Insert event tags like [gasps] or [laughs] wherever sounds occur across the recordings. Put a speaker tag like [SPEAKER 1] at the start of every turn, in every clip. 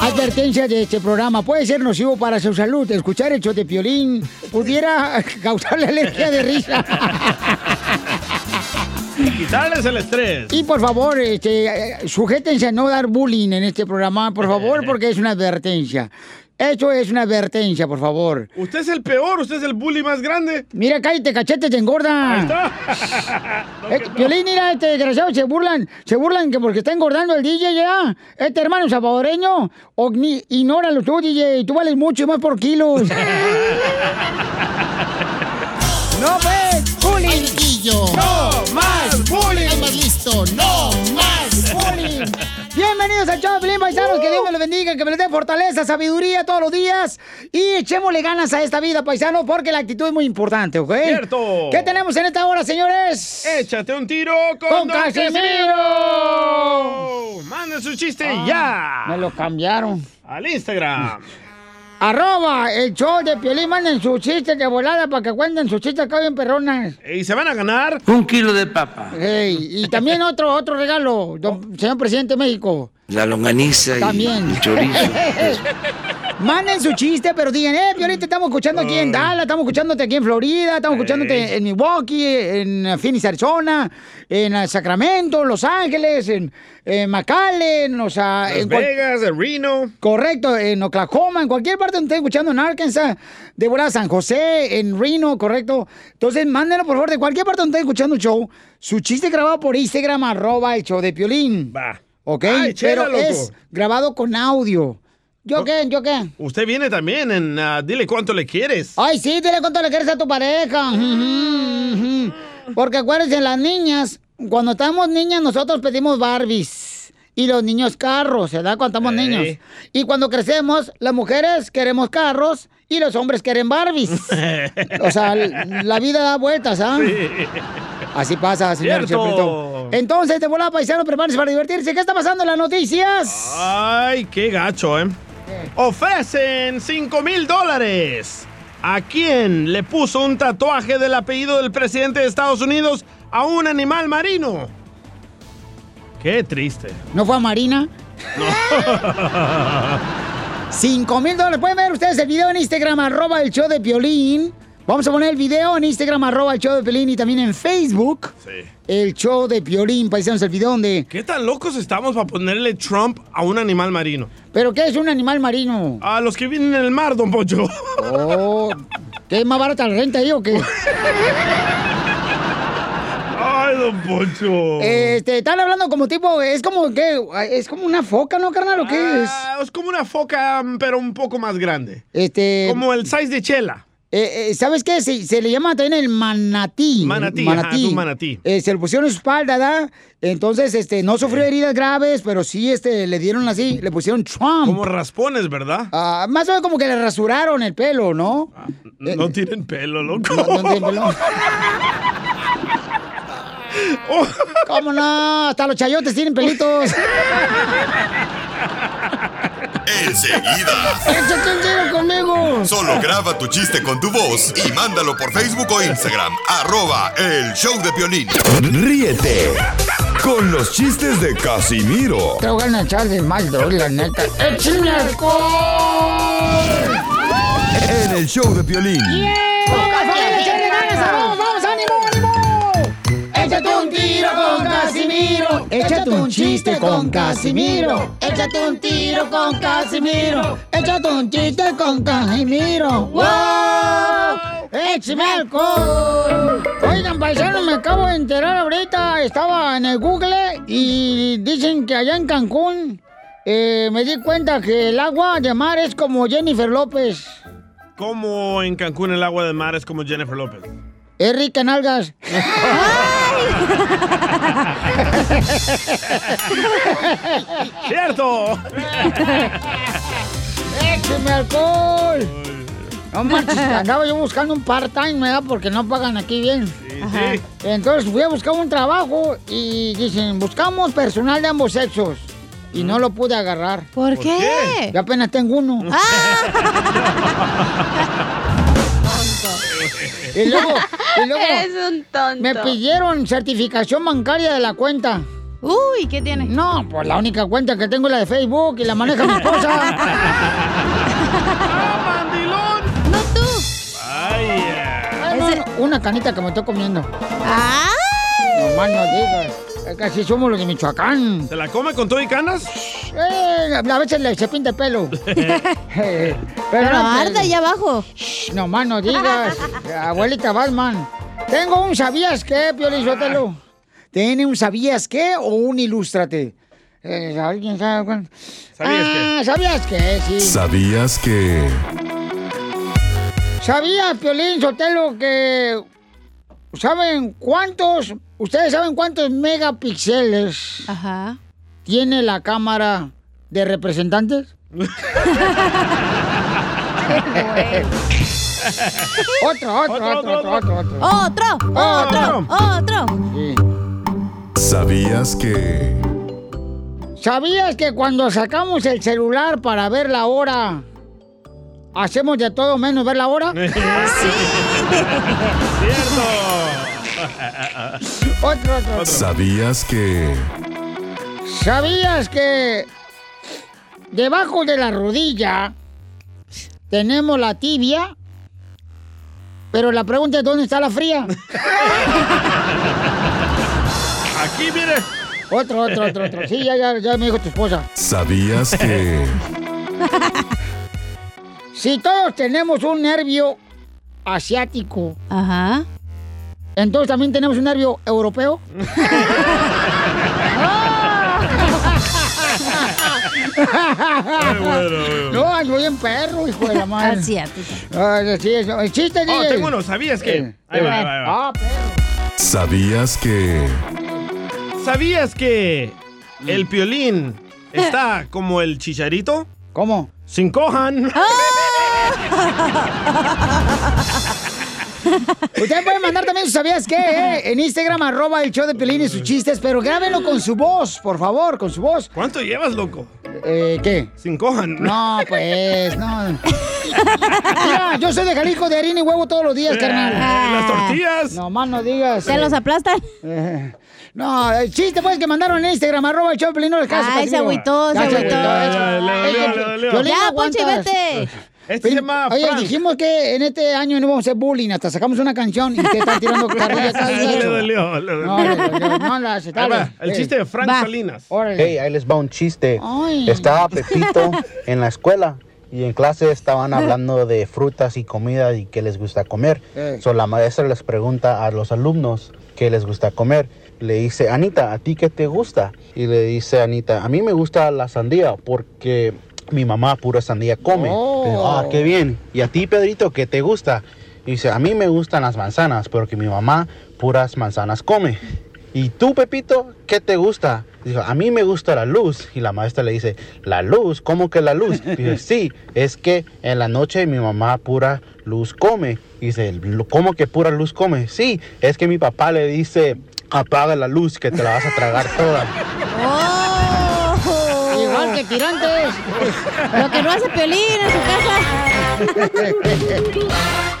[SPEAKER 1] advertencia de este programa puede ser nocivo para su salud. Escuchar el show de Piolín pudiera [laughs] causarle alergia de risa.
[SPEAKER 2] Quitarles el estrés.
[SPEAKER 1] Y por favor, este, sujétense a no dar bullying en este programa, por favor, porque es una advertencia. Esto es una advertencia, por favor.
[SPEAKER 2] Usted es el peor, usted es el bully más grande.
[SPEAKER 1] Mira, cállate, cachete, te engorda.
[SPEAKER 2] Ahí está. No,
[SPEAKER 1] [laughs] Eh,
[SPEAKER 2] que no.
[SPEAKER 1] Piolín, mira, este desgraciado se burlan, se burlan que porque está engordando el DJ ya. Este hermano salvadoreño, ogni- ignóralo tú, DJ, tú vales mucho y más
[SPEAKER 2] [laughs]
[SPEAKER 1] por kilos. ¡No pues, ves, bullying!
[SPEAKER 3] ¡No
[SPEAKER 1] más bullying!
[SPEAKER 3] El más listo, no más
[SPEAKER 2] [laughs]
[SPEAKER 3] bullying.
[SPEAKER 1] Bienvenidos al show, de Piolín, paisanos, que Dios me los bendiga, que me les dé fortaleza, sabiduría todos los días. Y echémosle ganas a esta vida, paisano, porque la actitud es muy importante, ¿ok?
[SPEAKER 2] Cierto.
[SPEAKER 1] ¿Qué tenemos en esta hora, señores?
[SPEAKER 2] Échate un tiro con, don
[SPEAKER 1] ¡Con Casimiro! Ah,
[SPEAKER 2] Casimiro. Manda su chiste
[SPEAKER 1] Me lo cambiaron.
[SPEAKER 2] ya al Instagram.
[SPEAKER 1] Arroba el show de Piolín, manden sus chistes de volada para que cuenten sus chistes acá bien perronas.
[SPEAKER 2] Y se van a ganar
[SPEAKER 4] Un kilo de papa.
[SPEAKER 1] Ey, y también otro, otro regalo, don- señor presidente de México.
[SPEAKER 4] La longaniza y
[SPEAKER 1] También.
[SPEAKER 4] el chorizo.
[SPEAKER 1] [laughs] Manden su chiste, pero digan, eh, Piolín, te estamos escuchando aquí en Dallas, estamos escuchándote aquí en Florida, estamos escuchándote en Milwaukee, en Phoenix, Arizona, en eh, Sacramento, Los Ángeles, en, en McAllen, o sea,
[SPEAKER 2] Las
[SPEAKER 1] en cual-
[SPEAKER 2] Vegas, el Reno.
[SPEAKER 1] Correcto, en Oklahoma, en cualquier parte donde estén escuchando, en Arkansas, de volada, San José, en Reno, correcto. Entonces, mándenlo, por favor, de cualquier parte donde estén escuchando el show, su chiste grabado por Instagram, arroba el show de Piolín.
[SPEAKER 2] Va.
[SPEAKER 1] ¿Ok?
[SPEAKER 2] Ay, chela,
[SPEAKER 1] Pero
[SPEAKER 2] loco. Oh.
[SPEAKER 1] es grabado con audio. ¿Yo qué? ¿Yo qué?
[SPEAKER 2] Usted viene también en ah, Dile cuánto le quieres.
[SPEAKER 1] Ay, sí, dile cuánto le quieres a tu pareja. Ujú, ujú. Porque acuérdense, las niñas, cuando estamos niñas, nosotros pedimos Barbies. Y los niños carros, ¿verdad? Cuando estamos
[SPEAKER 2] Ey.
[SPEAKER 1] niños. Y cuando crecemos, las mujeres queremos carros y los hombres
[SPEAKER 2] [laughs]
[SPEAKER 1] quieren Barbies. o sea, la vida da vueltas, ¿ah? Así pasa, señor
[SPEAKER 2] Cierto.
[SPEAKER 1] Cheprito. Entonces, de volada, paisano, prepárense para divertirse. ¿Qué está pasando en las noticias?
[SPEAKER 2] Ay, qué gacho, ¿eh? Ofrecen 5 mil dólares. ¿A quién le puso un tatuaje del apellido del presidente de Estados Unidos a un animal marino? Qué triste. [laughs]
[SPEAKER 1] ¿No fue a Marina? Cinco mil dólares. Pueden ver ustedes el video en Instagram, arroba el show de Piolín. Vamos a poner el video en Instagram, arroba el show de Piolín y también en Facebook,
[SPEAKER 2] Sí.
[SPEAKER 1] el show de Piolín. Paisanos, el video donde...
[SPEAKER 2] ¿Qué tan locos estamos para ponerle Trump a un animal marino?
[SPEAKER 1] ¿Pero qué es un animal marino?
[SPEAKER 2] A los que vienen en el mar, don Pocho.
[SPEAKER 1] Oh, ¿Qué es más barata la renta ahí o qué?
[SPEAKER 2] Ay, don Pocho.
[SPEAKER 1] Este, están hablando como tipo... Es como que... Es como una foca, ¿no, carnal? ¿O qué es?
[SPEAKER 2] Ah, es como una foca, mm, pero un poco más grande.
[SPEAKER 1] Este...
[SPEAKER 2] Como el size de chela.
[SPEAKER 1] Eh, eh, ¿Sabes qué? Se, se le llama también el manatí.
[SPEAKER 2] [laughs] Manatí,
[SPEAKER 1] El
[SPEAKER 2] ajá, un manatí.
[SPEAKER 1] Eh, se le pusieron en su espalda, ¿da? Entonces, este, no sufrió heridas graves, pero sí, este, le dieron así, le pusieron Trump.
[SPEAKER 2] Como raspones, ¿verdad?
[SPEAKER 1] Ah, más o menos como que le rasuraron el pelo, ¿no? Eh,
[SPEAKER 2] No tienen pelo, loco.
[SPEAKER 1] no- no tiene pelo.
[SPEAKER 2] Oh,
[SPEAKER 1] [laughs] ¿Cómo no? Hasta los chayotes tienen pelitos.
[SPEAKER 5] Enseguida.
[SPEAKER 1] ¡Échate un tiro conmigo!
[SPEAKER 5] Solo graba tu chiste con tu voz y mándalo por Facebook o Instagram. Arroba el show de Piolín.
[SPEAKER 6] Ríete con los chistes de Casimiro.
[SPEAKER 1] Te voy a echar de mal, bro, la neta. ¡Échame alcohol!
[SPEAKER 6] En el show de Piolín.
[SPEAKER 1] ¡Vamos, familia, echarle ganas! ¡Vamos, vamos! ¡Ánimo, ánimo! ¡Échate un tiro con Casimiro! ¡Échate un chiste con Casimiro! ¡Échate un tiro con Casimiro! ¡Échate un chiste con Casimiro! ¡Wow! ¡Échame alcohol! Oigan, paisano, me acabo de enterar ahorita. Estaba en el Google y dicen que allá en Cancún eh, me di cuenta que el agua de mar es como Jennifer López.
[SPEAKER 2] como en Cancún el agua de mar es como Jennifer López.
[SPEAKER 1] Es rica en algas.
[SPEAKER 2] ¡Cierto!
[SPEAKER 1] ¡Écheme alcohol! No manches, andaba yo buscando un part-time, ¿verdad? Porque no pagan aquí bien.
[SPEAKER 2] Sí, sí.
[SPEAKER 1] Entonces fui a buscar un trabajo y dicen, buscamos personal de ambos sexos. Y no lo pude agarrar.
[SPEAKER 7] ¿Por qué? Ah.
[SPEAKER 1] Ya apenas tengo uno. y [laughs] luego, y luego
[SPEAKER 7] Eres un tonto.
[SPEAKER 1] me pidieron certificación bancaria de la cuenta. Uy, ¿qué tiene? No, pues la única cuenta que tengo es la de Facebook y la maneja mi [laughs] esposa.
[SPEAKER 3] ¡No tú!
[SPEAKER 1] Ay, eh. [laughs] no, no, una canita que me estoy comiendo. No más no digas. Es que así somos los de Michoacán.
[SPEAKER 2] ¿Se la come con todo y canas?
[SPEAKER 1] Eh, a veces le- se pinta
[SPEAKER 2] [laughs]
[SPEAKER 1] el pelo. [laughs] Eh,
[SPEAKER 7] Pero
[SPEAKER 1] antes-
[SPEAKER 7] arde ahí abajo.
[SPEAKER 1] No más no
[SPEAKER 7] [laughs]
[SPEAKER 1] digas. Abuelita Batman. Tengo un sabías qué, Piolizotelo. ¿Tiene un sabías qué o un ilústrate? Eh, ¿Alguien sabe cuál?
[SPEAKER 3] ¿Sabías
[SPEAKER 1] ah, ¿Sabías qué? Sí.
[SPEAKER 8] ¿Sabías que...
[SPEAKER 1] ¿Sabías, Piolín Sotelo, que. ¿Saben cuántos? ¿Ustedes saben cuántos megapíxeles tiene la cámara
[SPEAKER 7] [laughs]
[SPEAKER 1] de representantes? otro, otro, otro, otro, otro, otro.
[SPEAKER 7] Otro, otro, Oh, otro.
[SPEAKER 8] ¿Sabías que...
[SPEAKER 1] ¿Sabías que cuando sacamos el celular para ver la hora, hacemos de todo menos ver
[SPEAKER 7] [laughs]
[SPEAKER 1] la hora? [laughs]
[SPEAKER 3] ¡Cierto!
[SPEAKER 1] Otro, otro.
[SPEAKER 8] ¿Sabías que...
[SPEAKER 1] ¿Sabías que debajo de la rodilla tenemos la tibia? Pero la pregunta es, ¿dónde está la fría?
[SPEAKER 2] [laughs] Aquí, mire.
[SPEAKER 1] Otro, otro, otro, otro. Sí, ya, ya, ya me dijo
[SPEAKER 2] [laughs]
[SPEAKER 1] tu esposa.
[SPEAKER 8] ¿Sabías que...
[SPEAKER 1] Si todos tenemos un nervio asiático, Ajá. entonces también tenemos un nervio europeo. No, ando bien perro, hijo
[SPEAKER 7] [laughs]
[SPEAKER 1] de la madre. Asiático. sí, eso. El chiste,
[SPEAKER 2] Oh,
[SPEAKER 1] DJ.
[SPEAKER 2] tengo uno, ¿sabías qué? Ahí va, ahí va, ahí va.
[SPEAKER 1] Ah, perro.
[SPEAKER 8] ¿Sabías que...
[SPEAKER 2] ¿Sabías que
[SPEAKER 1] Mm.
[SPEAKER 2] el piolín
[SPEAKER 1] [laughs]
[SPEAKER 2] está como el chicharito?
[SPEAKER 1] ¿Cómo?
[SPEAKER 2] Sin
[SPEAKER 1] [laughs]
[SPEAKER 2] cojan.
[SPEAKER 1] Ustedes pueden Eh, mandar también sus sabías qué, ¿eh? En Instagram, arroba el show de Pelín y sus chistes, pero grábenlo con su voz, por favor, con su voz.
[SPEAKER 2] ¿Cuánto llevas, loco?
[SPEAKER 1] Eh, ¿qué?
[SPEAKER 2] Sin cojan.
[SPEAKER 1] No, pues, no. Mira, yo soy de Jalisco de harina y huevo todos los
[SPEAKER 2] Eh,
[SPEAKER 1] días, carnal.
[SPEAKER 3] las tortillas.
[SPEAKER 1] No más no digas. eh.
[SPEAKER 7] ¿Te los aplastan?
[SPEAKER 1] Ah. [laughs] No, el chiste pues que mandaron en Instagram, arroba el show de Pelín, no les caso.
[SPEAKER 7] Ay, se
[SPEAKER 1] Casimiro.
[SPEAKER 7] agüitó, se
[SPEAKER 1] Ya
[SPEAKER 7] agüitó.
[SPEAKER 1] ya, ya.
[SPEAKER 7] Ay,
[SPEAKER 1] Ey,
[SPEAKER 7] le dolió.
[SPEAKER 1] Piolín,
[SPEAKER 7] Ya,
[SPEAKER 1] no aguantas.
[SPEAKER 7] Poncho, vete.
[SPEAKER 2] Este se llama
[SPEAKER 1] Oye,
[SPEAKER 2] Frank.
[SPEAKER 1] dijimos que en este año no vamos a hacer bullying, hasta sacamos una canción y te
[SPEAKER 2] [laughs]
[SPEAKER 1] están tirando carrilla acá.
[SPEAKER 2] Ah, Le dolió, le dolió.
[SPEAKER 1] No, le dolió, no la
[SPEAKER 2] Ahí va,
[SPEAKER 1] aceptaron.
[SPEAKER 2] el chiste de Frank
[SPEAKER 1] Va.
[SPEAKER 2] Salinas.
[SPEAKER 1] Órale.
[SPEAKER 9] Hey, ahí les va un chiste.
[SPEAKER 1] Ay.
[SPEAKER 9] Estaba Pepito en la escuela y en clase estaban hablando de frutas y comida y qué les gusta comer.
[SPEAKER 1] Eh.
[SPEAKER 9] So, la maestra les pregunta a los alumnos qué les gusta comer. Le dice, Anita, ¿a ti qué te gusta? Y le dice Anita, a mí me gusta la sandía porque mi mamá pura sandía come. Ah, qué bien. ¿Y a ti, Pedrito, qué te gusta? Y dice, a mí me gustan las manzanas porque mi mamá puras manzanas come. ¿Y tú, Pepito, qué te gusta? Dijo, a mí me gusta la luz. Y la maestra le dice, ¿la luz? ¿Cómo que la luz? Dice, sí, es que en la noche mi mamá pura luz come. Dice, "Lu- ¿cómo que pura luz come? Sí, es que mi papá le dice, apaga la luz que te la vas a tragar toda.
[SPEAKER 1] Oh. Igual que [laughs] tirantes.
[SPEAKER 7] Lo que no hace Piolín en su casa.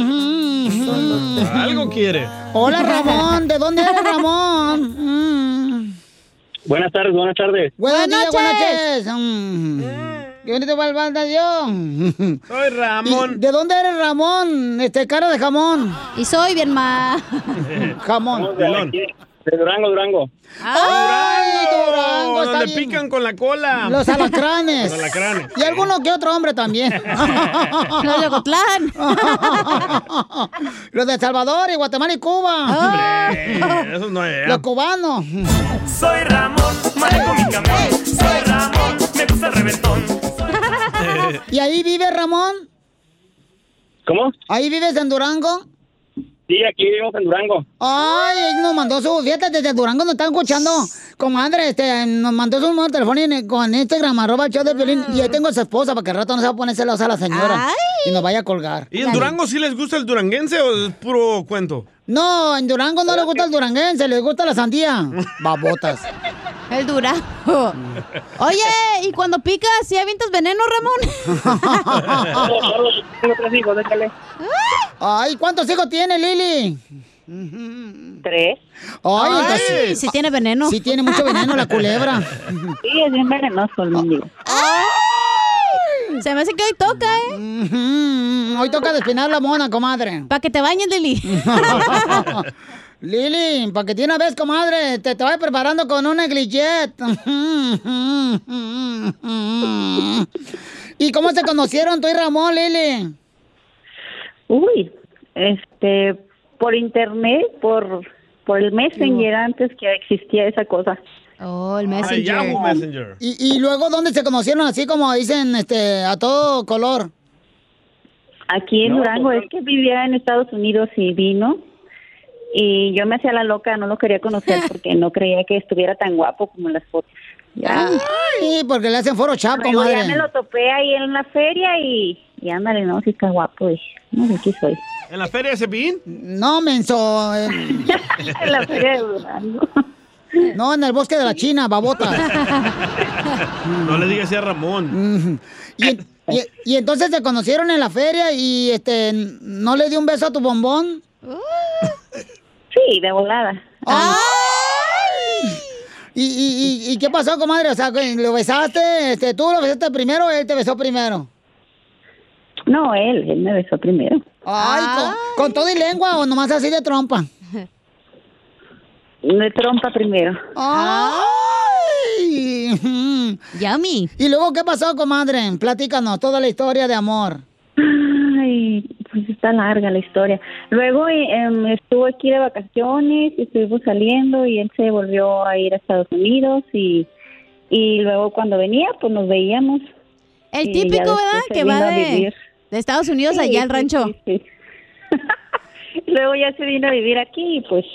[SPEAKER 1] mm, mm.
[SPEAKER 2] Algo quiere.
[SPEAKER 1] [laughs] Hola, Ramón. ¿De dónde eres, [laughs] Ramón? Mm.
[SPEAKER 10] Buenas tardes, buenas tardes.
[SPEAKER 1] Buenas, noches. Buenas noches. Mm. Qué bonito va el banda [laughs] yo.
[SPEAKER 2] Soy
[SPEAKER 1] Ramón. ¿De dónde eres, Ramón? Este, cara de jamón. Y soy bien más. jamón.
[SPEAKER 10] De Durango, Durango.
[SPEAKER 1] Oh. ¡Ay, Durango! Está
[SPEAKER 2] Donde
[SPEAKER 1] bien.
[SPEAKER 2] pican con la cola.
[SPEAKER 1] [laughs] Los
[SPEAKER 2] [laughs]
[SPEAKER 1] alacranes.
[SPEAKER 2] Los alacranes.
[SPEAKER 1] Y alguno que otro hombre [laughs] también.
[SPEAKER 2] Los
[SPEAKER 1] de [laughs] Ocotlán. Los de El Salvador y Guatemala y Cuba.
[SPEAKER 2] Eh, eso no es.
[SPEAKER 1] Los cubanos.
[SPEAKER 3] Soy Ramón, manejo
[SPEAKER 1] Eh.
[SPEAKER 3] mi camión. Soy Ramón, me gusta el reventón.
[SPEAKER 1] ¿Y ahí vive Ramón?
[SPEAKER 10] ¿Cómo?
[SPEAKER 1] ¿Ahí vives en Durango?
[SPEAKER 10] Sí, aquí vivimos en Durango.
[SPEAKER 1] Ay, él nos mandó su, fíjate, desde Durango nos están escuchando. Comadre, este, nos mandó su número de teléfono en- con Instagram, arroba el show de violín. Y ahí tengo a su esposa, para que el rato no se va a poner celosa la señora. Y nos vaya a colgar.
[SPEAKER 2] ¿Y en Durango sí les gusta el duranguense o es puro cuento?
[SPEAKER 1] No, en Durango no le gusta el duranguense, le gusta
[SPEAKER 2] [laughs]
[SPEAKER 1] la sandía. Babotas.
[SPEAKER 7] El Durango. Oye, ¿y cuando picas, si avientas veneno, Ramón?
[SPEAKER 11] Tengo tres hijos, déjale.
[SPEAKER 1] Ay, ¿cuántos hijos tiene Lili?
[SPEAKER 11] Tres.
[SPEAKER 1] Ay,
[SPEAKER 7] Ay,
[SPEAKER 1] entonces-
[SPEAKER 7] sí tiene veneno.
[SPEAKER 1] Sí tiene [laughs] mucho veneno la culebra.
[SPEAKER 11] Sí, es bien venenoso el mendigo.
[SPEAKER 7] Se me hace que hoy toca, ¿eh?
[SPEAKER 1] Hoy toca despinar la mona, comadre.
[SPEAKER 7] Para que te bañes, Lili.
[SPEAKER 1] [laughs] Lili, para que tiene una vez, comadre, te, te voy preparando con una glillet. [laughs] ¿Y cómo se conocieron tú y Ramón, Lili?
[SPEAKER 11] Uy, este, por internet, por, por el Messenger antes que existía esa cosa.
[SPEAKER 7] Oh, el
[SPEAKER 1] Messenger. Yahoo
[SPEAKER 2] Messenger.
[SPEAKER 1] ¿Y, y luego dónde se conocieron? Así como dicen, este, a todo color.
[SPEAKER 11] Aquí en Durango, es que vivía en Estados Unidos y vino. Y yo me hacía la loca, no lo quería conocer porque no creía que estuviera tan guapo como en las fotos.
[SPEAKER 1] Sí, porque le hacen foro chap,
[SPEAKER 11] Luego ya me
[SPEAKER 1] comadre.
[SPEAKER 11] lo topé ahí en la feria y, y ándale, no, sí está guapo. dije, no, de aquí soy.
[SPEAKER 2] ¿En la feria de Cepillín?
[SPEAKER 1] No, menso. eh.
[SPEAKER 11] [laughs] En la feria de Durango.
[SPEAKER 1] No, en el bosque de la China,
[SPEAKER 11] [laughs]
[SPEAKER 1] babota.
[SPEAKER 2] No le digas así a
[SPEAKER 1] Mm.
[SPEAKER 2] Ramón.
[SPEAKER 1] Y, en- y- y entonces se conocieron en la feria y este no le dio un beso a tu bombón.
[SPEAKER 11] Sí, de volada.
[SPEAKER 1] ¿Y, y, y- y qué pasó, comadre? O sea, que ¿lo besaste? Este, ¿Tú lo besaste primero o él te besó primero?
[SPEAKER 11] No, él, él me besó primero.
[SPEAKER 1] Ay, Con, ¿con todo y lengua o nomás así de trompa?
[SPEAKER 11] De trompa primero.
[SPEAKER 1] ¡Ay!
[SPEAKER 7] ¡Yummy!
[SPEAKER 1] ¿Y luego qué pasó, comadre? Platícanos toda la historia de amor.
[SPEAKER 11] Ay, pues está larga la historia. Luego eh, em, estuvo aquí de vacaciones y estuvimos saliendo y él se volvió a ir a Estados Unidos y, y luego cuando venía pues nos veíamos.
[SPEAKER 7] El
[SPEAKER 11] Y ya
[SPEAKER 7] típico,
[SPEAKER 11] después
[SPEAKER 7] ¿verdad?
[SPEAKER 11] se
[SPEAKER 7] Que
[SPEAKER 11] vino
[SPEAKER 7] va
[SPEAKER 11] a
[SPEAKER 7] de,
[SPEAKER 11] vivir.
[SPEAKER 7] de Estados Unidos
[SPEAKER 11] Sí,
[SPEAKER 7] allá al
[SPEAKER 11] sí, [laughs]
[SPEAKER 7] rancho.
[SPEAKER 11] Luego ya se vino a vivir aquí y pues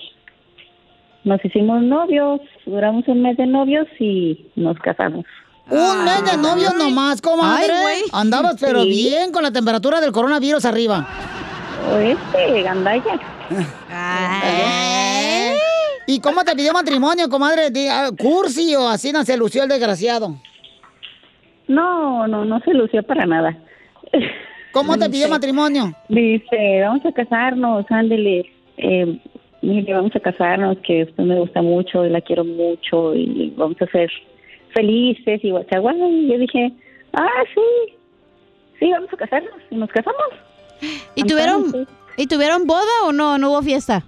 [SPEAKER 11] nos hicimos novios, duramos un mes de novios y nos casamos.
[SPEAKER 1] Un mes de novio nomás, comadre.
[SPEAKER 11] Ay, güey.
[SPEAKER 1] Andabas pero
[SPEAKER 11] Sí.
[SPEAKER 1] bien con la temperatura del coronavirus arriba.
[SPEAKER 11] Este, gandalla.
[SPEAKER 1] ¿Y cómo te pidió matrimonio, comadre? Di- ah, ¿Cursi o así no se lució el desgraciado? [laughs]
[SPEAKER 11] No, no, no se lució para nada.
[SPEAKER 1] ¿Cómo te pidió matrimonio?
[SPEAKER 11] Dice, vamos a casarnos, ándele. Eh, mire, vamos a casarnos, que usted me gusta mucho y la quiero mucho y vamos a ser felices y guachaguay. Y yo dije, ah, sí, sí, vamos a casarnos y nos casamos.
[SPEAKER 7] ¿Y tuvieron,
[SPEAKER 11] Entonces-
[SPEAKER 7] ¿Y tuvieron boda o no? ¿No hubo fiesta?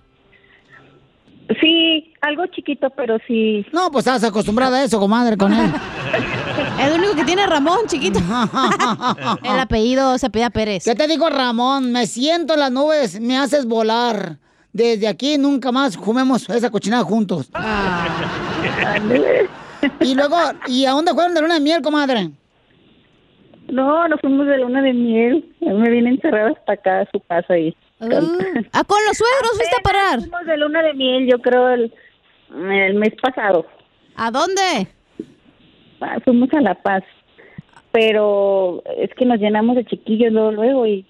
[SPEAKER 11] Sí, algo chiquito, pero sí.
[SPEAKER 1] No, pues estás acostumbrada a eso, comadre, con
[SPEAKER 7] [laughs]
[SPEAKER 1] él.
[SPEAKER 7] Es lo único que tiene Ramón, chiquito. El apellido se apellida Pérez.
[SPEAKER 1] ¿Qué te digo, Ramón? Me siento en las nubes, me haces volar. Desde aquí nunca más comemos esa cochinada juntos.
[SPEAKER 11] Ah.
[SPEAKER 1] y luego, ¿y a dónde fueron de luna de miel, comadre?
[SPEAKER 11] No, nos fuimos de luna de miel. Yo Me vine encerrada hasta acá a su casa y...
[SPEAKER 7] ah, con los suegros fuiste a parar.
[SPEAKER 11] Fuimos de luna de miel, yo creo, el, el mes pasado.
[SPEAKER 7] ¿A dónde?
[SPEAKER 11] Ah, fuimos a La Paz, pero es que nos llenamos de chiquillos luego, luego y,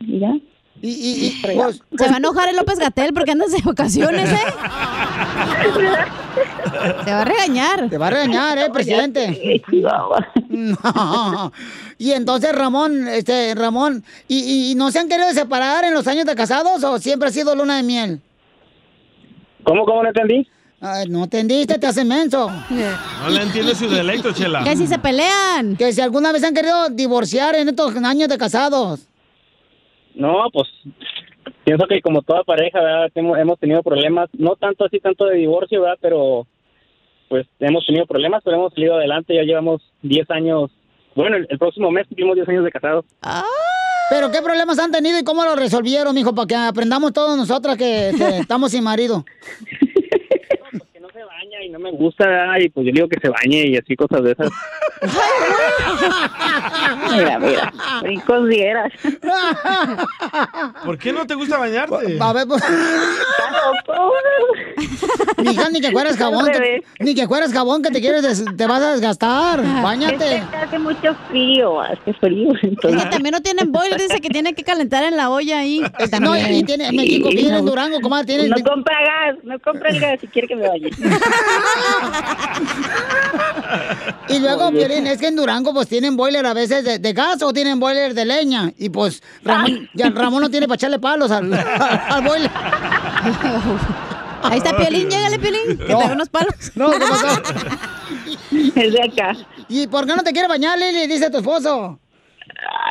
[SPEAKER 11] y ya.
[SPEAKER 1] Y, y, Pues,
[SPEAKER 7] Se va a enojar el López Gatel porque andas de vacaciones, ¿eh? Te va a regañar.
[SPEAKER 1] Te va a regañar, ¿eh, presidente? No. [laughs] Y entonces, Ramón, este, Ramón, ¿y, y, y no se han querido separar en los años de casados o siempre ha sido luna de miel?
[SPEAKER 10] ¿Cómo, cómo no entendí?
[SPEAKER 1] Ay, no entendiste, te hace menso.
[SPEAKER 2] No le entiende su dialecto, Chela.
[SPEAKER 1] se pelean. Que si alguna vez han querido divorciar en estos años de casados.
[SPEAKER 10] No, pues pienso que como toda pareja, ¿verdad? Hemos, hemos tenido problemas, no tanto así, tanto de divorcio, ¿verdad? Pero pues hemos tenido problemas, pero hemos salido adelante, ya llevamos 10 años. Bueno, el, el próximo mes cumplimos 10 años de casados.
[SPEAKER 1] Pero qué problemas han tenido y cómo los resolvieron, mijo, para que aprendamos todos nosotras que este, estamos sin marido.
[SPEAKER 10] Me gusta, ¿verdad? Y pues yo le digo que se bañe y así cosas de esas.
[SPEAKER 11] [laughs] Mira, mira, ricos
[SPEAKER 1] [laughs]
[SPEAKER 11] dieras.
[SPEAKER 2] ¿Por qué no te gusta bañarte?
[SPEAKER 1] A ver, pues. Mija, ni que fueras jabón.
[SPEAKER 11] Al
[SPEAKER 1] que-
[SPEAKER 11] revés.
[SPEAKER 1] ni que fueras jabón que te quieres des- te vas a desgastar. Báñate.
[SPEAKER 11] Es que hace mucho frío, hace frío. Entonces,
[SPEAKER 7] También no tienen boiler, dice que tiene que calentar en la olla ahí.
[SPEAKER 1] [laughs] No, y- y tiene, en México,
[SPEAKER 11] Sí,
[SPEAKER 1] tiene
[SPEAKER 11] no.
[SPEAKER 1] en Durango, comadre, tiene.
[SPEAKER 11] No compra gas, no compra el gas si quiere que me vaya.
[SPEAKER 1] Y luego,
[SPEAKER 11] Oye.
[SPEAKER 1] Piolín, es que en Durango, pues tienen boiler a veces de, de gas o tienen boiler de leña. Y pues, Ramón, ya Ramón no tiene para echarle palos al, [laughs] al boiler.
[SPEAKER 7] Ahí está Piolín, llégale, Piolín, que te haga unos palos.
[SPEAKER 1] [laughs] No, ¿qué pasó? Es de acá. ¿Y por qué no te quiere bañar, Lili? Dice tu esposo.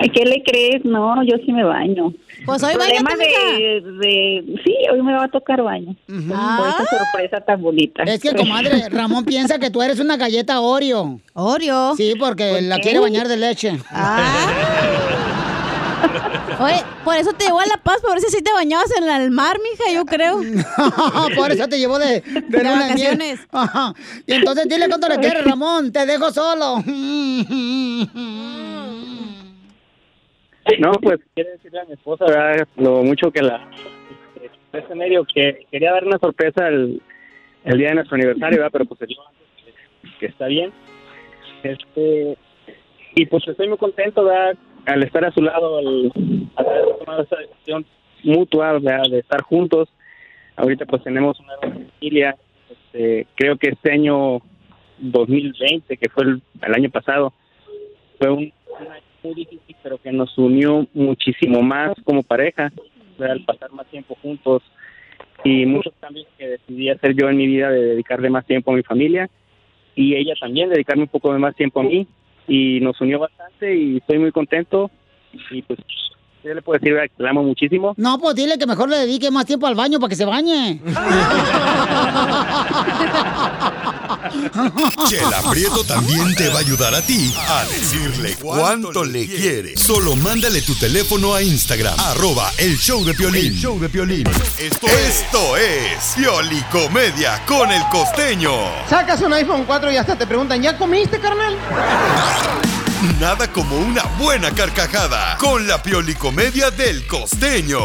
[SPEAKER 11] Ay, ¿Qué le crees? No, yo sí me baño.
[SPEAKER 7] Pues hoy
[SPEAKER 11] Problema
[SPEAKER 7] báñate,
[SPEAKER 11] de, de- Sí, hoy me va a tocar baño. Por
[SPEAKER 7] Ah.
[SPEAKER 11] esta sorpresa tan bonita.
[SPEAKER 1] Es que, comadre, Ramón piensa que tú eres una galleta Oreo.
[SPEAKER 7] ¿Oreo?
[SPEAKER 1] Sí, porque la quiere bañar de leche.
[SPEAKER 7] Oye, por eso te llevó a La Paz, por eso sí te bañabas en la- el mar, mija, yo creo.
[SPEAKER 1] [laughs] por eso te llevó de,
[SPEAKER 7] De
[SPEAKER 1] luna de
[SPEAKER 7] vacaciones.
[SPEAKER 1] miel. Ajá. Y entonces dile cuánto le quieres, Ramón. Te dejo solo. [laughs]
[SPEAKER 10] No, pues quiero decirle a mi esposa, ¿verdad? Lo mucho que la... Este medio que quería dar una sorpresa el, el día de nuestro aniversario, ¿verdad? Pero pues el que está bien. Este... Y pues estoy muy contento, ¿verdad? Al estar a su lado, al, al haber tomado esa decisión mutua, ¿verdad? De estar juntos. Ahorita pues tenemos una nueva familia. Este, creo que este año 2020, que fue el- el año pasado, fue un muy difícil, pero que nos unió muchísimo más como pareja, o sea, al pasar más tiempo juntos y muchos cambios que decidí hacer yo en mi vida de dedicarle más tiempo a mi familia y ella también dedicarme un poco de más tiempo a mí y nos unió bastante y estoy muy contento y pues yo le puedo decir ¿verdad? que la amo muchísimo.
[SPEAKER 1] No, pues dile que mejor le dedique más tiempo al baño para que se bañe.
[SPEAKER 5] Chela Prieto también te va a ayudar a ti a decirle cuánto le quiere. Solo mándale tu teléfono a Instagram, arroba el show de Piolín.
[SPEAKER 6] El show de Piolín.
[SPEAKER 5] Esto, Esto es Pioli Comedia con el costeño.
[SPEAKER 12] Sacas un iPhone 4 y hasta te preguntan, ¿ya comiste, carnal?
[SPEAKER 5] Nada como una buena carcajada con la Pioli Comedia del costeño.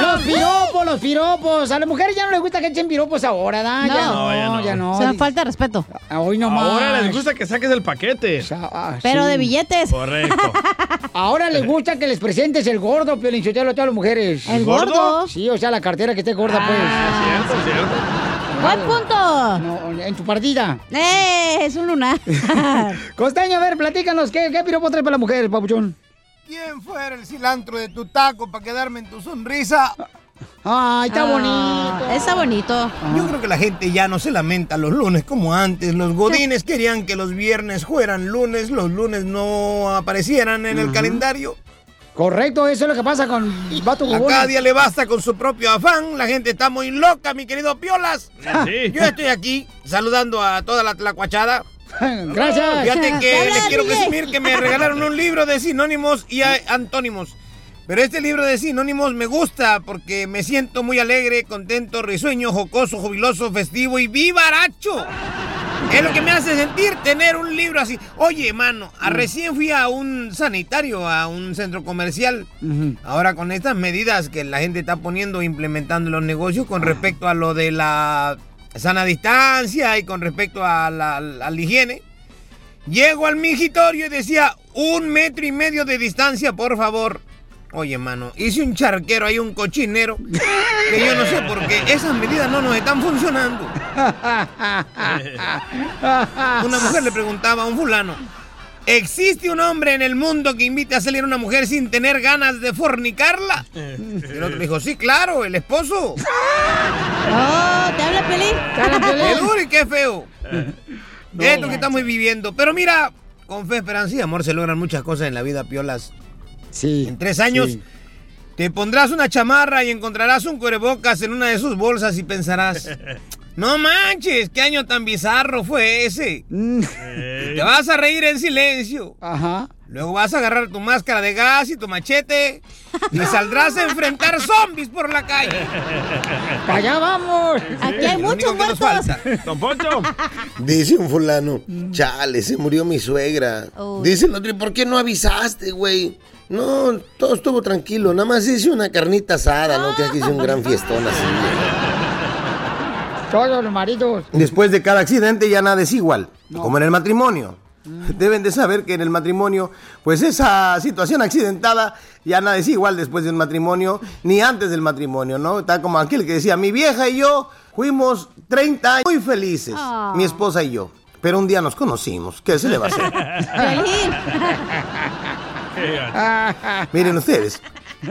[SPEAKER 1] Los piropos, los piropos. A las mujeres ya no les gusta que echen piropos ahora, ¿da? [laughs] Ya
[SPEAKER 2] No, ya
[SPEAKER 1] no,
[SPEAKER 2] no.
[SPEAKER 1] ya no.
[SPEAKER 2] Se me
[SPEAKER 1] falta respeto. Hoy no más.
[SPEAKER 2] Ahora les gusta que saques el paquete.
[SPEAKER 1] Pero ah, sí. de
[SPEAKER 7] billetes.
[SPEAKER 2] Correcto.
[SPEAKER 1] Ahora les gusta que les presentes el gordo, Piolinchotelo, a todas las mujeres.
[SPEAKER 2] ¿El gordo? gordo? Ah,
[SPEAKER 1] Sí, o sea, la cartera que esté gorda,
[SPEAKER 2] Cierto, cierto.
[SPEAKER 1] pues. ¿Cuál punto? en tu partida.
[SPEAKER 7] ¡Eh! Es un lunar.
[SPEAKER 1] [laughs] Costeño, a ver, platícanos, ¿qué, qué piropo traes para las mujeres, papuchón?
[SPEAKER 12] ¿Quién fuera el cilantro de tu taco para quedarme en tu sonrisa?
[SPEAKER 1] Ay,
[SPEAKER 7] está Ah, bonito. está
[SPEAKER 12] bonito. Yo creo que la gente ya no se lamenta los lunes como antes. Los godines querían que los viernes fueran lunes, los lunes no aparecieran en el calendario.
[SPEAKER 1] Correcto, eso es lo que pasa con Vato
[SPEAKER 12] A cada día le basta con su propio afán. La gente está muy loca, mi querido Piolas.
[SPEAKER 1] sí.
[SPEAKER 12] Yo estoy aquí saludando a toda la [laughs] tlacuachada.
[SPEAKER 1] Gracias.
[SPEAKER 12] Fíjate que
[SPEAKER 1] Hola,
[SPEAKER 12] les quiero
[SPEAKER 1] DJ.
[SPEAKER 12] presumir que me regalaron un libro de sinónimos y a- antónimos. Pero este libro de sinónimos me gusta porque me siento muy alegre, contento, risueño, jocoso, jubiloso, festivo y vivaracho. Es lo que me hace sentir tener un libro así. Oye, mano,
[SPEAKER 1] Mm.
[SPEAKER 12] a- recién fui a un sanitario, a un centro comercial. Ahora con estas medidas que la gente está poniendo, implementando en los negocios con respecto a lo de la sana distancia y con respecto a la, a la higiene, llego al migitorio y decía un metro y medio de distancia, por favor. Oye, mano, hice un charquero, hay un cochinero, que yo no sé por qué esas medidas no nos están funcionando. Una mujer le preguntaba a un fulano, ¿existe un hombre en el mundo que invite a salir a una mujer sin tener ganas de fornicarla? Y el otro le dijo, sí, claro, el esposo. Oh, ¿te habla Pelín?
[SPEAKER 7] ¿Te habla Piolín?
[SPEAKER 12] Qué duro y qué feo. Esto que estamos viviendo. Pero mira, con fe, esperanza y amor se logran muchas cosas en la vida, Piolas.
[SPEAKER 1] Sí.
[SPEAKER 12] En tres años
[SPEAKER 1] sí. [laughs]
[SPEAKER 2] [laughs]
[SPEAKER 12] te pondrás una chamarra y encontrarás un cubrebocas en una de sus bolsas y pensarás, No manches, qué año tan bizarro fue ese. Te vas a reír en silencio.
[SPEAKER 1] Mm. Ajá.
[SPEAKER 12] Luego vas a agarrar tu máscara de gas y tu machete y saldrás a enfrentar zombies por la calle.
[SPEAKER 1] allá vamos!
[SPEAKER 12] Aquí hay muchos muertos.
[SPEAKER 2] Don Poncho.
[SPEAKER 13] [laughs] Dice un fulano, chale, se murió mi suegra.
[SPEAKER 2] Uy.
[SPEAKER 13] Dice el otro, "¿Y por qué no avisaste, güey? No, todo estuvo tranquilo, nada más hice una carnita asada, no creas que hice un gran fiestón así.
[SPEAKER 1] Todos los maridos.
[SPEAKER 14] Después de cada accidente ya nada es igual, como en el matrimonio. Deben de saber que en el matrimonio, pues esa situación accidentada ya nada es igual después del matrimonio, ni antes del matrimonio, ¿no? Está como aquel que decía, mi vieja y yo fuimos 30 años muy felices,
[SPEAKER 3] Ah.
[SPEAKER 14] mi esposa y yo. Pero un día nos conocimos, ¿qué se le va a hacer?
[SPEAKER 4] [laughs]
[SPEAKER 14] Miren ustedes,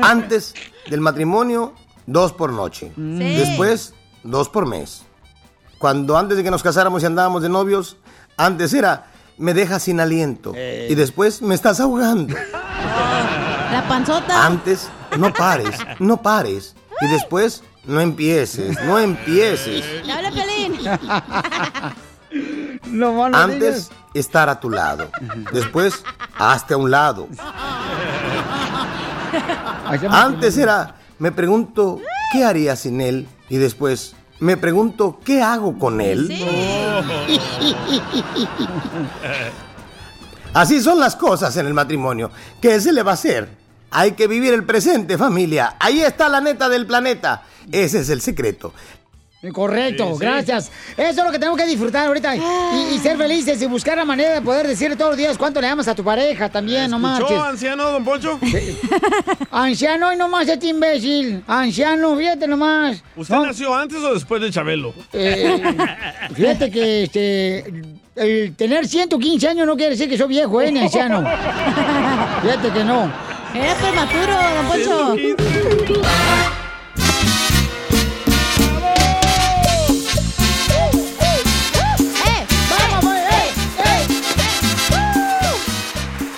[SPEAKER 14] antes del matrimonio, dos por noche. Después, dos por mes. Cuando antes de que nos casáramos y andábamos de novios, antes era, me dejas sin aliento.
[SPEAKER 1] Eh,
[SPEAKER 14] Y después, me estás ahogando.
[SPEAKER 7] La panzota.
[SPEAKER 14] Antes, no pares, no pares. Y después, no empieces, no empieces.
[SPEAKER 7] Le habla Pelín.
[SPEAKER 1] no
[SPEAKER 14] Antes,
[SPEAKER 1] digas.
[SPEAKER 14] estar a tu lado. Después, hazte a un lado. Antes era, me pregunto, ¿qué haría sin él? Y después, me pregunto, ¿qué hago con él?
[SPEAKER 7] [laughs]
[SPEAKER 14] Así son las cosas en el matrimonio. ¿Qué se le va a hacer? Hay que vivir el presente, familia. Ahí está la neta del planeta. Ese es el secreto.
[SPEAKER 1] Correcto,
[SPEAKER 14] Sí, Ah. sí.
[SPEAKER 1] gracias. Eso es lo que tenemos que disfrutar ahorita. Y, y ser felices y buscar la manera de poder decirle todos los días cuánto le amas a tu pareja también, [laughs] no
[SPEAKER 2] ¿Escuchó,
[SPEAKER 1] marches.
[SPEAKER 2] anciano, don Poncho?
[SPEAKER 1] Anciano y nomás este imbécil. Anciano, fíjate nomás.
[SPEAKER 2] ¿Usted nació antes o después de Chabelo?
[SPEAKER 1] Eh, fíjate que este, el tener 115 años no quiere decir que soy viejo, ¿eh? Ni
[SPEAKER 14] [laughs]
[SPEAKER 1] anciano. Fíjate que no.
[SPEAKER 7] Era prematuro, don Poncho.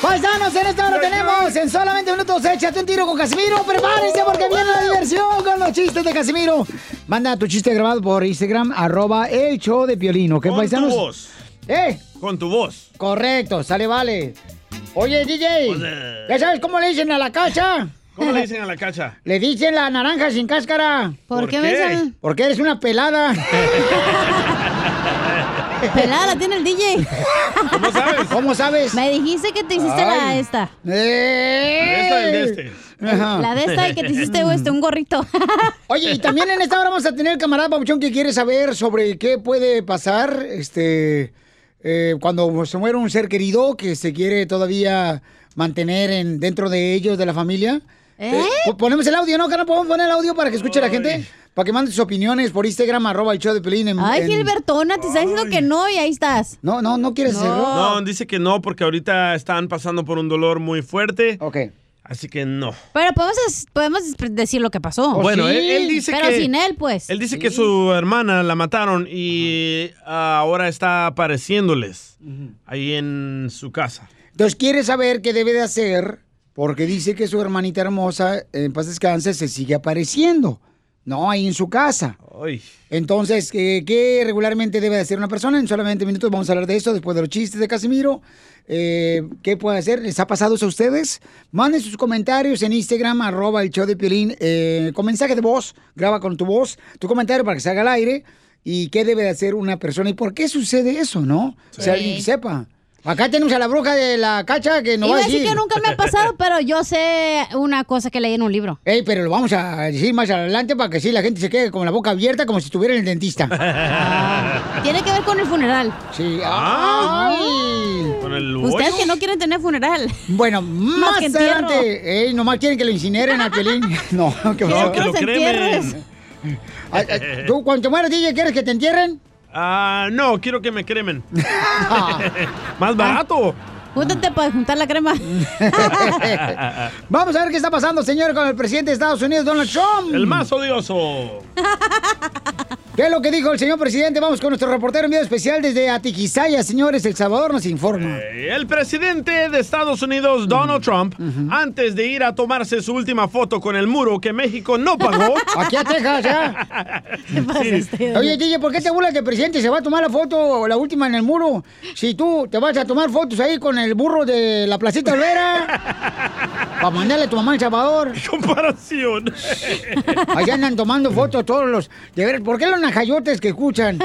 [SPEAKER 1] Paisanos, en esta hora tenemos en solamente minutos. Échate un tiro con Casimiro. Prepárense porque viene la diversión con los chistes de Casimiro. Manda tu chiste grabado por Instagram, arroba el show de Piolino. ¿Qué
[SPEAKER 2] Con
[SPEAKER 1] paisanos?
[SPEAKER 2] tu voz.
[SPEAKER 1] ¿Eh?
[SPEAKER 2] Con tu voz.
[SPEAKER 1] Correcto, sale, vale. Oye, DJ,
[SPEAKER 2] Pues, eh.
[SPEAKER 1] ¿ya sabes cómo le dicen a la cacha?
[SPEAKER 2] [laughs] ¿Cómo le dicen a la cacha?
[SPEAKER 1] Le dicen la naranja sin cáscara.
[SPEAKER 2] ¿Por ¿Por qué me qué? dicen?
[SPEAKER 1] Porque eres una pelada.
[SPEAKER 7] [laughs] Pelada la tiene el DJ.
[SPEAKER 2] ¿Cómo sabes?
[SPEAKER 1] ¿Cómo sabes?
[SPEAKER 7] Me dijiste que te hiciste la
[SPEAKER 1] Ay.
[SPEAKER 7] esta.
[SPEAKER 1] esta del de este. Ajá.
[SPEAKER 7] La de esta y que te hiciste este, un gorrito. [laughs]
[SPEAKER 1] Oye, y también en esta hora vamos a tener el camarada Pabuchón que quiere saber sobre qué puede pasar este, eh, cuando se muere un ser querido que se quiere todavía mantener en, dentro de ellos, de la familia.
[SPEAKER 7] ¿Eh?
[SPEAKER 1] po- ponemos el audio, ¿no, carnal? ¿Podemos poner el audio para que escuche la gente? Para que mande sus opiniones por Instagram, arroba el show de Pelín. en-
[SPEAKER 7] Ay,
[SPEAKER 1] en-
[SPEAKER 7] Gilbertona, te está diciendo que no y ahí estás.
[SPEAKER 1] No, no, no quieres
[SPEAKER 2] No, dice que no porque ahorita están pasando por un dolor muy fuerte.
[SPEAKER 1] Ok.
[SPEAKER 2] Así que no.
[SPEAKER 7] Pero podemos, podemos decir lo que pasó.
[SPEAKER 1] Pues
[SPEAKER 2] Bueno, él- él dice
[SPEAKER 7] Pero
[SPEAKER 2] que-
[SPEAKER 7] sin él, pues.
[SPEAKER 2] Él dice que su hermana la mataron y ah, ahora está apareciéndoles ahí en su casa.
[SPEAKER 1] Entonces quiere saber qué debe de hacer porque dice que su hermanita hermosa, en paz descanse, se sigue apareciendo, ¿no? Ahí en su casa.
[SPEAKER 2] Ay.
[SPEAKER 1] Entonces, ¿qué, qué regularmente debe de hacer una persona? En solamente minutos vamos a hablar de eso, después de los chistes de Casimiro. Eh, ¿Qué puede hacer? ¿Les ha pasado eso a ustedes? Manden sus comentarios en Instagram, arroba el show de Piolín, eh, con mensaje de voz, graba con tu voz, tu comentario para que se haga al aire. ¿Y qué debe de hacer una persona? ¿Y por qué sucede eso, no? O sea, alguien que sepa. Acá tenemos a la bruja de la cacha que nos
[SPEAKER 7] Iba
[SPEAKER 1] va
[SPEAKER 7] a decir que nunca me ha
[SPEAKER 1] [laughs]
[SPEAKER 7] pasado, pero yo sé una cosa que leí en un libro.
[SPEAKER 1] Ey, pero lo vamos a decir más adelante para que sí la gente se quede con la boca abierta como si estuviera en el dentista.
[SPEAKER 7] [laughs] Tiene que ver con el funeral.
[SPEAKER 1] Sí.
[SPEAKER 2] Con el
[SPEAKER 7] Ustedes que no quieren tener funeral.
[SPEAKER 1] Bueno, más
[SPEAKER 7] que entierro.
[SPEAKER 1] adelante. Ey, nomás quieren que lo incineren a
[SPEAKER 7] [laughs]
[SPEAKER 1] Piolín. [laughs] No, que
[SPEAKER 2] Quiero que lo cremen.
[SPEAKER 1] Ay, ay, ¿Tú cuando te mueras, DJ, quieres que te entierren?
[SPEAKER 2] [laughs]
[SPEAKER 1] [laughs]
[SPEAKER 2] Ah, no, quiero que me cremen. Más barato. [laughs]
[SPEAKER 7] Júntate para juntar la crema.
[SPEAKER 1] Vamos a ver qué está pasando, señor, con el presidente de Estados Unidos, Donald Trump.
[SPEAKER 2] El más odioso.
[SPEAKER 1] ¿Qué es lo que dijo el señor presidente? Vamos con nuestro reportero en video especial desde Atiquizaya, señores. El Salvador nos informa.
[SPEAKER 2] El presidente de Estados Unidos, Donald Trump, antes de ir a tomarse su última foto con el muro que México no pagó.
[SPEAKER 1] [laughs] Aquí a Texas, ya.
[SPEAKER 2] [laughs]
[SPEAKER 1] Oye, DJ, ¿por qué te burlas que el presidente se va a tomar la foto, la última en el muro? Si tú te vas a tomar fotos ahí con el burro de la Placita Olvera.
[SPEAKER 2] [laughs]
[SPEAKER 1] Para mandarle a tu mamá en El Salvador.
[SPEAKER 2] Comparación.
[SPEAKER 1] Allá andan tomando fotos todos los. De ver, ¿por qué los najayotes
[SPEAKER 2] [laughs]
[SPEAKER 1] que escuchan?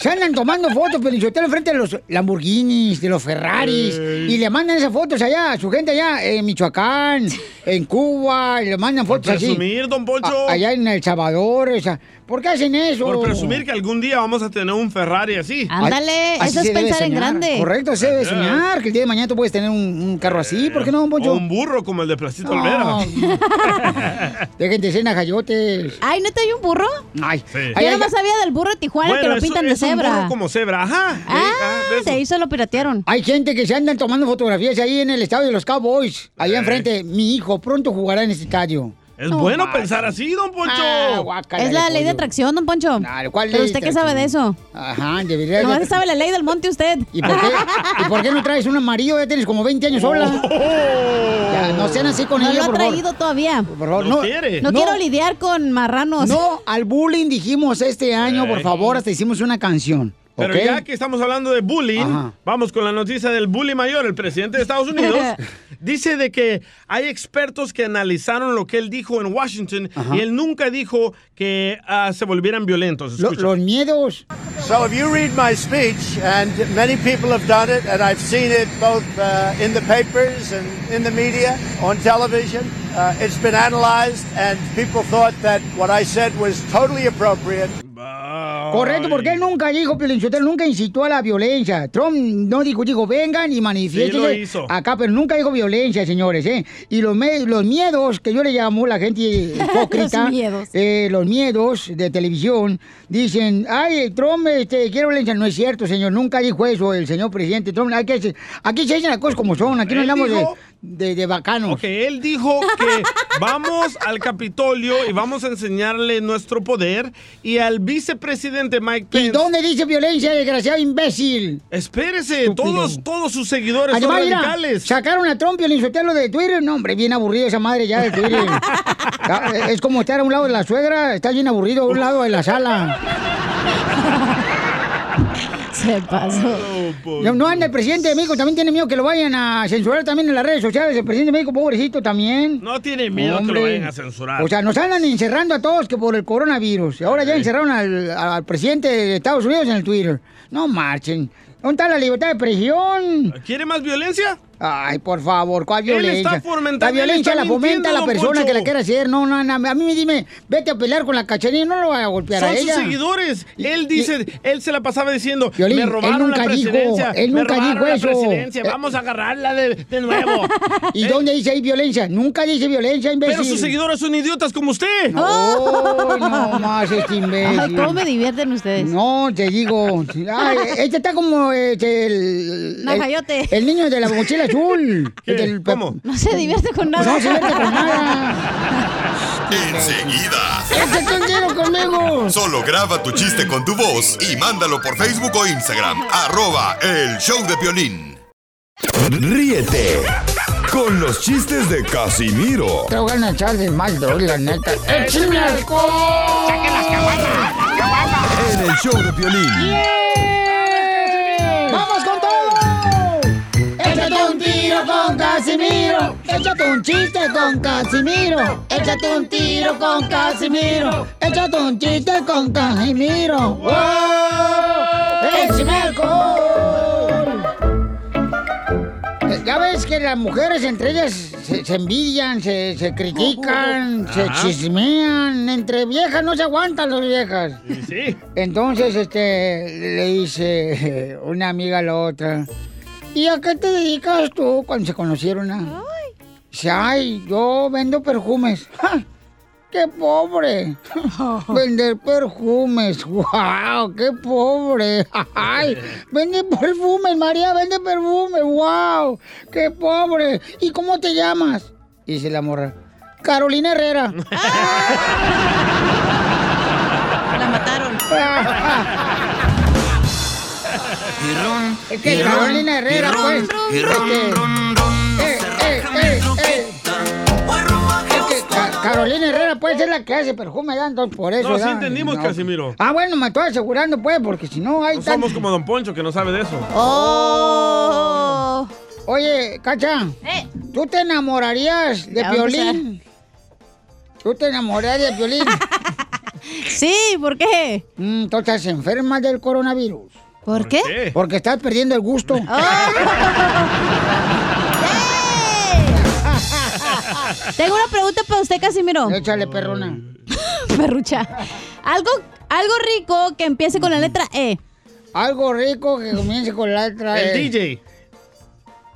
[SPEAKER 1] Se andan tomando fotos, Pelichotelo, enfrente de los Lamborghinis, de los Ferraris.
[SPEAKER 2] Ey.
[SPEAKER 1] Y le mandan esas fotos allá, a su gente allá
[SPEAKER 2] [laughs]
[SPEAKER 1] en Michoacán, en Cuba, y le mandan fotos así.
[SPEAKER 2] presumir, don Poncho.
[SPEAKER 1] A- allá en El Salvador, o sea, ¿por qué hacen eso?
[SPEAKER 2] Por presumir que algún día vamos a tener un Ferrari así.
[SPEAKER 1] Ándale, Así eso es se debe pensar en soñar. grande. Correcto, se debe soñar, que el día de mañana tú puedes tener un, un carro así, ¿por qué no, don Poncho?
[SPEAKER 2] Eh, O un burro como el de Placito
[SPEAKER 1] No.
[SPEAKER 2] Olvera.
[SPEAKER 1] Dejen de ser najayotes.
[SPEAKER 7] Ay, ¿no te hay un burro?
[SPEAKER 1] Ay, ay,
[SPEAKER 7] Yo
[SPEAKER 1] ay,
[SPEAKER 7] nomás sabía del burro de Tijuana que lo
[SPEAKER 1] eso-
[SPEAKER 7] pintan de
[SPEAKER 1] es un burro
[SPEAKER 7] cebra.
[SPEAKER 2] como cebra, ajá.
[SPEAKER 7] Ah, se hizo lo piratearon.
[SPEAKER 1] Hay gente que se andan tomando fotografías ahí en el estadio de los Cowboys, allá enfrente. Mi hijo pronto jugará en ese estadio.
[SPEAKER 2] Eh. Es bueno pensar así,
[SPEAKER 1] Ah,
[SPEAKER 2] don Poncho.
[SPEAKER 7] es la ley de atracción, don Poncho.
[SPEAKER 1] ¿cuál
[SPEAKER 7] ¿Pero
[SPEAKER 1] ley
[SPEAKER 7] usted
[SPEAKER 1] de
[SPEAKER 7] qué sabe de eso?
[SPEAKER 1] Ajá, debería
[SPEAKER 7] Nomás
[SPEAKER 1] de-
[SPEAKER 7] sabe la ley del monte usted.
[SPEAKER 1] ¿Y por, qué, ¿Y por qué no traes un amarillo? Ya tienes como
[SPEAKER 2] [laughs]
[SPEAKER 1] 20
[SPEAKER 2] Oh.
[SPEAKER 1] años [laughs] sola. Ya, no sean así con
[SPEAKER 7] No
[SPEAKER 1] ella,
[SPEAKER 7] lo ha
[SPEAKER 1] por
[SPEAKER 7] traído
[SPEAKER 1] favor.
[SPEAKER 7] todavía.
[SPEAKER 1] Por favor, no.
[SPEAKER 7] No, quiero lidiar con marranos.
[SPEAKER 1] No, al bullying dijimos este año, por favor, hasta hicimos una canción. ¿Ok?
[SPEAKER 2] Pero ya que estamos hablando de bullying, vamos con la noticia del bully mayor, el presidente de Estados
[SPEAKER 1] [laughs]
[SPEAKER 2] Unidos. dice de que hay expertos que analizaron lo que él dijo en Washington
[SPEAKER 1] Ajá.
[SPEAKER 2] y él nunca dijo que ah, se volvieran violentos.
[SPEAKER 1] Lo-
[SPEAKER 2] Escucha.
[SPEAKER 1] los miedos.
[SPEAKER 15] So if you read my speech, and many people have done it, and I've seen it both uh, in the papers and in the media, on television, uh, it's been analyzed, and people thought that what I said was totally appropriate.
[SPEAKER 1] Correcto, porque él nunca dijo, Piolinchotel, nunca incitó a la violencia. Trump no dijo, dijo, vengan y
[SPEAKER 2] Sí, lo
[SPEAKER 1] manifiesten
[SPEAKER 2] hizo.
[SPEAKER 1] acá, pero nunca dijo violencia, señores, ¿eh? Y los, me- los miedos, que yo le llamo
[SPEAKER 7] [laughs]
[SPEAKER 1] la gente hipócrita,
[SPEAKER 7] Los miedos.
[SPEAKER 1] eh, los miedos de televisión, dicen, ay, Trump, este, quiere violencia. No es cierto, señor, nunca dijo eso el señor presidente Trump. Aquí, se- aquí se dicen las cosas como son, aquí no
[SPEAKER 2] Él
[SPEAKER 1] hablamos de,
[SPEAKER 2] dijo-
[SPEAKER 1] de, de bacanos.
[SPEAKER 2] Ok, él dijo
[SPEAKER 1] [laughs]
[SPEAKER 2] que vamos al Capitolio y vamos a enseñarle nuestro poder y al vicepresidente Mike Pence.
[SPEAKER 1] ¿Y dónde dice violencia, desgraciado imbécil?
[SPEAKER 2] Espérese, todos, todos sus seguidores
[SPEAKER 1] Además,
[SPEAKER 2] son
[SPEAKER 1] mira,
[SPEAKER 2] radicales.
[SPEAKER 1] sacaron a Trump y el insotelo de Twitter. No, hombre, bien aburrido esa madre ya de
[SPEAKER 2] [laughs]
[SPEAKER 1] Twitter. Ya, eh, es como estar a un lado de la suegra, está bien aburrido a un lado de la sala.
[SPEAKER 7] [laughs] Se pasó.
[SPEAKER 1] No, no anda el presidente de México, también tiene miedo que lo vayan a censurar también en las redes sociales. El presidente de México, pobrecito también.
[SPEAKER 2] No tiene miedo que
[SPEAKER 1] Hombre.
[SPEAKER 2] lo vayan a censurar.
[SPEAKER 1] O sea, nos andan encerrando a todos que por el coronavirus. Y Ahora ya encerraron al, al presidente de Estados Unidos en el Twitter. No marchen. ¿Dónde está la libertad de presión?
[SPEAKER 2] ¿Quiere más violencia?
[SPEAKER 1] Ay, por favor, ¿cuál
[SPEAKER 2] Él está
[SPEAKER 1] violencia?
[SPEAKER 2] fomentando,
[SPEAKER 1] la
[SPEAKER 2] él
[SPEAKER 1] violencia
[SPEAKER 2] está
[SPEAKER 1] la fomenta
[SPEAKER 2] mintiendo,
[SPEAKER 1] la
[SPEAKER 2] don
[SPEAKER 1] persona
[SPEAKER 2] Poncho.
[SPEAKER 1] que la quiera hacer. No, no, no. A mí me dime, vete a pelear con la cachanilla, no lo voy a golpear
[SPEAKER 2] Son
[SPEAKER 1] a ella.
[SPEAKER 2] sus seguidores. Él dice, él se la pasaba diciendo,
[SPEAKER 1] Piolín,
[SPEAKER 2] me
[SPEAKER 1] él
[SPEAKER 2] robaron
[SPEAKER 1] nunca
[SPEAKER 2] la
[SPEAKER 1] dijo,
[SPEAKER 2] presidencia,
[SPEAKER 1] él
[SPEAKER 2] me
[SPEAKER 1] nunca
[SPEAKER 2] robaron
[SPEAKER 1] dijo
[SPEAKER 2] la
[SPEAKER 1] eso".
[SPEAKER 2] presidencia,
[SPEAKER 1] Eh,
[SPEAKER 2] vamos a agarrarla de, de nuevo. Eh.
[SPEAKER 1] ¿Y dónde dice ahí violencia? Nunca dice violencia, imbécil.
[SPEAKER 2] Pero sus seguidores son idiotas como usted. [laughs]
[SPEAKER 1] No, no más este imbécil.
[SPEAKER 7] Ay, ¿cómo me divierten ustedes?
[SPEAKER 1] No, te digo. Ay, este está como este, el,
[SPEAKER 7] Najayote.
[SPEAKER 1] el. el niño de la mochila
[SPEAKER 2] [laughs]
[SPEAKER 1] azul.
[SPEAKER 7] ¿Qué?
[SPEAKER 1] Del pe-
[SPEAKER 7] ¿Cómo? No se divierte con nada.
[SPEAKER 1] Pues No se divierte con nada.
[SPEAKER 5] Enseguida.
[SPEAKER 1] ¡Échate un tiro conmigo!
[SPEAKER 5] Solo graba tu chiste con tu voz y mándalo por Facebook o Instagram. Arroba el show de violín.
[SPEAKER 6] Ríete con los chistes de Casimiro
[SPEAKER 1] Tengo ganas de echarle más droga, la neta. ¡Échame alcohol! ¡Saquen las
[SPEAKER 6] en el show de violín.
[SPEAKER 1] ¡Vamos con todo! Échate un tiro con Casimiro. Échate un chiste con Casimiro. Échate un tiro con Casimiro. Échate un chiste con Casimiro. ¡Wow! ¡Échame alcohol! Eh, Ya ves que las mujeres entre ellas se, se envidian, se, se critican, se
[SPEAKER 3] Oh, Ajá.
[SPEAKER 1] chismean. Entre viejas no se aguantan las viejas.
[SPEAKER 3] Sí.
[SPEAKER 1] Entonces, este, le dice una amiga a la otra, ¿y a qué te dedicas tú cuando se conocieron? ah?" Dice, ay, yo vendo perfumes. "Ja, qué
[SPEAKER 2] [laughs]
[SPEAKER 1] pobre. Vender perfumes, wow, qué pobre. Ay, vende perfumes, María, vende perfumes, wow, qué pobre. ¿Y cómo te llamas? Dice la morra. Carolina
[SPEAKER 2] [laughs]
[SPEAKER 1] Herrera.
[SPEAKER 7] La mataron.
[SPEAKER 1] Es que Carolina Herrera, pues. este, eh, eh, eh, eh. Es que Ca- Carolina Herrera, pues, es la que hace perfume, ¿verdad? Entonces, por [laughs] eso.
[SPEAKER 2] No, sí
[SPEAKER 1] ¿verdad?
[SPEAKER 2] entendimos,
[SPEAKER 1] No.
[SPEAKER 2] Casimiro.
[SPEAKER 1] Ah, bueno, me estoy asegurando, pues, porque si no hay
[SPEAKER 2] No
[SPEAKER 1] tan-
[SPEAKER 2] somos como Don Poncho, que no sabe de eso.
[SPEAKER 1] ¡Oh! Oye, Cacha, ¿tú te enamorarías de
[SPEAKER 7] Ya va a
[SPEAKER 1] [laughs] violín? ¿Tú te enamorarías de violín? sí, ¿por qué? Entonces, Mm, estás enferma del coronavirus. ¿Por
[SPEAKER 7] qué?
[SPEAKER 1] Porque estás perdiendo el [laughs] gusto.
[SPEAKER 7] Tengo una pregunta para usted, Casimiro.
[SPEAKER 1] Échale, perrona.
[SPEAKER 7] [laughs] Perrucha. Algo, algo rico que empiece con la letra E.
[SPEAKER 1] Algo rico que comience con la letra E.
[SPEAKER 2] El DJ.
[SPEAKER 1] Eh,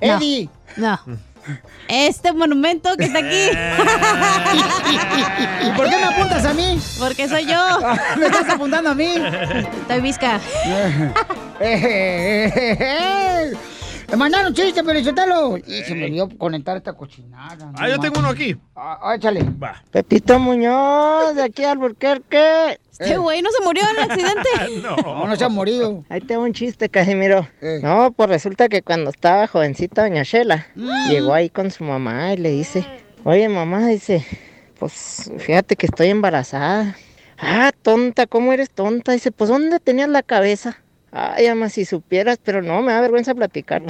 [SPEAKER 1] Eddie.
[SPEAKER 7] No. Este monumento que está
[SPEAKER 2] Eh.
[SPEAKER 7] aquí.
[SPEAKER 1] ¿Y por qué me apuntas a mí?
[SPEAKER 7] Porque soy yo.
[SPEAKER 1] [laughs] ¿Me estás apuntando a mí?
[SPEAKER 7] Estoy visca.
[SPEAKER 1] Me mandaron chiste, pero Sotelo. Y se me olvidó conectar esta cochinada.
[SPEAKER 2] Ah, yo tengo uno aquí.
[SPEAKER 1] Ah, échale.
[SPEAKER 2] Va.
[SPEAKER 1] Pepito Muñoz, de aquí al Burquerque.
[SPEAKER 16] Eh.
[SPEAKER 7] Este güey no se murió en el
[SPEAKER 2] [laughs]
[SPEAKER 7] accidente.
[SPEAKER 1] No, no se ha morido. Eh.
[SPEAKER 16] Ahí tengo un chiste, Casimiro. No, pues resulta que cuando estaba jovencita Doña Shela, llegó ahí con su mamá y le dice, oye mamá, dice, pues fíjate que estoy embarazada. Ah, tonta, ¿cómo eres tonta? Dice, pues ¿dónde tenías la cabeza? Ay, ama, si supieras, pero no, me da vergüenza platicarlo.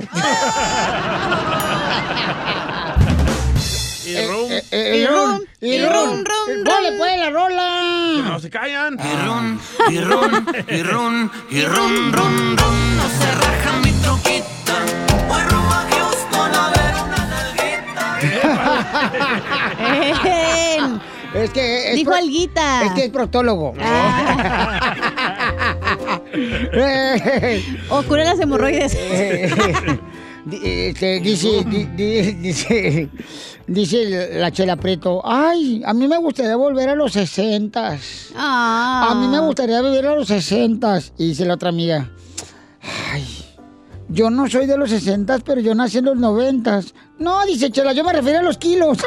[SPEAKER 2] Y rum.
[SPEAKER 1] Y Eh, rum, y rum, rum. ¡Dale, pues, la
[SPEAKER 2] Que
[SPEAKER 1] rola!
[SPEAKER 2] No se callan.
[SPEAKER 4] Y ron, y ron, [laughs] y ron, ron, ron. No se raja mi troquita. Voy rumbo a Houston a ver una nalguita.
[SPEAKER 1] Es que es
[SPEAKER 7] Dijo
[SPEAKER 1] pro-
[SPEAKER 7] alguita. Ah.
[SPEAKER 1] Es que es proctólogo. [laughs] Eh,
[SPEAKER 7] O cura las hemorroides.
[SPEAKER 1] Di- este, Eh, dice, di- di- dice, dice la Chela Preto, ay, a mí me gustaría volver a los sesentas. A mí me gustaría vivir a los sesentas. Y dice la otra amiga, ay, yo no soy de los sesentas, pero yo nací en los noventas. No, dice Chela, yo me refiero a los kilos. [laughs]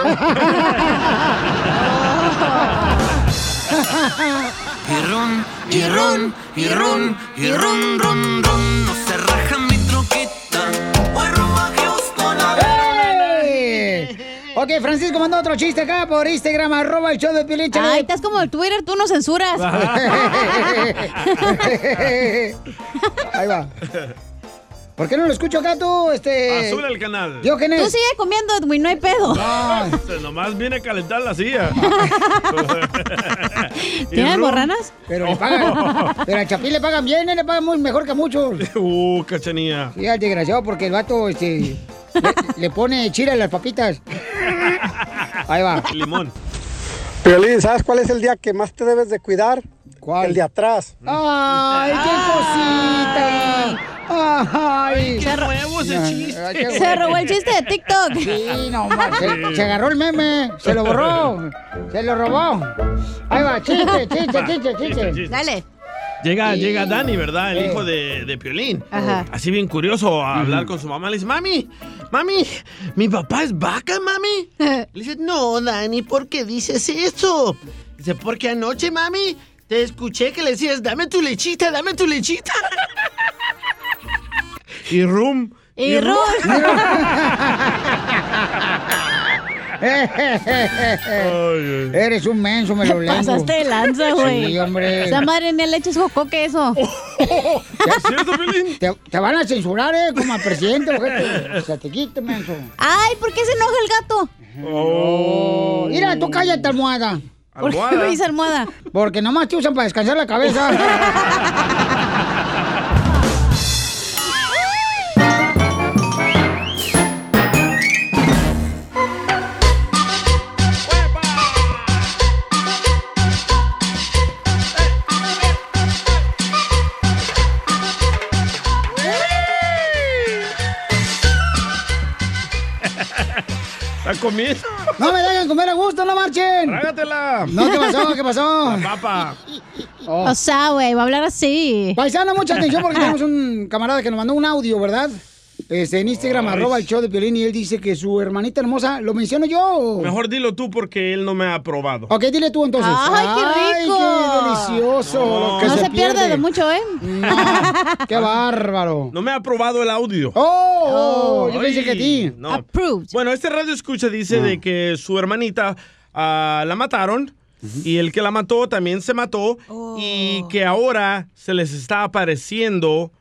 [SPEAKER 4] Y ron, y ron, y ron, y ron, ron, ron. No se raja mi troquita. Voy rumbo a Houston a ver una
[SPEAKER 1] ¡Ey! Ok, Francisco mandó otro chiste acá por Instagram, arroba el show de Piolín. chale.
[SPEAKER 7] Ay, estás como el Twitter, tú no censuras.
[SPEAKER 1] [laughs] Ahí va. ¿Por qué no lo escucho acá tú, este?
[SPEAKER 2] [laughs] Azul el canal.
[SPEAKER 1] ¿Yo quién es?
[SPEAKER 7] Tú sigue comiendo, Edwin, no hay pedo.
[SPEAKER 2] Ah, se nomás viene a calentar la
[SPEAKER 7] [laughs]
[SPEAKER 2] silla. [laughs]
[SPEAKER 7] ¿Tiene
[SPEAKER 2] rum.
[SPEAKER 7] borranas?
[SPEAKER 1] Pero le pagan. pero a Chapín le pagan bien, ¿eh? le pagan muy mejor que a muchos.
[SPEAKER 2] Uh, cachanía.
[SPEAKER 1] Sí, al desgraciado, porque el vato, este. Le, le pone chile a las papitas. Ahí va.
[SPEAKER 2] Limón.
[SPEAKER 17] Piolín, ¿sabes cuál es el día que más te debes de cuidar? ¿Cuál? El de atrás.
[SPEAKER 1] ¡Ay, qué cosita! ¡Ay!
[SPEAKER 17] qué
[SPEAKER 1] Se ro-
[SPEAKER 17] huevos
[SPEAKER 1] Ay,
[SPEAKER 17] el chiste.
[SPEAKER 1] ay, qué
[SPEAKER 7] Se robó
[SPEAKER 1] bueno. [laughs]
[SPEAKER 7] el chiste de TikTok.
[SPEAKER 1] Sí, no más. Se, se agarró el meme, se lo borró, se lo robó. Ahí va, chiste, chiste,
[SPEAKER 2] Va,
[SPEAKER 1] chiste,
[SPEAKER 2] chiste,
[SPEAKER 1] chiste.
[SPEAKER 2] chiste.
[SPEAKER 7] Dale.
[SPEAKER 2] Llega,
[SPEAKER 1] Sí.
[SPEAKER 2] llega Dani, ¿verdad? El
[SPEAKER 1] Eh.
[SPEAKER 2] hijo de, de Piolín.
[SPEAKER 1] Ajá.
[SPEAKER 2] Así bien curioso a hablar con su mamá. Le dice, mami, mami, ¿mi papá es vaca, mami?
[SPEAKER 1] [laughs]
[SPEAKER 2] Le dice, no, Dani, ¿por qué dices eso? Dice, porque anoche, mami, te escuché que le decías, dame tu lechita, dame tu lechita. Y rum.
[SPEAKER 7] Y rum.
[SPEAKER 1] Eres un menso, me lo lengo.
[SPEAKER 7] Pasaste de lanza, güey.
[SPEAKER 1] Sí, hombre.
[SPEAKER 7] Esa madre ni leche es jocó que
[SPEAKER 1] [laughs]
[SPEAKER 7] eso.
[SPEAKER 1] Te, te van a censurar, eh, como al presidente, ojete. O sea, te quite, menso.
[SPEAKER 7] Ay, ¿por qué se enoja el gato?
[SPEAKER 1] Oh, Mira, tú cállate, almohada.
[SPEAKER 7] ¿Por qué me dice almohada?
[SPEAKER 1] Porque nomás te usan para descansar la cabeza.
[SPEAKER 2] Está comiendo.
[SPEAKER 1] No me dejan comer a gusto, no marchen.
[SPEAKER 2] Trágatela.
[SPEAKER 1] No, ¿qué pasó? ¿Qué pasó? Oh.
[SPEAKER 2] La papa.
[SPEAKER 7] O sea, güey, va a hablar así.
[SPEAKER 1] Paisano, mucha atención
[SPEAKER 2] [laughs]
[SPEAKER 1] porque tenemos un camarada que nos mandó un audio, ¿verdad? Este, en Instagram,
[SPEAKER 2] Ay.
[SPEAKER 1] arroba el show de Piolín, y él dice que su hermanita hermosa, ¿lo menciono yo? o?
[SPEAKER 2] Mejor dilo tú porque él no me ha aprobado.
[SPEAKER 1] Ok, dile tú entonces.
[SPEAKER 2] Ay, qué rico.
[SPEAKER 1] Ay, qué delicioso.
[SPEAKER 2] No.
[SPEAKER 1] lo que
[SPEAKER 2] No se pierde
[SPEAKER 7] de mucho, ¿eh?
[SPEAKER 1] qué bárbaro.
[SPEAKER 2] No me ha aprobado el audio.
[SPEAKER 1] Oh, oh, yo pensé que a ti. Mm.
[SPEAKER 2] No. Bueno, este radio escucha dice de que su hermanita ah, la mataron y el que la mató también se mató y que ahora se les está apareciendo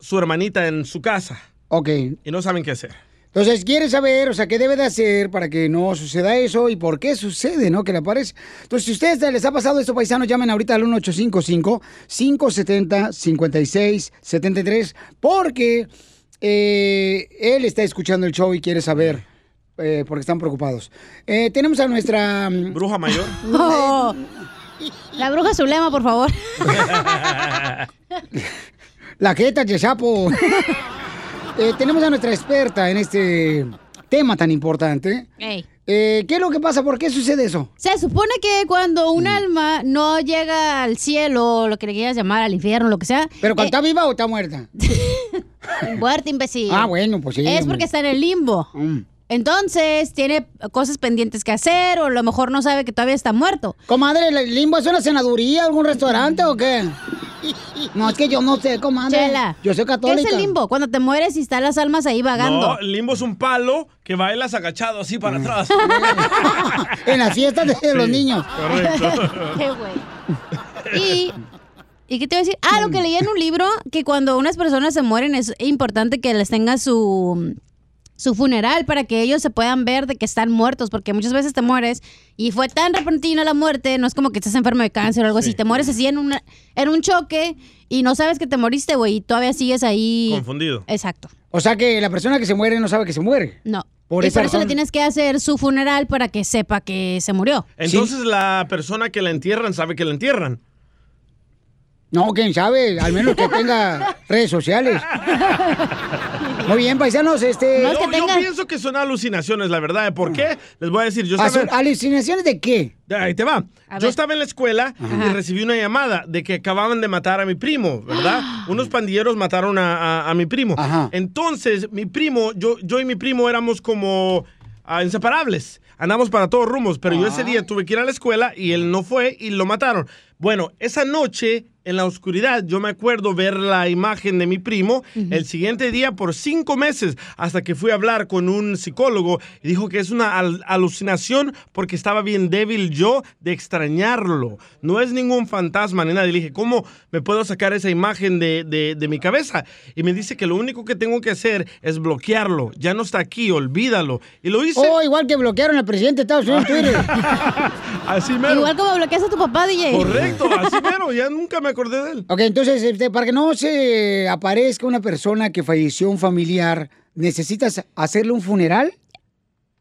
[SPEAKER 2] su hermanita en su casa.
[SPEAKER 1] Ok.
[SPEAKER 2] Y no saben qué hacer.
[SPEAKER 1] Entonces, quiere saber, o sea, qué debe de hacer para que no suceda eso y por qué sucede, ¿no? Que le aparece. Entonces, si a ustedes les ha pasado esto, paisanos, llamen ahorita al 1855-570-5673, porque eh, él está escuchando el show y quiere saber, eh, porque están preocupados. Eh, tenemos a nuestra... mm,
[SPEAKER 2] Bruja mayor.
[SPEAKER 7] [laughs] No. La bruja Zulema, por favor.
[SPEAKER 1] La jeta,
[SPEAKER 7] [laughs]
[SPEAKER 1] Yesapo. Eh, tenemos a nuestra experta en este tema tan importante. Eh, ¿Qué es lo que pasa? ¿Por qué sucede eso?
[SPEAKER 7] Se supone que cuando
[SPEAKER 1] Mm.
[SPEAKER 7] un alma no llega al cielo, o lo que le quieras llamar, al infierno, lo que sea. eh,
[SPEAKER 1] ¿Pero cuando está viva o está muerta?
[SPEAKER 7] [laughs] Muerta, imbécil.
[SPEAKER 1] Ah, bueno, pues sí.
[SPEAKER 7] Es
[SPEAKER 1] hombre.
[SPEAKER 7] porque está en el limbo. Entonces tiene cosas pendientes que hacer o a lo mejor no sabe que todavía está muerto.
[SPEAKER 1] Comadre, ¿el limbo es una cenaduría, algún restaurante o qué?
[SPEAKER 7] [laughs]
[SPEAKER 1] No, es que yo no sé, comadre.
[SPEAKER 7] Chela.
[SPEAKER 1] Yo soy católica.
[SPEAKER 7] ¿Qué es el limbo? Cuando te mueres y están las almas ahí vagando.
[SPEAKER 2] No, el limbo es un palo que bailas agachado así para atrás.
[SPEAKER 1] Mm. [laughs] en las fiestas de los
[SPEAKER 2] Sí,
[SPEAKER 1] niños.
[SPEAKER 2] correcto.
[SPEAKER 7] [laughs] Qué güey. Y, ¿y qué te iba a decir? Ah,
[SPEAKER 1] Mm.
[SPEAKER 7] lo que leí en un libro, que cuando unas personas se mueren es importante que les tenga su, su funeral para que ellos se puedan ver de que están muertos, porque muchas veces te mueres y fue tan repentina la muerte, no es como que estás enfermo de cáncer o algo así, te mueres así en, una, en un choque y no sabes que te moriste, güey, y todavía sigues ahí.
[SPEAKER 1] Confundido.
[SPEAKER 7] Exacto.
[SPEAKER 1] O sea que la persona que se muere no sabe que se muere.
[SPEAKER 7] No.
[SPEAKER 1] Por
[SPEAKER 7] y
[SPEAKER 1] esa
[SPEAKER 7] por eso le
[SPEAKER 1] razón.
[SPEAKER 7] tienes que hacer su funeral para que sepa que se murió.
[SPEAKER 2] Entonces la persona que la entierran sabe que la entierran.
[SPEAKER 1] No, quién sabe, al menos
[SPEAKER 2] [laughs]
[SPEAKER 1] que tenga redes sociales. Muy bien, paisanos, este...
[SPEAKER 2] yo, yo pienso que son alucinaciones, la verdad. ¿eh? ¿Por qué? Les voy a decir, yo
[SPEAKER 1] Asu-
[SPEAKER 2] estaba...
[SPEAKER 1] ¿Alucinaciones de qué?
[SPEAKER 2] Ahí te va.
[SPEAKER 1] A
[SPEAKER 2] Yo
[SPEAKER 1] ver.
[SPEAKER 2] estaba en la escuela y
[SPEAKER 1] Ajá.
[SPEAKER 2] recibí una llamada de que acababan de matar a mi primo,
[SPEAKER 1] [gasps]
[SPEAKER 2] ¿verdad? Unos pandilleros mataron a, a- a mi primo. Entonces, mi primo, yo, yo y mi primo éramos como ah, inseparables. Andamos para todos rumos, pero
[SPEAKER 1] Ah.
[SPEAKER 2] yo ese día tuve que ir a la escuela y él no fue y lo mataron. Bueno, esa noche, en la oscuridad, yo me acuerdo ver la imagen de mi primo el siguiente día por cinco meses, hasta que fui a hablar con un psicólogo y dijo que es una al- alucinación porque estaba bien débil yo de extrañarlo. No es ningún fantasma ni nada. Y le dije, ¿cómo me puedo sacar esa imagen de, de- de mi cabeza? Y me dice que lo único que tengo que hacer es bloquearlo. Ya no está aquí, olvídalo. Y lo hice.
[SPEAKER 1] Oh, igual que bloquearon al presidente de Estados Unidos en Twitter.
[SPEAKER 2] [laughs] Así mero.
[SPEAKER 7] Igual como bloqueas a tu papá, DJ.
[SPEAKER 2] Correcto, así mero. Ya nunca me acordé de él.
[SPEAKER 1] Ok, entonces, este, para que no se aparezca una persona que falleció un familiar, ¿necesitas hacerle un funeral?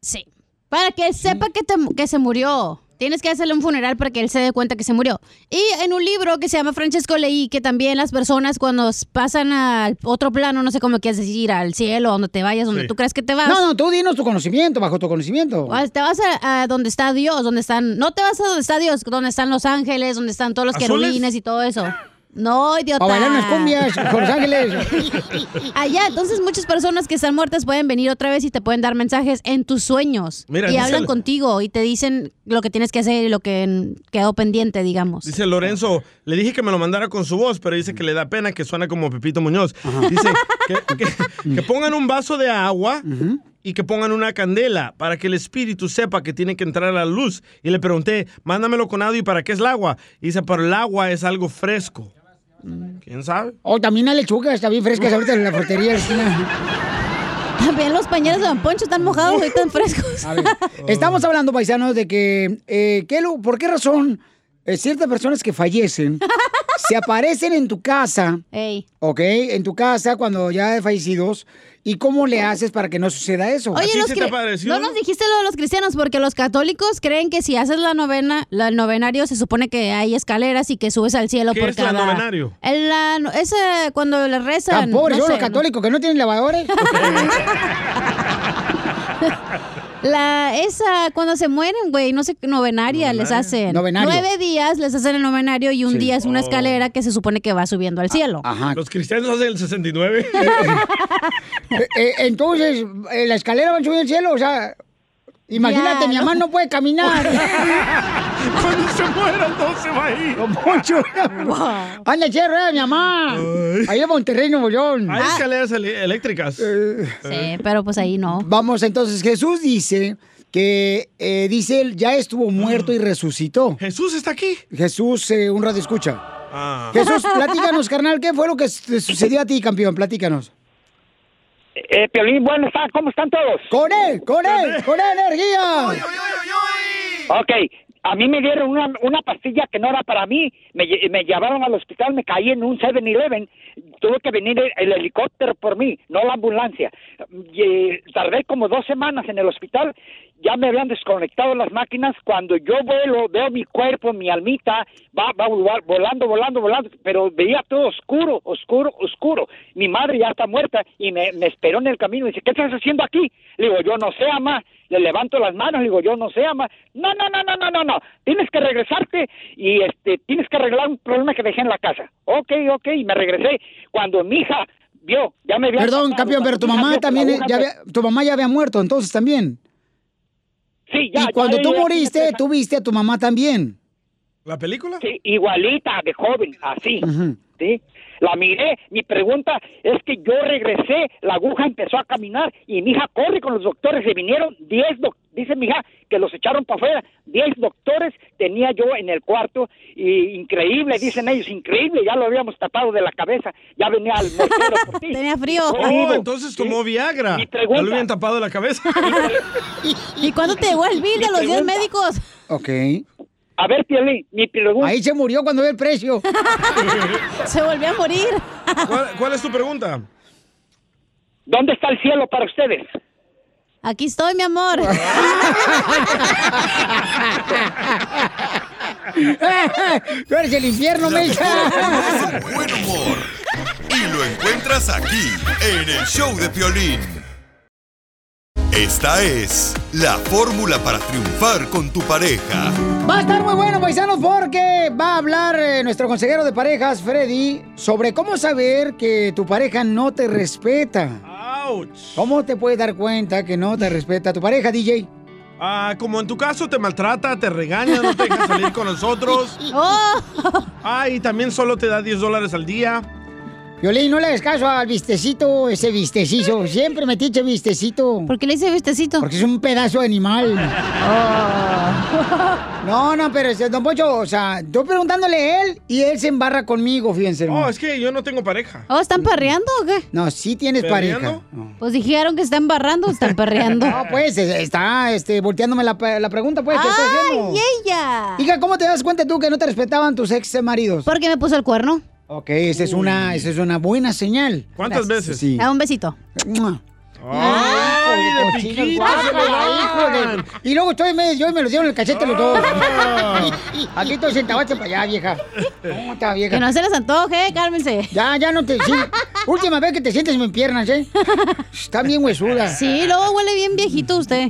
[SPEAKER 7] Sí. Para que él sepa que, te- que se murió. Tienes que hacerle un funeral para que él se dé cuenta que se murió. Y en un libro que se llama Francesco leí que también las personas cuando s- pasan al otro plano, no sé cómo quieres decir, al cielo, donde te vayas, donde
[SPEAKER 1] Sí.
[SPEAKER 7] tú crees que te vas.
[SPEAKER 1] No, no, tú dinos tu conocimiento, bajo tu conocimiento.
[SPEAKER 7] o Te vas a, a donde está Dios, donde están. No te vas a donde está Dios, donde están los ángeles, donde están todos los
[SPEAKER 1] ¿Azules?
[SPEAKER 7] querubines y todo eso. No, idiota.
[SPEAKER 1] A bailar unas cumbias con Los Ángeles.
[SPEAKER 7] Allá, Ah, entonces muchas personas que están muertas pueden venir otra vez y te pueden dar mensajes en tus sueños.
[SPEAKER 2] Mira,
[SPEAKER 7] y
[SPEAKER 2] dice
[SPEAKER 7] hablan
[SPEAKER 2] el-
[SPEAKER 7] contigo y te dicen lo que tienes que hacer y lo que mm, quedó pendiente, digamos.
[SPEAKER 2] Dice Lorenzo, le dije que me lo mandara con su voz, pero dice que le da pena que suena como Pepito Muñoz. Dice
[SPEAKER 18] [laughs]
[SPEAKER 2] que, que- que pongan un vaso de agua y que pongan una candela para que el espíritu sepa que tiene que entrar a la luz. Y le pregunté, mándamelo con audio y para qué es el agua. Y dice, pero el agua es algo fresco.
[SPEAKER 18] Mm.
[SPEAKER 2] ¿Quién sabe?
[SPEAKER 1] O Oh, también la lechuga, está bien fresca ahorita en la frutería. de la esquina.
[SPEAKER 7] [laughs] También los pañales de Don Poncho están mojados y están frescos.
[SPEAKER 1] Estamos hablando, paisanos, de que, eh, ¿qué lu- ¿por qué razón eh, ciertas personas
[SPEAKER 7] [laughs]
[SPEAKER 1] que fallecen se aparecen en tu casa?
[SPEAKER 7] Ey.
[SPEAKER 1] ¿Ok? En tu casa cuando ya fallecidos. ¿Y cómo le haces para que no suceda eso?
[SPEAKER 7] Oye, los cri- no nos dijiste lo de los cristianos porque los católicos creen que si haces la novena, la- el novenario se supone que hay escaleras y que subes al cielo
[SPEAKER 1] ¿Qué
[SPEAKER 7] por
[SPEAKER 1] es la
[SPEAKER 7] cada.
[SPEAKER 1] novenario?
[SPEAKER 7] El, la- no- es, eh, cuando le rezan.
[SPEAKER 1] Tan pobres
[SPEAKER 7] no
[SPEAKER 1] son los
[SPEAKER 7] sé.
[SPEAKER 1] católicos que no tienen lavadores.
[SPEAKER 7] La, esa, cuando se mueren, güey, no sé, novenaria, les hacen.
[SPEAKER 1] Novenario.
[SPEAKER 7] Nueve días les hacen el novenario y un
[SPEAKER 2] Sí.
[SPEAKER 7] día es una
[SPEAKER 2] Oh.
[SPEAKER 7] escalera que se supone que va subiendo
[SPEAKER 1] Ah,
[SPEAKER 7] al cielo.
[SPEAKER 2] Los cristianos hacen el 69. [laughs]
[SPEAKER 1] eh, entonces, eh, la escalera va a subir al cielo, o sea, imagínate,
[SPEAKER 7] Ya,
[SPEAKER 1] mi
[SPEAKER 7] no.
[SPEAKER 1] mamá no
[SPEAKER 7] [laughs]
[SPEAKER 1] puede caminar.
[SPEAKER 2] Cuando se muera, no se va a ir.
[SPEAKER 1] Anda, cierre, mi mamá. Ahí en Monterrey, Nuevo León. Eh.
[SPEAKER 2] Hay escaleras ele- eléctricas.
[SPEAKER 7] Ah. Sí, pero pues ahí no.
[SPEAKER 1] Vamos, entonces Jesús dice que eh, dice él ya estuvo muerto y resucitó.
[SPEAKER 2] Jesús está aquí.
[SPEAKER 1] Jesús, eh, un radio escucha.
[SPEAKER 2] Ah. [laughs]
[SPEAKER 1] Jesús, platícanos, carnal, ¿qué fue lo que te sucedió a ti, campeón? Platícanos.
[SPEAKER 18] Eh, Piolín, bueno, está, ¿cómo están todos?
[SPEAKER 1] ¡Con él, con él, con energía!
[SPEAKER 18] Ok, a mí me dieron una, una pastilla que no era para mí, me, lle- me llevaron al hospital, me caí en un 7-Eleven, tuve que venir el, el helicóptero por mí, no la ambulancia. Y, eh, tardé como dos semanas en el hospital, ya me habían desconectado las máquinas, cuando yo vuelo, veo mi cuerpo, mi almita, va, va volar- volando, volando, volando, pero veía todo oscuro, oscuro, oscuro. Mi madre ya está muerta y me, me esperó en el camino y dice, ¿qué estás haciendo aquí? Le digo, yo no sé, ama. Le levanto las manos, le digo, yo no sé, ama. No, no, no, no, no, no, no. Tienes que regresarte y este, tienes que arreglar un problema que dejé en la casa. Ok, ok, y me regresé. Cuando mi hija vio, ya me había...
[SPEAKER 1] Perdón,
[SPEAKER 18] pasado,
[SPEAKER 1] campeón, pero tu
[SPEAKER 18] cuando mi hija vio
[SPEAKER 1] mamá
[SPEAKER 18] que la
[SPEAKER 1] también, eh,
[SPEAKER 18] aguja
[SPEAKER 1] ya
[SPEAKER 18] me-
[SPEAKER 1] había- tu mamá ya había muerto, entonces también.
[SPEAKER 18] Sí, ya,
[SPEAKER 1] Y
[SPEAKER 18] ya,
[SPEAKER 1] cuando
[SPEAKER 18] ya,
[SPEAKER 1] tú
[SPEAKER 18] ya,
[SPEAKER 1] moriste, tú viste a tu mamá también.
[SPEAKER 2] ¿La película?
[SPEAKER 18] Sí, igualita, de joven, así.
[SPEAKER 1] Ujú.
[SPEAKER 18] ¿sí? La miré. Mi pregunta es que yo regresé, la aguja empezó a caminar y mi hija corre con los doctores. Se vinieron 10 doc- Dice mi hija que los echaron para afuera. 10 doctores tenía yo en el cuarto. Y increíble, dicen ellos, increíble. Ya lo habíamos tapado de la cabeza. Ya venía
[SPEAKER 1] [laughs]
[SPEAKER 18] al mortero por ti.
[SPEAKER 7] Tenía frío.
[SPEAKER 18] Fue
[SPEAKER 2] Oh,
[SPEAKER 18] vivo.
[SPEAKER 2] entonces tomó Viagra.
[SPEAKER 18] Mi
[SPEAKER 2] Ya
[SPEAKER 18] pregunta.
[SPEAKER 2] lo habían tapado la cabeza. [laughs]
[SPEAKER 7] ¿Y cuándo te llegó el bill de los 10
[SPEAKER 18] pregunta.
[SPEAKER 7] médicos?
[SPEAKER 1] Ok.
[SPEAKER 18] A ver, Piolín, mi pregunta.
[SPEAKER 1] Ahí se murió cuando ve el precio.
[SPEAKER 7] [laughs] se volvió a morir.
[SPEAKER 2] ¿Cuál, cuál es tu pregunta?
[SPEAKER 18] ¿Dónde está el cielo para ustedes?
[SPEAKER 7] Aquí estoy, mi
[SPEAKER 1] [laughs]
[SPEAKER 7] amor.
[SPEAKER 1] [laughs] Tú eres el infierno, Mecha.
[SPEAKER 5] Buen humor. Y lo encuentras aquí, en el show de Piolín. Esta es la fórmula para triunfar con tu pareja.
[SPEAKER 1] Va a estar muy bueno, paisanos, porque va a hablar eh, nuestro consejero de parejas, Freddy, sobre cómo saber que tu pareja no te respeta. ¿Cómo te puedes dar cuenta que no te respeta tu pareja, DJ?
[SPEAKER 2] Ah, como en tu caso te maltrata, te regaña, no te deja salir con
[SPEAKER 1] [laughs]
[SPEAKER 2] nosotros.
[SPEAKER 1] Oh.
[SPEAKER 2] Ah, y también solo te da 10 dólares al día.
[SPEAKER 1] Violín, no le hagas caso al vistecito, ese vistecito. Siempre metiche vistecito. ¿Por
[SPEAKER 7] qué le dice vistecito?
[SPEAKER 1] Porque es un pedazo de animal.
[SPEAKER 7] Oh.
[SPEAKER 1] No, no, pero este, don Pocho, o sea, yo preguntándole a él y él se embarra conmigo, fíjense.
[SPEAKER 2] Oh, es que yo no tengo pareja.
[SPEAKER 7] ¿Oh, están perreando o qué?
[SPEAKER 1] No, sí tienes
[SPEAKER 2] ¿Perreando?
[SPEAKER 1] pareja.
[SPEAKER 7] Pues dijeron que están barrando,
[SPEAKER 1] [laughs]
[SPEAKER 7] están perreando.
[SPEAKER 1] No, pues es- está este, volteándome la, pe- la pregunta, pues. ¿qué estoy haciendo?
[SPEAKER 7] ¡Ay, ella!
[SPEAKER 1] Hija, ¿cómo te das cuenta tú que no te respetaban tus ex maridos?
[SPEAKER 7] Porque me puso el cuerno.
[SPEAKER 1] Ok, esa es una, esa es una buena señal.
[SPEAKER 2] ¿Cuántas
[SPEAKER 1] Gracias.
[SPEAKER 2] veces?
[SPEAKER 1] Sí.
[SPEAKER 7] Da un besito.
[SPEAKER 1] ¡Mua!
[SPEAKER 2] ¡Ay, de
[SPEAKER 1] Cochinos,
[SPEAKER 2] piquito
[SPEAKER 1] guácala,
[SPEAKER 2] se me
[SPEAKER 1] hijo
[SPEAKER 2] bajan!
[SPEAKER 1] de- Y luego estoy medio y me lo dieron en el cachete los dos. [laughs] Aquí estoy sentado hazte para allá, vieja. ¿Cómo está, vieja?
[SPEAKER 7] Que no se les antoje, cálmense.
[SPEAKER 1] Ya, ya no te.
[SPEAKER 7] [laughs]
[SPEAKER 1] sí. Última vez que te sientes en mis piernas, ¿eh? Están bien huesudas.
[SPEAKER 7] Sí, luego huele bien viejito usted.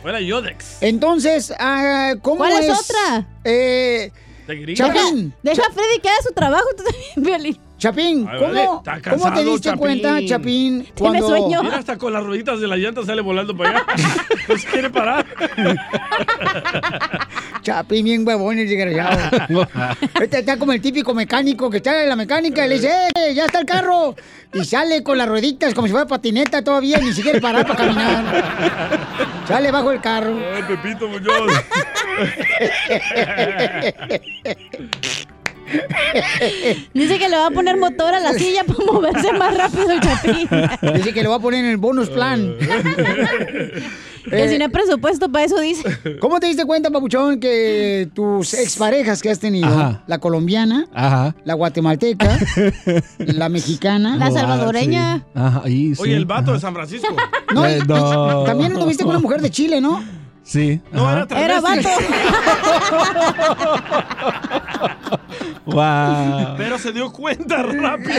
[SPEAKER 2] Fuera Yodex.
[SPEAKER 1] Entonces, ah, ¿cómo
[SPEAKER 7] ¿Cuál es
[SPEAKER 1] es?
[SPEAKER 7] otra?
[SPEAKER 1] [laughs] Eh.
[SPEAKER 2] ¿Te
[SPEAKER 7] Deja,
[SPEAKER 1] Chapín.
[SPEAKER 7] deja a Freddy que haga su trabajo, tú también, Violín.
[SPEAKER 1] Chapín,
[SPEAKER 2] Ay, vale,
[SPEAKER 1] ¿cómo,
[SPEAKER 2] está
[SPEAKER 1] cómo te
[SPEAKER 2] cansado,
[SPEAKER 1] diste
[SPEAKER 2] Chapín.
[SPEAKER 1] cuenta, Chapín, cuando...
[SPEAKER 2] Mira, hasta con las rueditas de la llanta sale volando para allá. No se quiere parar.
[SPEAKER 1] Chapín, bien huevón, el desgraciado. Este está como el típico mecánico que está en la mecánica y le dice, ¡eh, ya está el carro! Y sale con las rueditas como si fuera patineta todavía, ni siquiera parar para caminar. Sale bajo el carro.
[SPEAKER 2] Ay, Eh, Pepito Muñoz.
[SPEAKER 1] [laughs]
[SPEAKER 7] Dice que le va a poner motor a la silla para moverse más rápido el chapín.
[SPEAKER 1] Dice que lo va a poner en el bonus
[SPEAKER 7] [laughs]
[SPEAKER 1] plan. Eh,
[SPEAKER 7] Que si no hay presupuesto para eso, dice.
[SPEAKER 1] ¿Cómo te diste cuenta, Papuchón, que tus exparejas que has tenido,
[SPEAKER 19] Ajá.
[SPEAKER 1] la colombiana,
[SPEAKER 19] Ajá. [laughs]
[SPEAKER 1] la guatemalteca, la mexicana,
[SPEAKER 19] Dorada, sí. Ajá, ahí, sí.
[SPEAKER 2] Oye, el vato de San Francisco.
[SPEAKER 1] No,
[SPEAKER 19] Eh,
[SPEAKER 1] y-
[SPEAKER 19] no.
[SPEAKER 1] También anduviste con una mujer de Chile, ¿no?
[SPEAKER 19] Sí.
[SPEAKER 2] No,
[SPEAKER 19] ajá.
[SPEAKER 2] era travesti.
[SPEAKER 19] Wow.
[SPEAKER 1] [laughs] [laughs]
[SPEAKER 2] Pero se dio cuenta rápido.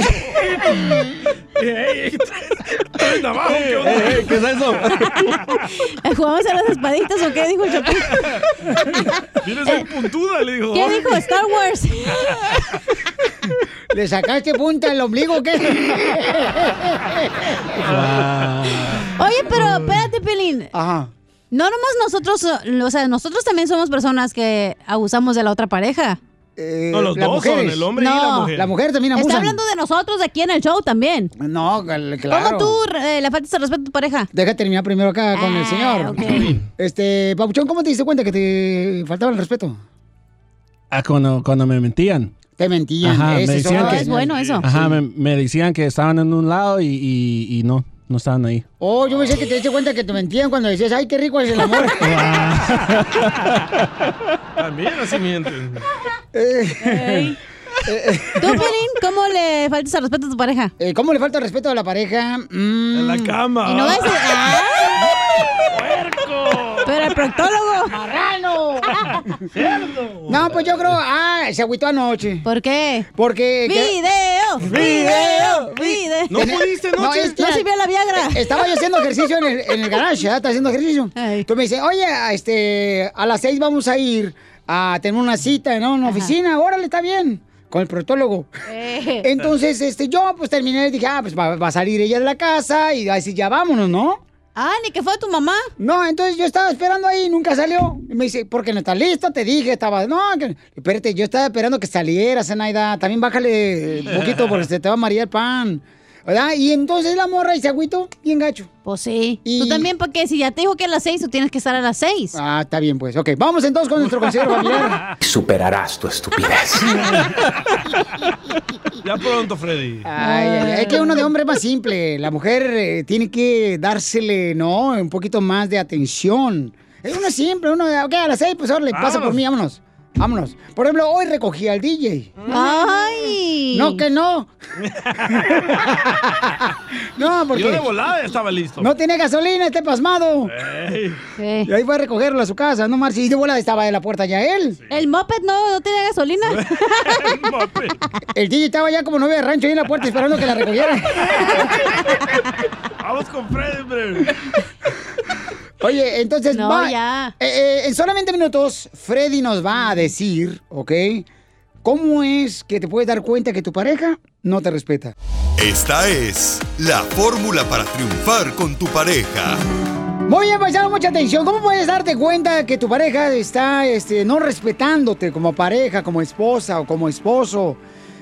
[SPEAKER 2] Traen abajo, Eh,
[SPEAKER 7] ¿Qué
[SPEAKER 2] ¿qué onda? es eso?
[SPEAKER 7] ¿Eh, ¿Jugamos a las espaditas o qué dijo el Chapín?
[SPEAKER 2] [laughs]
[SPEAKER 7] Eh.
[SPEAKER 2] Vienes bien puntuda, le digo.
[SPEAKER 7] ¿Qué dijo Star Wars?
[SPEAKER 1] ¿Le sacaste punta al ombligo o
[SPEAKER 7] [laughs]
[SPEAKER 1] qué?
[SPEAKER 7] Oye, pero espérate, Pelín.
[SPEAKER 1] Ajá.
[SPEAKER 7] No nomás nosotros, o sea, nosotros también somos personas que abusamos de la otra pareja.
[SPEAKER 2] No, los
[SPEAKER 1] Eh, las
[SPEAKER 2] dos son,
[SPEAKER 1] mujeres.
[SPEAKER 2] el hombre y la
[SPEAKER 7] No,
[SPEAKER 2] mujer.
[SPEAKER 1] La mujer también
[SPEAKER 7] Está
[SPEAKER 1] abusa.
[SPEAKER 7] hablando de nosotros de aquí en el show también.
[SPEAKER 1] [laughs] No, cal- claro.
[SPEAKER 7] ¿Cómo tú eh, le faltas el respeto a tu pareja?
[SPEAKER 1] Deja terminar primero acá con el señor. [clears throat] Este, Papuchón, ¿cómo te diste cuenta que te faltaba el respeto?
[SPEAKER 19] Ah, cuando, cuando me mentían.
[SPEAKER 1] Te mentían.
[SPEAKER 19] Ajá,
[SPEAKER 1] ese
[SPEAKER 19] me decían
[SPEAKER 1] otro
[SPEAKER 19] que,
[SPEAKER 1] señal.
[SPEAKER 19] Ajá,
[SPEAKER 1] Sí.
[SPEAKER 19] me, me decían que estaban en un lado y, y- y no, no estaban ahí.
[SPEAKER 1] Oh, yo pensé que te diste cuenta que te mentían cuando decías, ay, qué rico es el [laughs] amor.
[SPEAKER 2] También así mienten. [laughs]
[SPEAKER 1] [laughs] Eh,
[SPEAKER 7] ¿Tú, Pelín, cómo le faltas el respeto a tu pareja?
[SPEAKER 1] Eh, ¿Cómo le falta el respeto a la pareja? Mm. en
[SPEAKER 2] la cama.
[SPEAKER 7] Y no vas a- Pero el proctólogo.
[SPEAKER 1] ¡Marrano! No, pues yo creo, ah, se agüitó anoche.
[SPEAKER 7] ¿Por qué?
[SPEAKER 1] Porque...
[SPEAKER 7] ¡Video! ¡Video! ¡Video! ¿No pudiste anoche? No sirvió la Viagra.
[SPEAKER 1] eh, Estaba yo haciendo ejercicio en el, en el garage, ¿ah? Estaba haciendo ejercicio. Entonces me dice, oye, a este, a las seis vamos a ir a tener una cita, ¿no? En una oficina, órale, está bien. Con el protólogo.
[SPEAKER 7] Eh.
[SPEAKER 1] Entonces, este, yo pues terminé y dije, ah, pues va, va a salir ella de la casa y así ya vámonos, ¿no?
[SPEAKER 7] Ah, ni que fue tu mamá.
[SPEAKER 1] No, entonces yo estaba esperando ahí y nunca salió. Y me dice, porque no está lista, te dije, estaba. No, que- espérate, yo estaba esperando que saliera, Zenaida. También bájale un poquito porque se te va a marear el pan. ¿Verdad? Y entonces la morra y se agüito bien gacho.
[SPEAKER 7] Pues sí. Tú también, porque si ya te dijo que a las seis, tú tienes que estar a las seis.
[SPEAKER 1] Ah, está bien, pues. Ok, vamos entonces con
[SPEAKER 7] [laughs]
[SPEAKER 1] nuestro consejero familiar.
[SPEAKER 4] Superarás tu estupidez.
[SPEAKER 2] Ya pronto, Freddy.
[SPEAKER 1] Ay, ay, ay, es que uno de hombre es más simple. La mujer eh, tiene que dársele, ¿no? Un poquito más de atención. Es uno es simple, uno, ok, a las seis, pues le pasa por mí, vámonos. Vámonos. Por ejemplo, hoy recogí al DJ.
[SPEAKER 7] ¡Ay!
[SPEAKER 1] No,
[SPEAKER 7] [laughs]
[SPEAKER 1] que no. no, porque.
[SPEAKER 2] Yo de volada estaba listo.
[SPEAKER 1] No tiene gasolina, este pasmado.
[SPEAKER 2] Ey.
[SPEAKER 1] Y ahí fue a recogerlo a su casa, no Marci. Y de volada estaba de la puerta ya él.
[SPEAKER 7] El moped no, no tenía gasolina.
[SPEAKER 1] [laughs] El DJ estaba ya como novia de rancho ahí en la puerta esperando que la recogieran.
[SPEAKER 2] Vamos con Freddy, hombre.
[SPEAKER 1] Oye, entonces
[SPEAKER 2] No,
[SPEAKER 1] va-
[SPEAKER 2] ya.
[SPEAKER 1] eh, eh, en solamente minutos, Freddy nos va a decir, ¿ok? ¿Cómo es que te puedes dar cuenta que tu pareja no te respeta?
[SPEAKER 5] Esta es la fórmula para triunfar con tu pareja.
[SPEAKER 1] Muy bien, paisano, mucha atención. ¿Cómo puedes darte cuenta que tu pareja está este, no respetándote como pareja, como esposa o como esposo?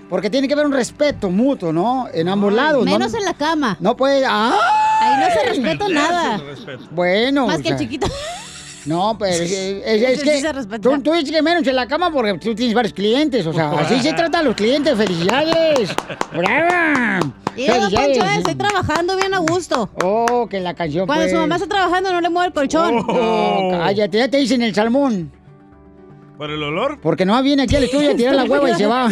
[SPEAKER 1] Porque tiene que haber un respeto mutuo, ¿no? En ambos lados.
[SPEAKER 7] menos en la cama.
[SPEAKER 1] No puede... ¡Ay!
[SPEAKER 7] Ahí no se respeta nada.
[SPEAKER 1] Bueno.
[SPEAKER 7] Más
[SPEAKER 1] o
[SPEAKER 7] que el
[SPEAKER 1] sea, [laughs]
[SPEAKER 7] chiquito.
[SPEAKER 1] No, pero es, es-
[SPEAKER 7] Ese
[SPEAKER 1] es
[SPEAKER 7] sí
[SPEAKER 1] que
[SPEAKER 7] se respeta.
[SPEAKER 1] tú, tú dices que menos en la cama porque tú tienes varios clientes.
[SPEAKER 7] [laughs]
[SPEAKER 1] O sea, así se trata a los clientes. ¡Felicidades! ¡Brava!
[SPEAKER 7] Y luego,
[SPEAKER 1] ¡Felicidades!
[SPEAKER 7] Poncho, eh, estoy trabajando bien a gusto.
[SPEAKER 1] Oh, que la canción.
[SPEAKER 7] Cuando su
[SPEAKER 1] pues.
[SPEAKER 7] mamá está trabajando, no le mueve el colchón.
[SPEAKER 20] Oh.
[SPEAKER 1] No, cállate, ya te dicen el salmón.
[SPEAKER 2] ¿Por el olor?
[SPEAKER 1] Porque no viene aquí al estudio a tirar la hueva y
[SPEAKER 7] [laughs]
[SPEAKER 1] se va.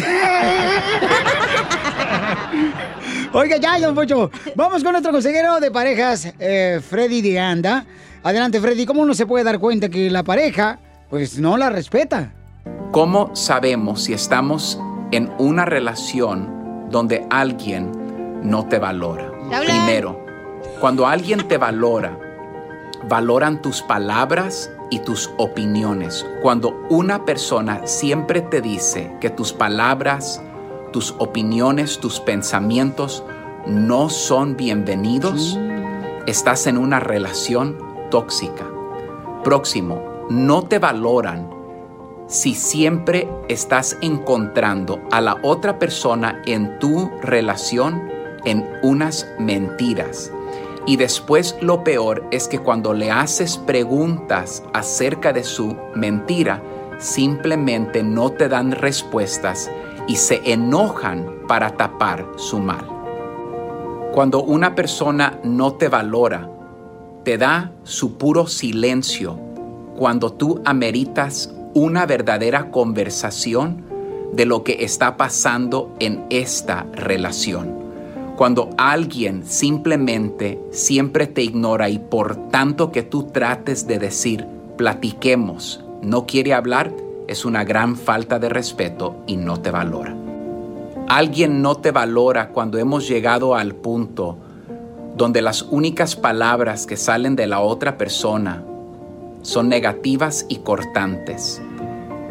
[SPEAKER 1] Oiga, ya, don Pocho. Vamos con nuestro consejero de parejas, eh, Freddy de Anda. Adelante, Freddy. ¿Cómo uno se puede dar cuenta que la pareja, pues, no la respeta?
[SPEAKER 20] ¿Cómo sabemos si estamos en una relación donde alguien no te valora? Primero, cuando alguien te valora, valoran tus palabras y tus opiniones. Cuando una persona siempre te dice que tus palabras, tus opiniones, tus pensamientos no son bienvenidos, estás en una relación tóxica. Próximo, no te valoran si siempre estás encontrando a la otra persona en tu relación en unas mentiras. Y después lo peor es que cuando le haces preguntas acerca de su mentira, simplemente no te dan respuestas y se enojan para tapar su mal. Cuando una persona no te valora, te da su puro silencio cuando tú ameritas una verdadera conversación de lo que está pasando en esta relación. Cuando alguien simplemente siempre te ignora y por tanto que tú trates de decir, platiquemos, no quiere hablar, es una gran falta de respeto y no te valora. Alguien no te valora cuando hemos llegado al punto donde las únicas palabras que salen de la otra persona son negativas y cortantes.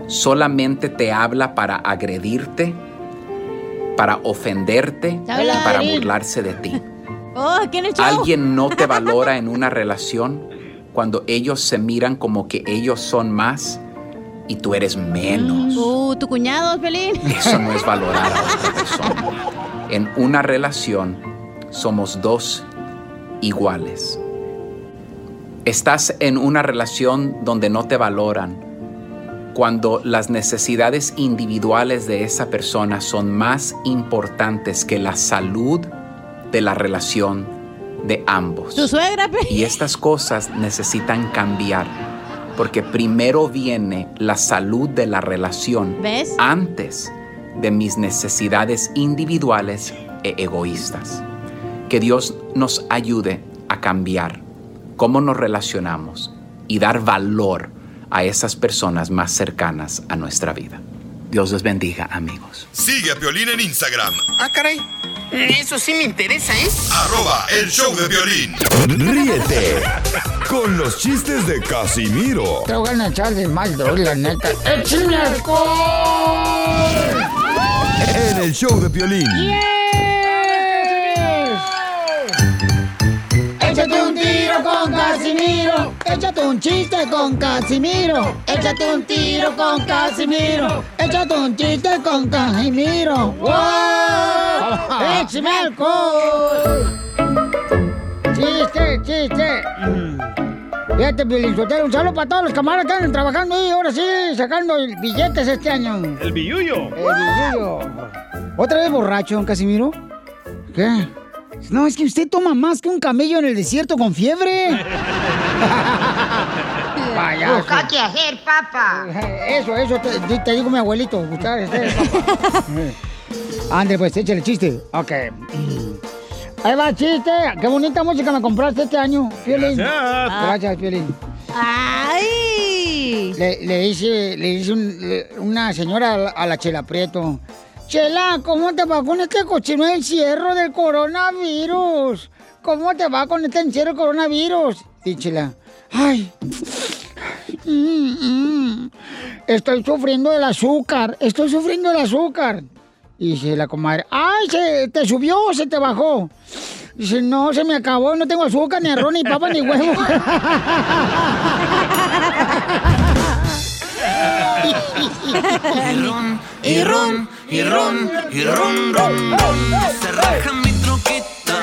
[SPEAKER 20] Solamente te habla para agredirte, para ofenderte
[SPEAKER 7] Habla,
[SPEAKER 20] y para
[SPEAKER 7] Piolín.
[SPEAKER 20] burlarse de ti.
[SPEAKER 7] Oh, ¿qué le echó?
[SPEAKER 20] Alguien no te valora en una relación cuando ellos se miran como que ellos son más y tú eres menos.
[SPEAKER 7] Uh, tu cuñado, Pelín.
[SPEAKER 20] Eso no es valorar a otra persona. En una relación somos dos iguales. Estás en una relación donde no te valoran cuando las necesidades individuales de esa persona son más importantes que la salud de la relación de ambos.
[SPEAKER 7] [laughs] Tu suegra, Pelín.
[SPEAKER 20] Y estas cosas necesitan cambiar, porque primero viene la salud de la relación
[SPEAKER 7] ¿Ves?
[SPEAKER 20] antes de mis necesidades individuales e egoístas. Que Dios nos ayude a cambiar cómo nos relacionamos y dar valor a esas personas más cercanas a nuestra vida. Dios les bendiga, amigos.
[SPEAKER 5] Sigue a Piolín en Instagram,
[SPEAKER 4] Ah, caray. Eso sí me interesa, ¿eh?
[SPEAKER 5] arroba el show de violín.
[SPEAKER 6] Ríete con los chistes de Casimiro
[SPEAKER 1] Te voy a echar de mal, bro, la neta. ¡Eh, ¡Échame alcohol!
[SPEAKER 6] en el show de Piolín.
[SPEAKER 1] Échate un tiro con Casimiro. Échate un chiste con Casimiro. Échate un tiro con Casimiro. Échate un chiste con Casimiro. ¡Wow! ¡Échame alcohol! ¡Chiste, chiste! Mm. Fíjate, Pelizotero, un saludo para todos los camaradas que andan trabajando y ahora sí, sacando billetes este año.
[SPEAKER 2] El billuyo.
[SPEAKER 1] billuyo. ¿Otra vez borracho, don Casimiro? ¿Qué? No, es que usted toma más que un camello en el desierto con fiebre. Payaso.
[SPEAKER 4] Busca
[SPEAKER 1] que hacer, papa. Eso, eso, te, te digo mi abuelito. este, buscar que hacer, papa. André, pues, échale chiste. Ok. Ahí va, chiste. Qué bonita música me compraste este año, Piolín.
[SPEAKER 4] Gracias.
[SPEAKER 1] Gracias, Piolín. ¡Ay! Le, le dice, le dice un- le- una señora a la, a la Chela Prieto. Chela, ¿cómo te va con este cochino encierro del coronavirus? ¿Cómo te va con este encierro del coronavirus? Y Chela, ay, mm, mm, estoy sufriendo del azúcar, estoy sufriendo del azúcar. Y dice la comadre, ay, se te subió o se te bajó. Dice, no, se me acabó, no tengo azúcar, ni arroz, ni papa, ni huevo.
[SPEAKER 4] Y ron, y ron, y ron, y ron, ron, ron. Se raja mi troqueta.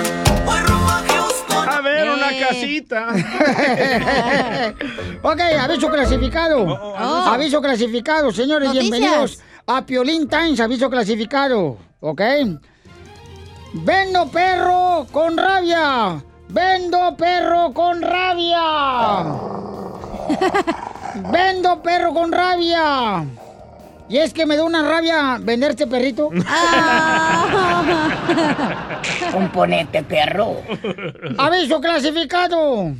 [SPEAKER 2] A ver, una casita.
[SPEAKER 1] [laughs] ok, aviso clasificado.
[SPEAKER 2] Oh,
[SPEAKER 1] Oh.
[SPEAKER 2] aviso.
[SPEAKER 1] Aviso clasificado, señores,
[SPEAKER 2] Noticias.
[SPEAKER 1] bienvenidos a Piolín Times, aviso clasificado. Ok. Vendo perro con rabia. Vendo perro
[SPEAKER 2] [laughs]
[SPEAKER 1] con rabia. Vendo perro con rabia. Y es que me da una rabia vender este perrito.
[SPEAKER 2] Ah.
[SPEAKER 1] [laughs]
[SPEAKER 2] [laughs]
[SPEAKER 1] Componente perro. [laughs] Aviso clasificado.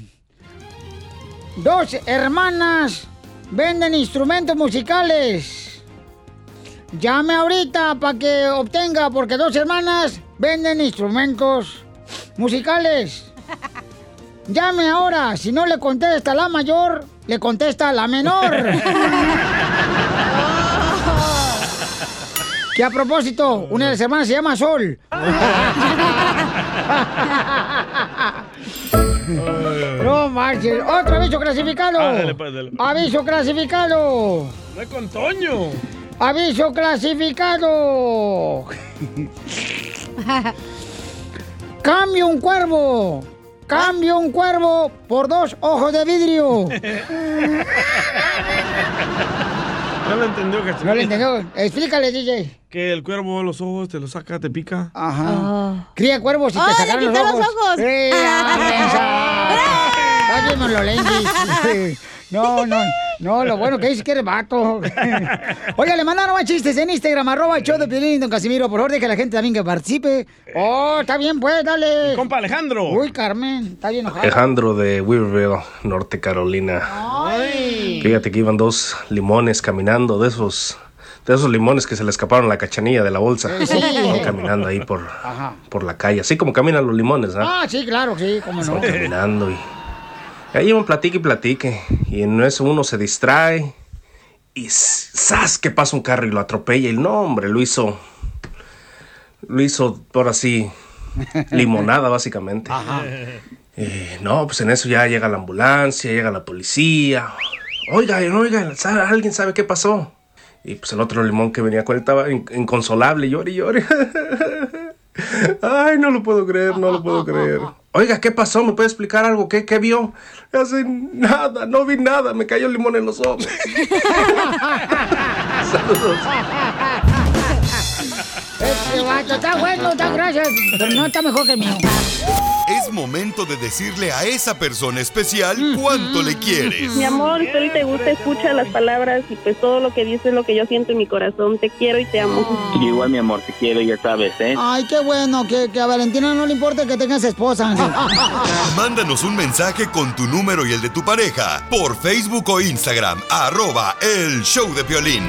[SPEAKER 1] Dos hermanas venden instrumentos musicales. Llame ahorita para que obtenga, porque dos hermanas venden instrumentos musicales. Llame ahora, si no le contesta la mayor, le contesta
[SPEAKER 21] [laughs]
[SPEAKER 1] la
[SPEAKER 4] [laughs]
[SPEAKER 1] menor. Que a propósito, una de las hermanas se llama Sol. no marches. Otro aviso clasificado.
[SPEAKER 2] Ah, dale, pues, dale.
[SPEAKER 1] Aviso clasificado.
[SPEAKER 2] No es con Toño.
[SPEAKER 1] Aviso clasificado. Cambio un cuervo. Cambio un cuervo por dos ojos de vidrio.
[SPEAKER 2] No lo entendió, Casimiro.
[SPEAKER 1] No le entendió. Explícale, DJ.
[SPEAKER 2] Que el cuervo los ojos te los saca, te pica.
[SPEAKER 1] Ajá. Cría cuervos y
[SPEAKER 2] Oh,
[SPEAKER 1] te
[SPEAKER 2] le
[SPEAKER 1] sacaron los
[SPEAKER 2] quitó los
[SPEAKER 1] ojos.
[SPEAKER 2] ojos.
[SPEAKER 1] Sí, ah, mensa. Estás bien [laughs] malolenguis. No, no, no, lo bueno que dice que eres vato. Oiga, le mandaron más chistes en Instagram, arroba el show de Piolín, don Casimiro. Por favor, deje que la gente también que participe. Oh, está bien, pues, dale. Compa
[SPEAKER 2] Alejandro.
[SPEAKER 1] Uy, Carmen, está bien enojado.
[SPEAKER 22] Alejandro de Weaverville, Norte Carolina.
[SPEAKER 1] Ay.
[SPEAKER 22] Fíjate que iban dos limones caminando de esos de esos limones que se le escaparon la cachanilla de la bolsa.
[SPEAKER 1] Sí.
[SPEAKER 22] Van caminando ahí por,
[SPEAKER 1] Ajá.
[SPEAKER 22] por la calle, así como caminan los limones, ¿no?
[SPEAKER 1] Ah, sí, claro, sí, cómo no.
[SPEAKER 22] Van caminando y ahí llevan platique y platique. Y en eso uno se distrae y ¡zas! que pasa un carro y lo atropella. Y no, hombre, lo hizo, lo hizo por así, limonada básicamente. Eh, no, pues en eso ya llega la ambulancia, llega la policía. Oigan, oigan, ¿sabe- ¿alguien sabe qué pasó? Y pues el otro limón que venía con él estaba in- inconsolable, llore y llore. [laughs] Ay, no lo puedo creer, no lo puedo creer. Oiga, ¿qué pasó? ¿Me puede explicar algo? ¿Qué, qué vio? Hace nada, no vi nada, me cayó el limón en los ojos. [laughs] Saludos.
[SPEAKER 1] Este vato está bueno, está gracias, pero no está mejor que el mío.
[SPEAKER 5] Es momento de decirle a esa persona especial cuánto le quieres.
[SPEAKER 23] Mi amor, si te gusta, escucha las palabras y pues todo lo que dices es lo que yo siento en mi corazón. Te quiero y te amo.
[SPEAKER 21] Yo igual, mi amor, te quiero, ya sabes, ¿eh?
[SPEAKER 1] Ay, qué bueno, que, que a Valentina no le importa que tengas esposa, Ángel.
[SPEAKER 5] Mándanos un mensaje con tu número y el de tu pareja por Facebook o Instagram, arroba el show de violín.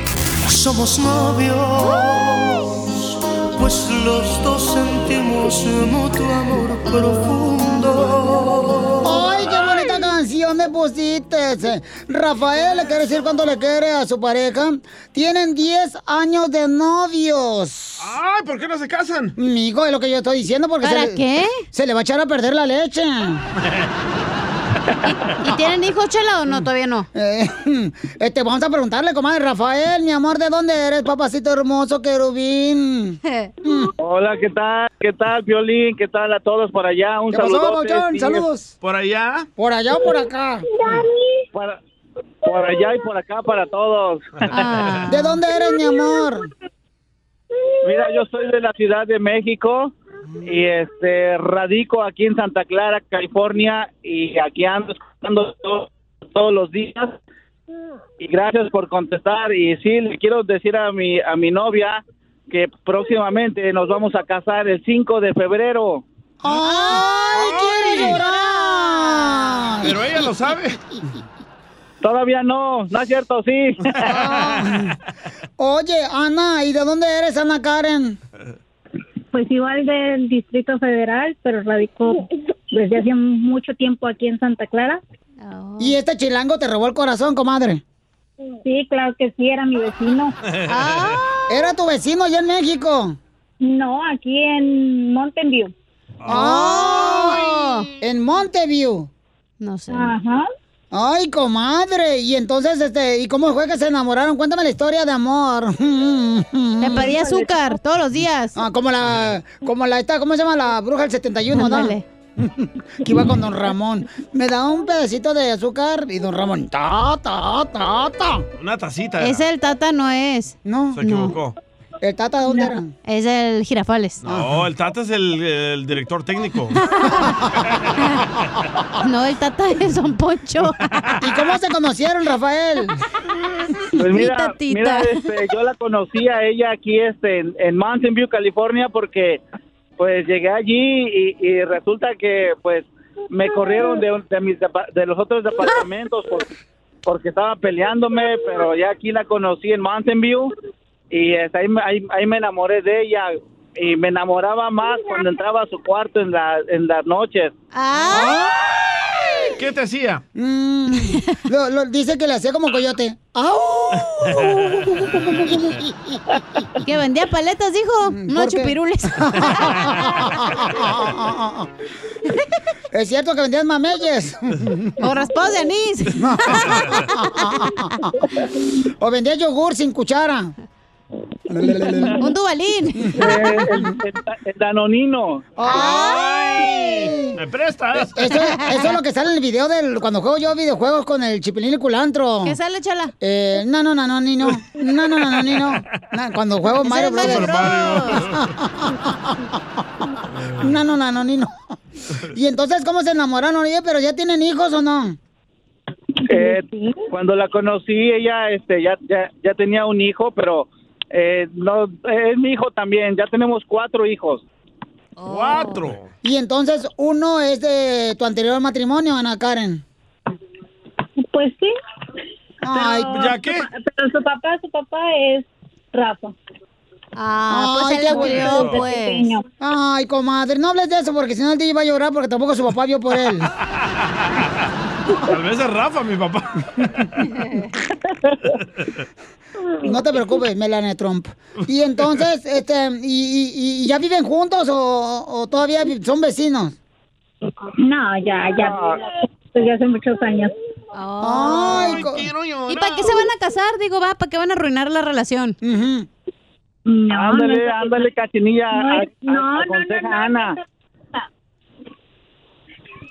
[SPEAKER 4] Somos novios, pues los dos sentimos mutuo amor profundo.
[SPEAKER 1] ¡Ay, qué bonita canción me pusiste! Rafael le quiere decir cuánto le quiere a su pareja. Tienen 10 años de novios. ¡Ay, ¿por qué no se casan? Migo, es lo que yo estoy diciendo porque...
[SPEAKER 7] ¿Para
[SPEAKER 1] le-
[SPEAKER 7] qué?
[SPEAKER 1] Se le va a echar a perder la leche.
[SPEAKER 7] ¿Y tienen hijos, Chela, o no? Todavía no.
[SPEAKER 1] Eh, [laughs] este, vamos a preguntarle, comadre Rafael, mi amor, ¿de dónde eres, papacito
[SPEAKER 7] [laughs]
[SPEAKER 1] hermoso, querubín?
[SPEAKER 21] Hola, ¿qué tal? ¿Qué tal, Violín? ¿Qué tal a todos por allá? Un
[SPEAKER 1] ¿Qué pasó,
[SPEAKER 21] saludote,
[SPEAKER 1] Papuchón?
[SPEAKER 21] sí,
[SPEAKER 1] Saludos.
[SPEAKER 2] ¿Por allá?
[SPEAKER 1] ¿Por allá o por acá?
[SPEAKER 21] Para- Por allá y por acá para todos.
[SPEAKER 1] Ah. ¿De dónde eres, mi amor?
[SPEAKER 21] Mira, yo soy de la Ciudad de México y este radico aquí en Santa Clara, California y aquí ando escuchando to- todos los días. Y gracias por contestar y sí le quiero decir a mi a mi novia que próximamente nos vamos a casar el 5 de febrero.
[SPEAKER 1] ¡Ay, quiero llorar!
[SPEAKER 21] Pero ella lo sabe.
[SPEAKER 1] [laughs]
[SPEAKER 21] Todavía no, no es cierto, sí. Ah.
[SPEAKER 1] Oye, Ana, ¿y de dónde eres, Ana Karen?
[SPEAKER 23] Pues igual del Distrito Federal, pero radico desde hace mucho tiempo aquí en Santa Clara.
[SPEAKER 1] ¿Y este chilango te robó el corazón, comadre?
[SPEAKER 23] Sí, claro que sí, era mi vecino.
[SPEAKER 1] Ah. ¿Era tu vecino allá en México?
[SPEAKER 23] No, aquí en Mountain View.
[SPEAKER 1] ¡Oh! En Monteview.
[SPEAKER 7] No sé.
[SPEAKER 1] Ajá. Ay, comadre. Y entonces, este, ¿y cómo fue que se enamoraron? Cuéntame la historia de amor. Te
[SPEAKER 7] pedí azúcar
[SPEAKER 1] todos los días. Ah, como la, como la esta, ¿cómo se llama? La bruja del 71, ¿no?
[SPEAKER 7] Ándale.
[SPEAKER 1] que iba con don Ramón. Me da un pedacito de azúcar y don Ramón, ta, ta, ta, ta.
[SPEAKER 2] Una tacita.
[SPEAKER 7] Ese Ah. el Tata no es.
[SPEAKER 1] No.
[SPEAKER 2] Se equivocó.
[SPEAKER 1] ¿El Tata de dónde era?
[SPEAKER 7] Es el Girafales.
[SPEAKER 2] No, el Tata es el, el director [laughs] técnico.
[SPEAKER 7] [laughs] No, el Tata es Don Poncho.
[SPEAKER 1] ¿Y cómo se conocieron, Rafael?
[SPEAKER 21] Pues mira,
[SPEAKER 1] Tita, tita.
[SPEAKER 21] mira, este, yo la conocí a ella aquí este, en, en Mountain View, California, porque pues llegué allí y, y resulta que pues me corrieron de, un- de mis depa- de los otros departamentos por- porque estaba peleándome, pero ya aquí la conocí en Mountain View y este, ahí, me- ahí, ahí me enamoré de ella y me enamoraba más cuando entraba a su cuarto en, la, en las noches.
[SPEAKER 2] ¿Qué te hacía?
[SPEAKER 1] Mm, lo- lo- dice que le hacía como coyote. ¡Au!
[SPEAKER 7] [laughs] que vendía paletas, dijo. No
[SPEAKER 1] Mm, ¿por qué?
[SPEAKER 7] chupirules.
[SPEAKER 1] [laughs] Es cierto que vendías mameyes.
[SPEAKER 7] O raspados de anís.
[SPEAKER 1] [laughs] o vendías yogur sin cuchara.
[SPEAKER 7] Un dubalín.
[SPEAKER 21] [laughs] El Danonino.
[SPEAKER 1] ¡Ay!
[SPEAKER 2] ¿Me prestas?
[SPEAKER 1] Eso, eso es lo que sale en el video del cuando juego yo videojuegos con el chipilín y culantro. ¿Qué sale, chala? Eh, no, no, no, no, ni no. No, no, no, no, ni no. Na- cuando juego
[SPEAKER 4] Ese
[SPEAKER 1] Mario
[SPEAKER 4] es Mario
[SPEAKER 1] Brothers. no, no, no, no, ni no. Y entonces, ¿cómo se enamoraron? Oye, pero ya tienen hijos o no?
[SPEAKER 21] Eh, cuando la conocí, ella este, ya, ya, ya tenía un hijo, pero eh, no, es mi hijo también. Ya tenemos cuatro hijos.
[SPEAKER 1] Oh.
[SPEAKER 2] Cuatro.
[SPEAKER 1] Y entonces, uno es de tu anterior matrimonio, Ana Karen.
[SPEAKER 23] Pues sí.
[SPEAKER 1] Ay, pues,
[SPEAKER 23] Pero su pa- Pero su papá, su papá es Rafa.
[SPEAKER 7] Ah, pues él
[SPEAKER 1] qué
[SPEAKER 7] lo crió,
[SPEAKER 1] bonito.
[SPEAKER 7] pues.
[SPEAKER 1] Ay, comadre, no hables de eso porque si no el DJ va a llorar porque tampoco su papá vio por
[SPEAKER 23] [laughs]
[SPEAKER 1] él.
[SPEAKER 2] Tal vez es Rafa, mi papá.
[SPEAKER 1] No te preocupes, Melania Trump. Y entonces, este, y, y- y ya viven juntos o, o todavía vi- son vecinos?
[SPEAKER 23] No, ya, ya. Desde hace muchos años.
[SPEAKER 7] Oh,
[SPEAKER 12] Oh,
[SPEAKER 1] Ay,
[SPEAKER 7] co- ¿Y para qué se van a casar? Digo, va, ¿para qué van a arruinar la relación?
[SPEAKER 21] ándale, ándale, cachinilla.
[SPEAKER 1] No,
[SPEAKER 21] a- a-
[SPEAKER 1] no,
[SPEAKER 21] aconseja
[SPEAKER 1] no, no,
[SPEAKER 21] a Ana.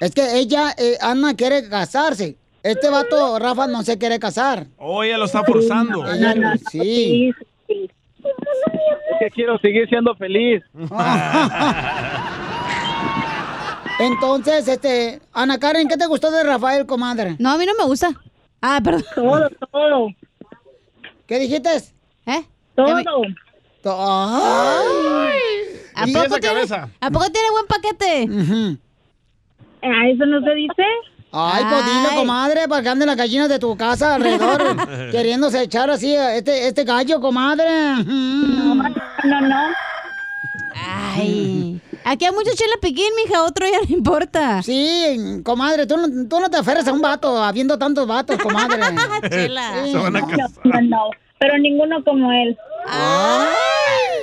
[SPEAKER 1] Es que ella, eh, Ana, quiere casarse. Este vato, Rafa, no se quiere casar.
[SPEAKER 2] Oh, ella lo está forzando.
[SPEAKER 1] Ella no- sí.
[SPEAKER 21] Es que quiero seguir siendo
[SPEAKER 1] [laughs]
[SPEAKER 21] feliz.
[SPEAKER 1] Entonces, este, Ana Karen, ¿qué te gustó de Rafael, comadre?
[SPEAKER 7] No, a mí no me gusta. Ah, perdón.
[SPEAKER 1] Todo, todo. ¿Qué dijiste?
[SPEAKER 7] ¿Eh?
[SPEAKER 1] Todo.
[SPEAKER 7] ¿A
[SPEAKER 1] Y
[SPEAKER 7] poco,
[SPEAKER 1] esa
[SPEAKER 7] tiene,
[SPEAKER 1] cabeza.
[SPEAKER 7] ¿A poco tiene buen paquete?
[SPEAKER 23] ¿A eso no se dice?
[SPEAKER 1] Ay, pues dilo,
[SPEAKER 7] Ay.
[SPEAKER 1] comadre, para que anden las gallinas de tu casa alrededor,
[SPEAKER 2] [laughs]
[SPEAKER 1] queriéndose echar así a este, este gallo, comadre. No, no, no.
[SPEAKER 7] Ay. Aquí hay mucho chela piquín, mija, otro ya no importa.
[SPEAKER 1] Sí, comadre, tú no, tú no te aferres a un vato, habiendo tantos vatos, comadre.
[SPEAKER 23] Chela.
[SPEAKER 1] Se
[SPEAKER 12] Ah,
[SPEAKER 1] van a
[SPEAKER 23] no, no, no, pero ninguno como él.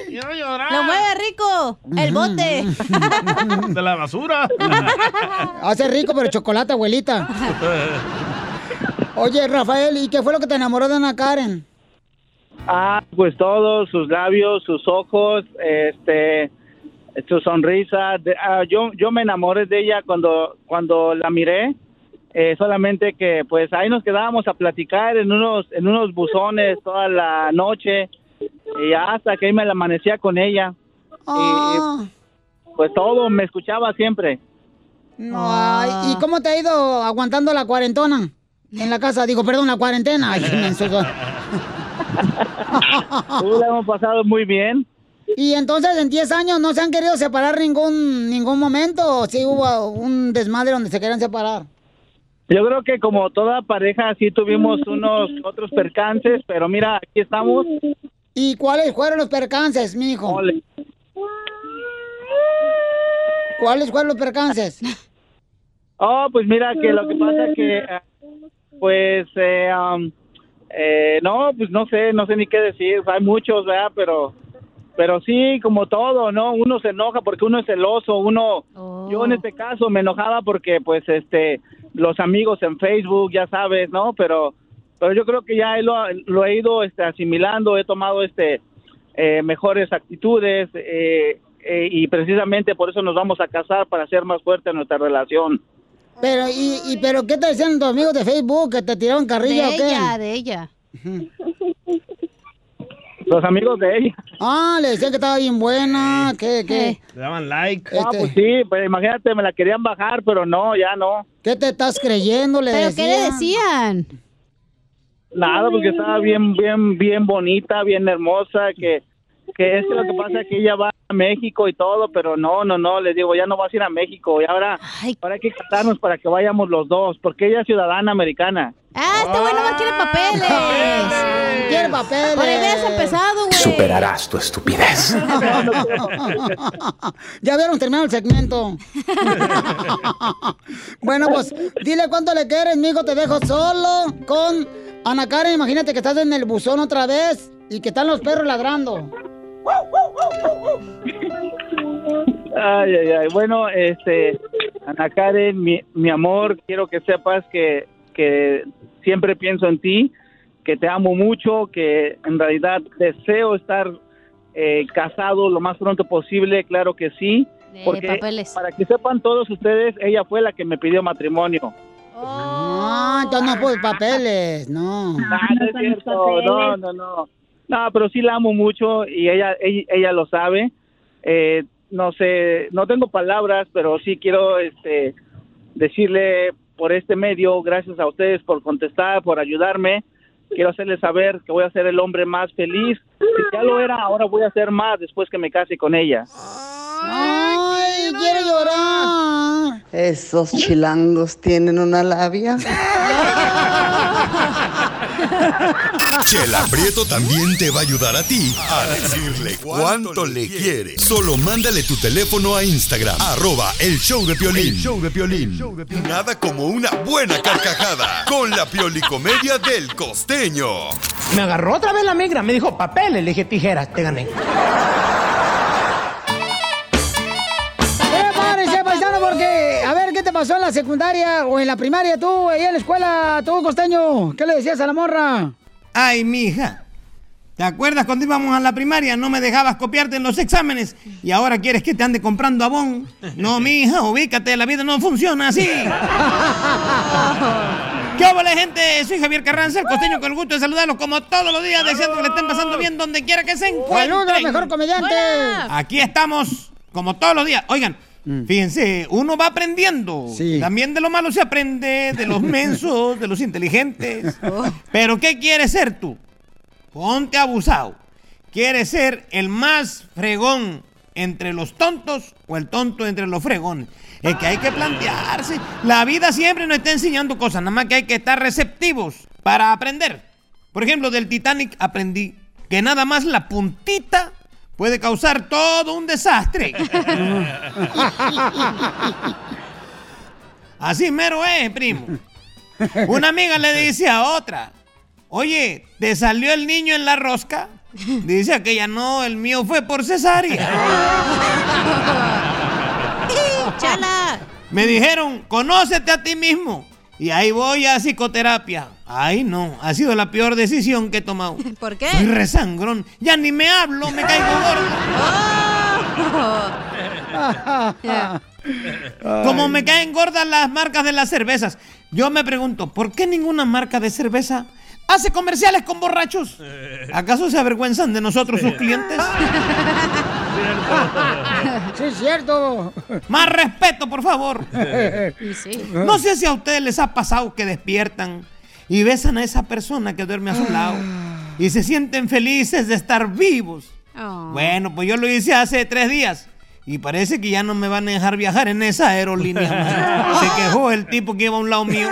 [SPEAKER 2] Quiero llorar.
[SPEAKER 7] Lo mueve rico, el bote.
[SPEAKER 2] De la basura.
[SPEAKER 1] Hace rico, pero chocolate, abuelita. Oye, Rafael, ¿y qué fue lo que te enamoró de Ana Karen?
[SPEAKER 21] Ah, pues todos, sus labios, sus ojos, este, su sonrisa. De- ah, yo, yo me enamoré de ella cuando, cuando la miré. eh, solamente que, pues ahí nos quedábamos a platicar en unos, en unos buzones toda la noche y hasta que ahí me la amanecía con ella.
[SPEAKER 1] Ah.
[SPEAKER 21] Pues todo, me escuchaba siempre.
[SPEAKER 1] No,
[SPEAKER 21] Ah.
[SPEAKER 1] ay, ¿y cómo te ha ido aguantando la cuarentona? En la casa, digo, perdón, la cuarentena.
[SPEAKER 21] [laughs]
[SPEAKER 1] Ay, [laughs] menso.
[SPEAKER 21] Tú Pues la hemos pasado muy bien.
[SPEAKER 1] y entonces en 10 años no se han querido separar ningún ningún momento o si hubo un desmadre donde se querían separar.
[SPEAKER 21] Yo creo que como toda pareja sí tuvimos unos otros percances, pero mira, aquí estamos.
[SPEAKER 1] ¿Y cuáles fueron los percances, mijo? ¿Cuáles fueron los percances?
[SPEAKER 21] Oh, pues mira que lo que pasa que eh, pues eh, um, eh, no, pues no sé, no sé ni qué decir, hay muchos, ¿verdad? Pero pero sí, como todo, ¿no? Uno se enoja porque uno es celoso, uno yo en este caso me enojaba porque pues este los amigos en Facebook, ya sabes, ¿no? Pero pero yo creo que ya lo, lo he ido este, asimilando, he tomado este eh, mejores actitudes eh, eh, y precisamente por eso nos vamos a casar para hacer más fuerte nuestra relación.
[SPEAKER 1] Pero, y, y- pero ¿qué te decían tus amigos de Facebook que te tiraron carrilla
[SPEAKER 7] de
[SPEAKER 1] o qué?
[SPEAKER 7] ella, de ella.
[SPEAKER 21] Los amigos de ella.
[SPEAKER 1] Ah, le decían que estaba bien buena, que, que,
[SPEAKER 21] Le daban like. Ah,
[SPEAKER 1] Eh. Este-
[SPEAKER 21] pues sí, pero imagínate, me la querían bajar, pero no, ya no.
[SPEAKER 1] ¿qué te estás creyendo? Le
[SPEAKER 21] ¿Pero
[SPEAKER 1] decían.
[SPEAKER 21] qué le
[SPEAKER 7] decían?
[SPEAKER 21] Nada, porque estaba bien, bien, bien bonita, bien hermosa, que, que es que lo que pasa es que ella va a México y todo, pero no, no, no, les digo, ya no vas a ir a México, y ahora, ahora hay que casarnos para que vayamos los dos, porque ella es ciudadana americana.
[SPEAKER 7] Ah, este güey nomás quiere papeles.
[SPEAKER 1] Quiere papeles.
[SPEAKER 7] Por ahí habías empezado, güey.
[SPEAKER 4] Superarás tu estupidez.
[SPEAKER 1] [laughs] ya vieron terminado el segmento. [laughs] bueno, pues dile cuánto le quieres, mijo. Te dejo solo con Ana Karen. Imagínate que estás en el buzón otra vez y que están los perros ladrando.
[SPEAKER 21] Ay, ay, ay. Bueno, este, Ana Karen, mi, mi amor, quiero que sepas que, que siempre pienso en ti, que te amo mucho, que en realidad deseo estar eh, casado lo más pronto posible, claro que sí. Porque para que sepan todos ustedes, ella fue la que me pidió matrimonio. Oh.
[SPEAKER 1] Ah, entonces no por papeles, no.
[SPEAKER 21] Ah, no es cierto, no, no, no. No, pero sí la amo mucho y ella, ella, ella lo sabe. Eh, no sé, no tengo palabras, pero sí quiero este, decirle por este medio, gracias a ustedes por contestar, por ayudarme. Quiero hacerles saber que voy a ser el hombre más feliz. Si ya lo era, ahora voy a ser más después que me case con ella.
[SPEAKER 1] Ay, quiero
[SPEAKER 16] [laughs]
[SPEAKER 1] llorar.
[SPEAKER 8] Esos chilangos tienen una labia.
[SPEAKER 5] Chela Prieto también te va a ayudar a ti a decirle cuánto le quiere. Solo mándale tu teléfono a Instagram, arroba el show de Piolín.
[SPEAKER 24] El
[SPEAKER 5] show de Nada como una buena carcajada con la piolicomedia del costeño.
[SPEAKER 25] Me agarró otra vez la migra, me dijo papeles, le dije tijeras, te gané.
[SPEAKER 1] Prepárese, paisano, porque a ver qué te pasó en la secundaria o en la primaria tú, ahí en la escuela, tú, costeño. ¿Qué le decías a la morra?
[SPEAKER 12] Ay, mija. ¿Te acuerdas cuando íbamos a la primaria? No me dejabas copiarte en los exámenes y ahora quieres que te ande comprando abón. No, mija, ubícate, la vida no funciona así. ¿Qué hola, gente? Soy Javier Carranza, el costeño, con el gusto de saludarlos como todos los días, deseando que le estén pasando bien donde quiera que se encuentren.
[SPEAKER 1] Saludos, mejor comediante.
[SPEAKER 12] Aquí estamos, como todos los días. Oigan,
[SPEAKER 1] Mm.
[SPEAKER 12] fíjense, uno va aprendiendo. También de lo malo se aprende, de
[SPEAKER 1] [laughs]
[SPEAKER 12] los mensos, de los inteligentes.
[SPEAKER 1] Oh.
[SPEAKER 12] Pero ¿qué quieres ser tú? Ponte abusado. ¿Quieres ser el más fregón entre los tontos o el tonto entre los fregones? Es que hay que plantearse. La vida siempre nos está enseñando cosas, nada más que hay que estar receptivos para aprender. Por ejemplo, del Titanic aprendí que nada más la puntita puede causar todo un desastre. [laughs] Así mero es, primo. Una amiga le dice a otra, oye, ¿te salió el niño en la rosca? Dice aquella, no, el mío fue por cesárea.
[SPEAKER 4] ¡Chala!
[SPEAKER 12] Me dijeron, conócete a ti mismo. Y ahí voy a psicoterapia. Ay, no, ha sido la peor decisión que he tomado.
[SPEAKER 4] ¿Por qué?
[SPEAKER 12] Soy resangrón. Ya ni me hablo, me caigo [laughs] gordo. Como me caen gordas las marcas de las cervezas. Yo me pregunto, ¿por qué ninguna marca de cerveza hace comerciales con borrachos? ¿Acaso se avergüenzan de nosotros sus clientes?
[SPEAKER 1] Sí, es cierto.
[SPEAKER 12] Más respeto, por favor.
[SPEAKER 4] Ah.
[SPEAKER 12] No [laughs] sé si a ustedes les ha pasado que despiertan y besan a esa persona que duerme a su lado y se sienten felices de estar vivos. Bueno, pues yo lo hice hace tres días y parece que ya no me van a dejar viajar en esa aerolínea. man. Se quejó el tipo que iba a un lado mío.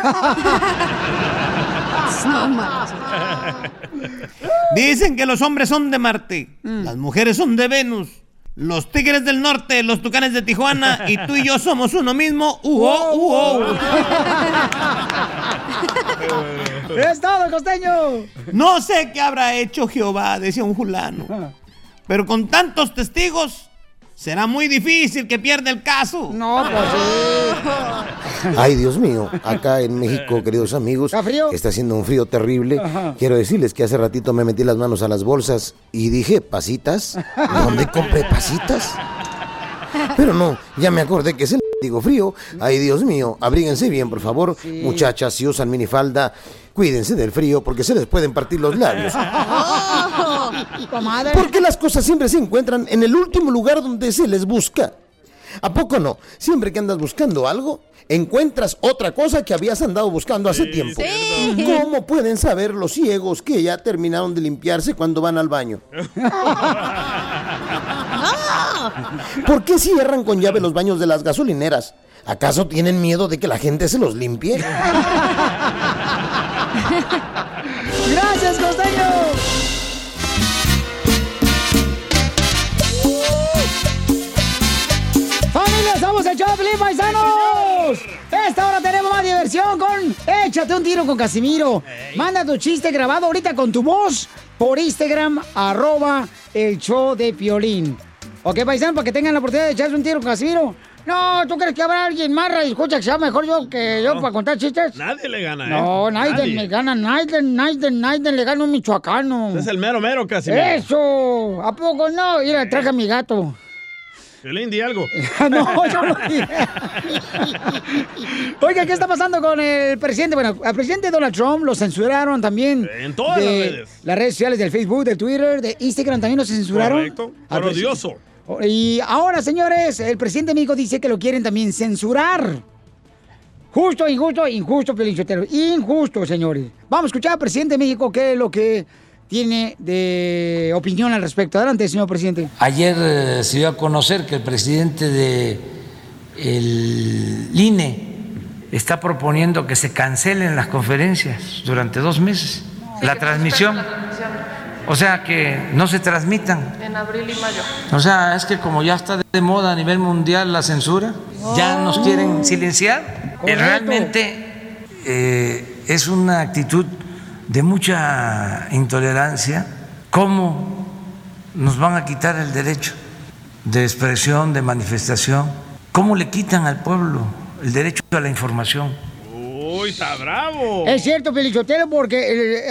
[SPEAKER 4] No
[SPEAKER 12] [laughs]
[SPEAKER 4] manches.
[SPEAKER 12] Dicen que los hombres son de Marte,
[SPEAKER 1] Mm.
[SPEAKER 12] las mujeres son de Venus, los tigres del norte, los tucanes de Tijuana y tú y yo somos uno
[SPEAKER 1] [laughs]
[SPEAKER 12] mismo. ¡Uo, uo!
[SPEAKER 1] ¡Es todo, costeño!
[SPEAKER 12] No sé qué habrá hecho Jehová, decía un
[SPEAKER 1] [laughs]
[SPEAKER 12] fulano. Pero con tantos testigos, será muy difícil que pierda el caso.
[SPEAKER 1] No, pues
[SPEAKER 14] [laughs]
[SPEAKER 12] [laughs]
[SPEAKER 14] Ay, Dios mío, acá en México, queridos amigos, está, haciendo un frío terrible.
[SPEAKER 1] Ajá.
[SPEAKER 14] Quiero decirles que hace ratito me metí las manos a las bolsas y dije, [laughs] pasitas, ¿dónde compré pasitas? Pero no, ya me acordé que es el digo frío. Ay, Dios mío, abríguense bien, por favor. Muchachas, si usan minifalda, cuídense del frío porque se les pueden partir los [laughs] labios.
[SPEAKER 1] ¡Oh! Comadre.
[SPEAKER 14] Porque las cosas siempre se encuentran en el último lugar donde se les busca. ¿A poco no? Siempre que andas buscando algo, encuentras otra cosa que habías andado buscando hace tiempo. ¿Cómo pueden saber los ciegos que ya terminaron de limpiarse cuando van al baño? ¿Por qué cierran con llave los baños de las gasolineras? ¿Acaso tienen miedo de que la gente se los limpie?
[SPEAKER 1] ¡Gracias, costeño! ¡Familia, somos el Choplin, paisanos! Esta hora tenemos más diversión con Échate un tiro con Casimiro. Manda tu chiste grabado ahorita con tu voz por Instagram, arroba el show de Piolín. Ok, paisano, para que tengan la oportunidad de echarse un tiro con Casimiro. No, ¿tú crees que habrá alguien más, escucha, que sea mejor yo que yo para contar chistes?
[SPEAKER 2] Nadie le gana, ¿eh?
[SPEAKER 1] No, Naiden me gana, Naiden, Naiden, Naiden le gana un michoacano.
[SPEAKER 2] Es el mero mero, Casimiro.
[SPEAKER 1] ¡Eso! ¿A poco no? Mira, traje a mi gato.
[SPEAKER 2] Piolín, di algo.
[SPEAKER 1] [laughs] no, yo no dije. Oiga, ¿qué está pasando con el presidente? Bueno, al presidente Donald Trump lo censuraron también.
[SPEAKER 2] En todas
[SPEAKER 1] de
[SPEAKER 2] las redes.
[SPEAKER 1] Las redes sociales del Facebook, del Twitter, de Instagram también lo censuraron.
[SPEAKER 2] Correcto.
[SPEAKER 1] Al
[SPEAKER 2] Por
[SPEAKER 1] presi- Oh,
[SPEAKER 2] odioso.
[SPEAKER 1] Y ahora, señores, el presidente de México dice que lo quieren también censurar. Justo, injusto, injusto, Pelichotero. Injusto, señores. Vamos a escuchar al presidente de México qué es lo que tiene de opinión al respecto. Adelante, señor presidente.
[SPEAKER 8] [laughs] Ayer eh, se dio a conocer que el presidente de el E, INE está proponiendo que se cancelen las conferencias durante dos meses.
[SPEAKER 11] la transmisión. O sea, que no se transmitan.
[SPEAKER 8] En abril y mayo.
[SPEAKER 11] O sea, es que como ya está de moda a nivel mundial la censura, ya nos quieren silenciar. Eh, Realmente eh, es una actitud de mucha intolerancia. ¿Cómo nos van a quitar el derecho de expresión, de manifestación? ¿Cómo le quitan al pueblo el derecho a la información?
[SPEAKER 2] [laughs] Uy, está bravo.
[SPEAKER 1] Es cierto, Pelichotero, porque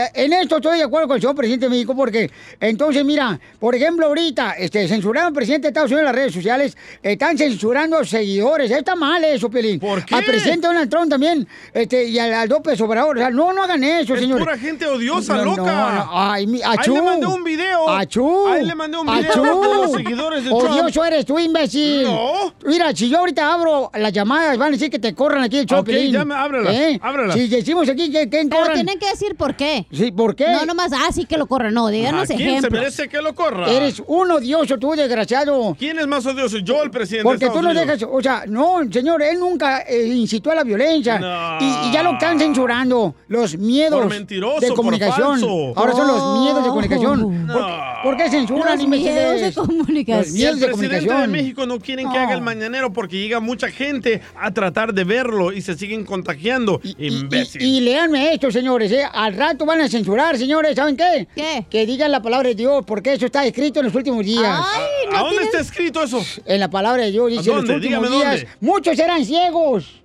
[SPEAKER 1] eh, en esto estoy de acuerdo con el señor presidente de México, porque entonces, mira, por ejemplo, ahorita, este, censuraron al presidente de Estados Unidos en las redes sociales, eh, están censurando seguidores, está mal eso, Peli. ¿Por
[SPEAKER 2] qué?
[SPEAKER 1] Al presidente Donald Trump también, este, y al, al López Obrador, o sea, no, no hagan eso,
[SPEAKER 2] Es
[SPEAKER 1] señores.
[SPEAKER 2] pura gente odiosa,
[SPEAKER 1] No, no,
[SPEAKER 2] loca.
[SPEAKER 1] no, Ay, mi, achú.
[SPEAKER 2] Ahí le mandé un video.
[SPEAKER 1] Achú.
[SPEAKER 2] Ahí le mandé un video
[SPEAKER 1] Achú.
[SPEAKER 2] de los seguidores de Trump.
[SPEAKER 1] Odioso eres tú, imbécil.
[SPEAKER 2] No.
[SPEAKER 1] Mira, si yo ahorita abro las llamadas, van a decir que te corran aquí el show,
[SPEAKER 2] Ok,
[SPEAKER 1] Pelín.
[SPEAKER 2] ya me- ábrelas, ábrelas.
[SPEAKER 1] Si decimos aquí que, que
[SPEAKER 7] Pero
[SPEAKER 1] corran.
[SPEAKER 7] tienen que decir por qué.
[SPEAKER 1] Sí, ¿por qué?
[SPEAKER 7] No, nomás, ah, sí que lo corran. No, díganos
[SPEAKER 2] ¿A quién se
[SPEAKER 7] ejemplos.
[SPEAKER 2] merece que lo corra?
[SPEAKER 1] Eres un odioso tú, desgraciado.
[SPEAKER 2] ¿Quién es más odioso? Yo, el presidente.
[SPEAKER 1] Porque
[SPEAKER 2] de
[SPEAKER 1] tú
[SPEAKER 2] Estados
[SPEAKER 1] no
[SPEAKER 2] Unidos.
[SPEAKER 1] dejas, o sea, no, señor, él nunca eh, incitó a la violencia.
[SPEAKER 2] No.
[SPEAKER 1] Y, y ya lo están censurando, los miedos
[SPEAKER 2] Por mentiroso,
[SPEAKER 1] de
[SPEAKER 2] por
[SPEAKER 1] comunicación.
[SPEAKER 2] falso.
[SPEAKER 1] Ahora son los miedos de comunicación.
[SPEAKER 2] No.
[SPEAKER 1] ¿Por, por qué censuran
[SPEAKER 7] Los miedos de
[SPEAKER 1] imbéciles?
[SPEAKER 7] comunicación.
[SPEAKER 1] Los miedos
[SPEAKER 2] el
[SPEAKER 1] de
[SPEAKER 2] presidente de
[SPEAKER 1] comunicación.
[SPEAKER 2] México no quieren que
[SPEAKER 1] No.
[SPEAKER 2] haga el mañanero porque llega mucha gente a tratar de verlo y se siguen contagiando. Imbécil.
[SPEAKER 1] Y léanme esto, señores, ¿eh? al rato van a censurar, señores, ¿saben qué? ¿Qué? Que digan la palabra de Dios, porque eso está escrito en los últimos días.
[SPEAKER 2] ¿A- ¿A dónde está escrito eso?
[SPEAKER 1] En la palabra de Dios dice, en los
[SPEAKER 2] dónde?
[SPEAKER 1] últimos
[SPEAKER 2] Dígame
[SPEAKER 1] días,
[SPEAKER 2] dónde.
[SPEAKER 1] muchos eran ciegos,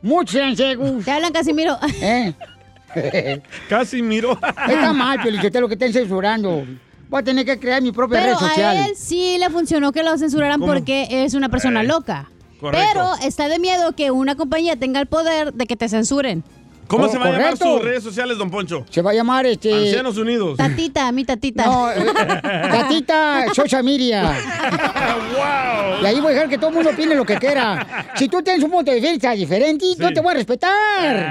[SPEAKER 1] muchos eran ciegos.
[SPEAKER 7] Te hablan, Casimiro.
[SPEAKER 1] [laughs]
[SPEAKER 2] [laughs]
[SPEAKER 1] ¿Eh?
[SPEAKER 2] Casi miró.
[SPEAKER 1] Está mal, Pelichotelo, que estén censurando. Voy a tener que crear mi propia
[SPEAKER 7] Pero
[SPEAKER 1] red social.
[SPEAKER 7] a él sí le funcionó que lo censuraran
[SPEAKER 1] ¿Cómo?
[SPEAKER 7] porque es una persona
[SPEAKER 1] Eh,
[SPEAKER 7] loca.
[SPEAKER 1] correcto.
[SPEAKER 7] Pero está de miedo que una compañía tenga el poder de que te censuren.
[SPEAKER 2] ¿Cómo se va a llamar
[SPEAKER 1] correcto.
[SPEAKER 2] sus redes sociales, don Poncho?
[SPEAKER 1] Se va a llamar este.
[SPEAKER 2] Ancianos Unidos.
[SPEAKER 7] Tatita, mi tatita.
[SPEAKER 1] No, Tatita Socha Miria. Y ahí voy a dejar que todo el mundo opine lo que quiera. Si tú tienes un punto de vista diferente, no te voy a respetar.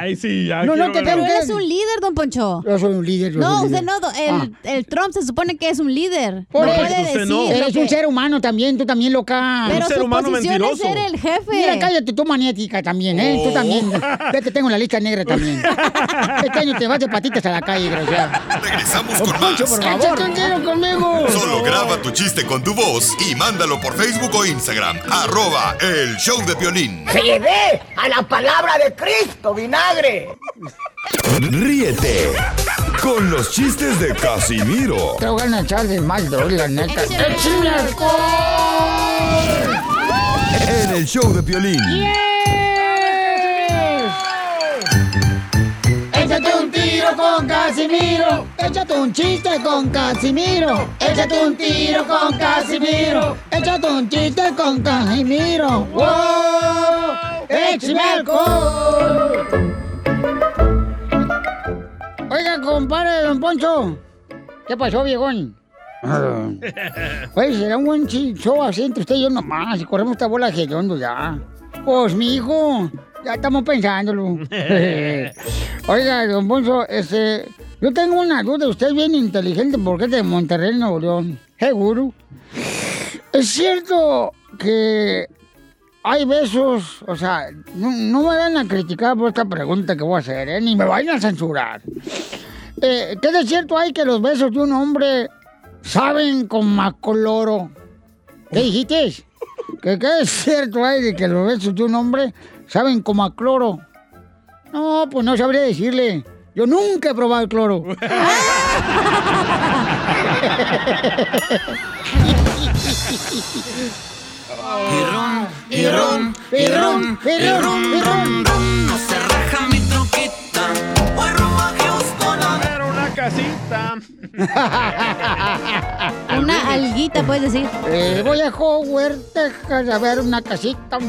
[SPEAKER 2] Ay, sí, ya
[SPEAKER 1] No, no,
[SPEAKER 2] quiero
[SPEAKER 1] te
[SPEAKER 2] ver-
[SPEAKER 1] tengo
[SPEAKER 7] Pero
[SPEAKER 1] que...
[SPEAKER 7] él es un líder, don Poncho.
[SPEAKER 1] Yo soy un líder. yo
[SPEAKER 7] No,
[SPEAKER 1] soy un
[SPEAKER 7] usted
[SPEAKER 1] líder. Ah,
[SPEAKER 7] no. do- El, el Trump se supone que es un líder.
[SPEAKER 1] Por
[SPEAKER 7] no
[SPEAKER 1] eso.
[SPEAKER 7] puede decir. lo
[SPEAKER 1] Eres un
[SPEAKER 7] que-
[SPEAKER 1] ser humano también, tú también, loca.
[SPEAKER 7] Pero Un ser su humano posición es mentiroso. ser el jefe.
[SPEAKER 1] Mira, cállate, tú maniática también, ¿eh? Tú
[SPEAKER 7] Oh. [laughs]
[SPEAKER 1] también. Ya te tengo en la lista negra también. Este año te vas de patitas a la calle, gracias.
[SPEAKER 5] Regresamos con más.
[SPEAKER 1] por favor. Échate un tiro conmigo.
[SPEAKER 5] Solo graba tu chiste con tu voz y mándalo por Facebook o Instagram. Arroba el show de violín.
[SPEAKER 1] ¡Se llevé a la palabra de Cristo, vinagre!
[SPEAKER 6] Ríete con los chistes de Casimiro
[SPEAKER 1] Te voy a echar de mal, bro, la neta. ¡Échame alcohol!
[SPEAKER 6] en el show de violín.
[SPEAKER 1] Échate un tiro con Casimiro. Échate un chiste con Casimiro. Échate un tiro con Casimiro. Échate un chiste con Casimiro. ¡Wow! ¡Échame alcohol! Oiga, compadre de Don Poncho. ¿Qué pasó, viejón? Oye, será Pues, un buen chi- show así entre usted y yo nomás. Y corremos esta bola de hediondo ya. Pues, mi hijo, ya estamos pensándolo. Oiga, don Ponzo, este, yo tengo una duda. Usted es bien inteligente porque es de Monterrey, Nuevo León. Seguro. ¿Es cierto que hay besos? O sea, no, no me van a criticar por esta pregunta que voy a hacer, ¿eh? ni me vayan a censurar. Eh, ¿Qué de cierto hay que los besos de un hombre saben con más coloro? ¿Qué dijiste? ¿Que ¿Qué es cierto hay de que los besos de un hombre saben como a cloro? No, pues no sabría decirle. Yo nunca he probado el cloro. [laughs]
[SPEAKER 4] Y ron, y ron, y ron, y ron, ron, ron, no se raja mi troqueta. Voy a robar Houston.
[SPEAKER 2] Era una casita.
[SPEAKER 7] Una alguita, puedes decir.
[SPEAKER 1] Eh, voy a Howard, Texas, a ver una casita.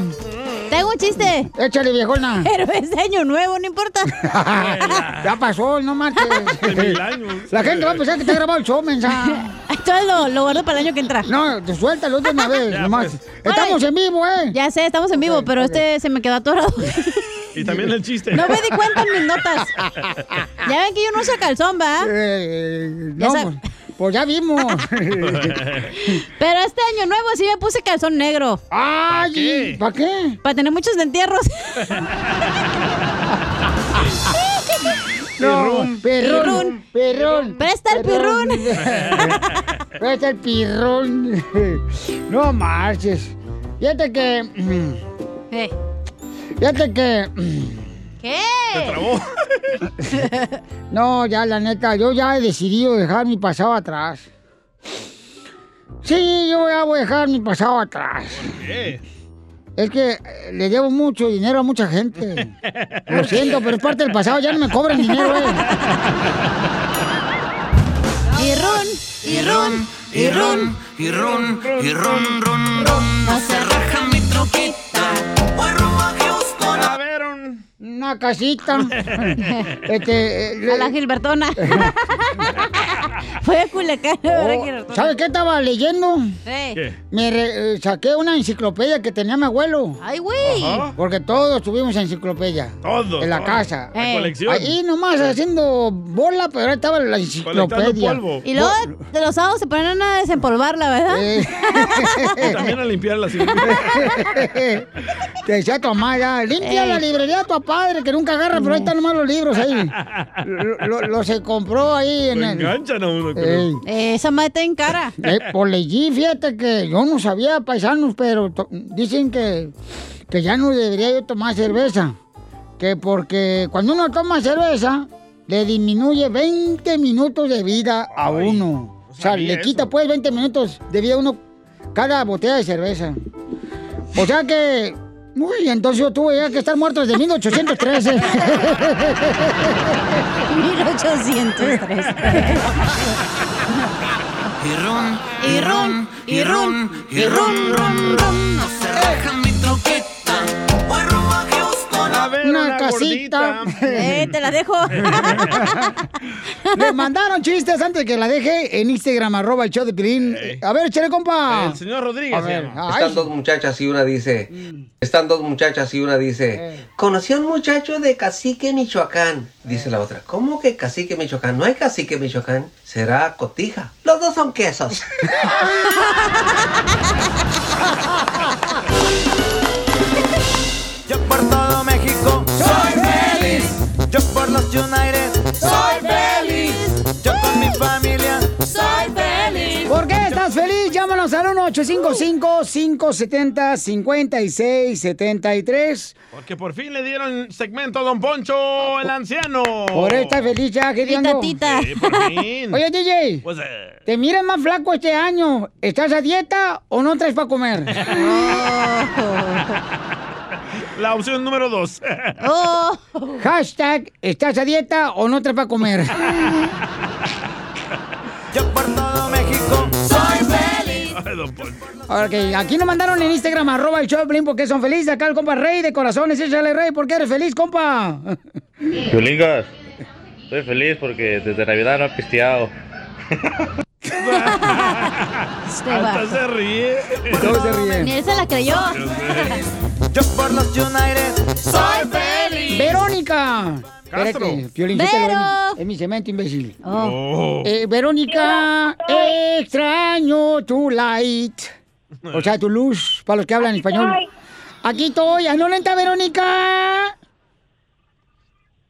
[SPEAKER 7] Tengo un chiste.
[SPEAKER 1] Échale, viejona.
[SPEAKER 7] [laughs] Pero es de año nuevo, no importa.
[SPEAKER 1] ya pasó, no marches. La gente va
[SPEAKER 7] [laughs]
[SPEAKER 1] a pensar que está grabado el show, mensa.
[SPEAKER 7] Entonces lo, lo guardo para el año que entra.
[SPEAKER 1] No, suéltalo de una vez, nomás. Estamos en vivo, ¿eh?
[SPEAKER 7] Ya sé, estamos en vivo, pero este se me quedó atorado.
[SPEAKER 1] [laughs]
[SPEAKER 2] Y también el chiste.
[SPEAKER 7] No me di cuenta en mis
[SPEAKER 2] [laughs]
[SPEAKER 7] notas. Ya ven que yo no uso calzón, ¿va?
[SPEAKER 1] no, pues
[SPEAKER 7] [laughs]
[SPEAKER 1] ya vimos.
[SPEAKER 7] Pero este año nuevo sí me puse calzón negro.
[SPEAKER 1] ¡Ay! ¿Para qué?
[SPEAKER 7] Para tener muchos entierros.
[SPEAKER 1] Pirrón, pirrón, pirrón.
[SPEAKER 7] Presta el
[SPEAKER 1] pirrón.
[SPEAKER 7] [laughs]
[SPEAKER 1] Presta el pirrón. [laughs] No marches. Fíjate que. Fíjate que.
[SPEAKER 7] ¿Qué?
[SPEAKER 1] No, ya la neta, yo ya he decidido dejar mi pasado atrás. Sí, yo ya voy a dejar mi pasado atrás. Es que eh, le debo mucho dinero a
[SPEAKER 7] [laughs]
[SPEAKER 1] mucha gente. Lo siento, pero es parte del pasado, ya no me cobran dinero, eh.
[SPEAKER 4] Y ron, y ron, y ron, y ron, y ron, ron, ron. No se raja mi troquita.
[SPEAKER 1] A ver, un-
[SPEAKER 7] [laughs]
[SPEAKER 1] una casita. este,
[SPEAKER 7] A la
[SPEAKER 1] [laughs]
[SPEAKER 7] Gilbertona. [laughs] Fue a Culiacán, a ver a Gilbertona.
[SPEAKER 1] ¿Sabes Oh, qué estaba leyendo?
[SPEAKER 7] Sí. ¿Qué?
[SPEAKER 1] Me re- eh, saqué una enciclopedia que tenía mi abuelo.
[SPEAKER 7] Ay, güey. Ajá.
[SPEAKER 1] Porque todos tuvimos enciclopedia.
[SPEAKER 2] Todos,
[SPEAKER 1] En la
[SPEAKER 2] todos.
[SPEAKER 1] casa.
[SPEAKER 2] La Ey. colección.
[SPEAKER 1] Ahí nomás haciendo bola, pero ahí estaba la enciclopedia.
[SPEAKER 7] Y luego de los sábados se ponen a desempolvarla, ¿verdad?
[SPEAKER 1] Eh.
[SPEAKER 7] [laughs]
[SPEAKER 2] Y [laughs] también a limpiar la silla.
[SPEAKER 1] [laughs] Te decía tu mamá ya, limpia
[SPEAKER 7] Ey.
[SPEAKER 1] la librería a tu padre, que nunca agarra, pero ahí están nomás los libros
[SPEAKER 2] [laughs]
[SPEAKER 1] ahí. Lo, lo- lo se compró ahí en
[SPEAKER 2] Lo
[SPEAKER 1] el...
[SPEAKER 2] enganchan a uno. creo.
[SPEAKER 1] Ey.
[SPEAKER 7] esa madre está en cara.
[SPEAKER 1] [laughs] Eh,
[SPEAKER 7] [laughs]
[SPEAKER 1] por leí, fíjate que yo no sabía, paisanos, pero to- dicen que, que ya no debería yo tomar cerveza. Que porque cuando uno toma cerveza, le disminuye 20 minutos de vida a uno. O sea,
[SPEAKER 4] sabía
[SPEAKER 1] le quita pues 20 minutos de vida a uno cada botella de cerveza. O sea que... Uy, entonces yo tuve ya que estar muerto desde 1813.
[SPEAKER 7] 1813.
[SPEAKER 4] Y ron, y ron, y ron, y ron, ron, ron. No se raja mi troquita.
[SPEAKER 1] una,
[SPEAKER 4] una
[SPEAKER 1] casita.
[SPEAKER 4] gordita. Eh,
[SPEAKER 7] te la
[SPEAKER 1] [laughs]
[SPEAKER 7] dejo.
[SPEAKER 1] Nos mandaron chistes antes que la deje en Instagram, arroba el show de Pilín. A ver, échale, compa.
[SPEAKER 2] Eh. El señor Rodríguez
[SPEAKER 1] A
[SPEAKER 2] se
[SPEAKER 1] ver,
[SPEAKER 2] llama. Mm.
[SPEAKER 1] ay,
[SPEAKER 8] Están dos muchachas y una dice, están dos muchachas y una dice,
[SPEAKER 2] Eh.
[SPEAKER 8] conocí a un muchacho de Cacique, Michoacán. Dice la otra, ¿cómo que Cacique, Michoacán? No hay Cacique, Michoacán. Será Cotija. Los dos son quesos.
[SPEAKER 4] Yo por todo México soy feliz. Yo por los United soy feliz. Yo con mi familia soy feliz.
[SPEAKER 1] ¿Por qué estás feliz? Llámanos al 1-855-570-5673.
[SPEAKER 2] Porque por fin le dieron segmento a Don Poncho, el anciano.
[SPEAKER 1] Por eso estás feliz ya, ¿qué diablo?
[SPEAKER 2] Oh. Sí, por fin.
[SPEAKER 1] Oye, DJ,
[SPEAKER 2] Pues, eh,
[SPEAKER 1] te miras más flaco este año. ¿Estás a dieta o no traes para comer?
[SPEAKER 2] la opción número dos.
[SPEAKER 1] Hashtag, ¿estás a dieta o no traes para comer?
[SPEAKER 4] Soy feliz.
[SPEAKER 1] Ok, aquí nos mandaron en Instagram, arroba el show de Piolín, porque son felices. Acá el compa Rey de corazones, échale Rey, porque eres feliz, compa.
[SPEAKER 10] Pioligas, estoy feliz porque desde Navidad no he pisteado.
[SPEAKER 2] [laughs] Hasta se ríe.
[SPEAKER 1] Todos se
[SPEAKER 7] Ni él se la creyó.
[SPEAKER 4] Yo por los United soy feliz.
[SPEAKER 1] Verónica.
[SPEAKER 4] Castro.
[SPEAKER 1] Espérate, Piolín, yo te lo-
[SPEAKER 4] Vero.
[SPEAKER 1] Es mi cemento, imbécil.
[SPEAKER 4] Oh.
[SPEAKER 1] Eh, Verónica, extraño tu light. O sea, tu luz, para los que hablan español. Aquí estoy. ¿A dónde está Verónica?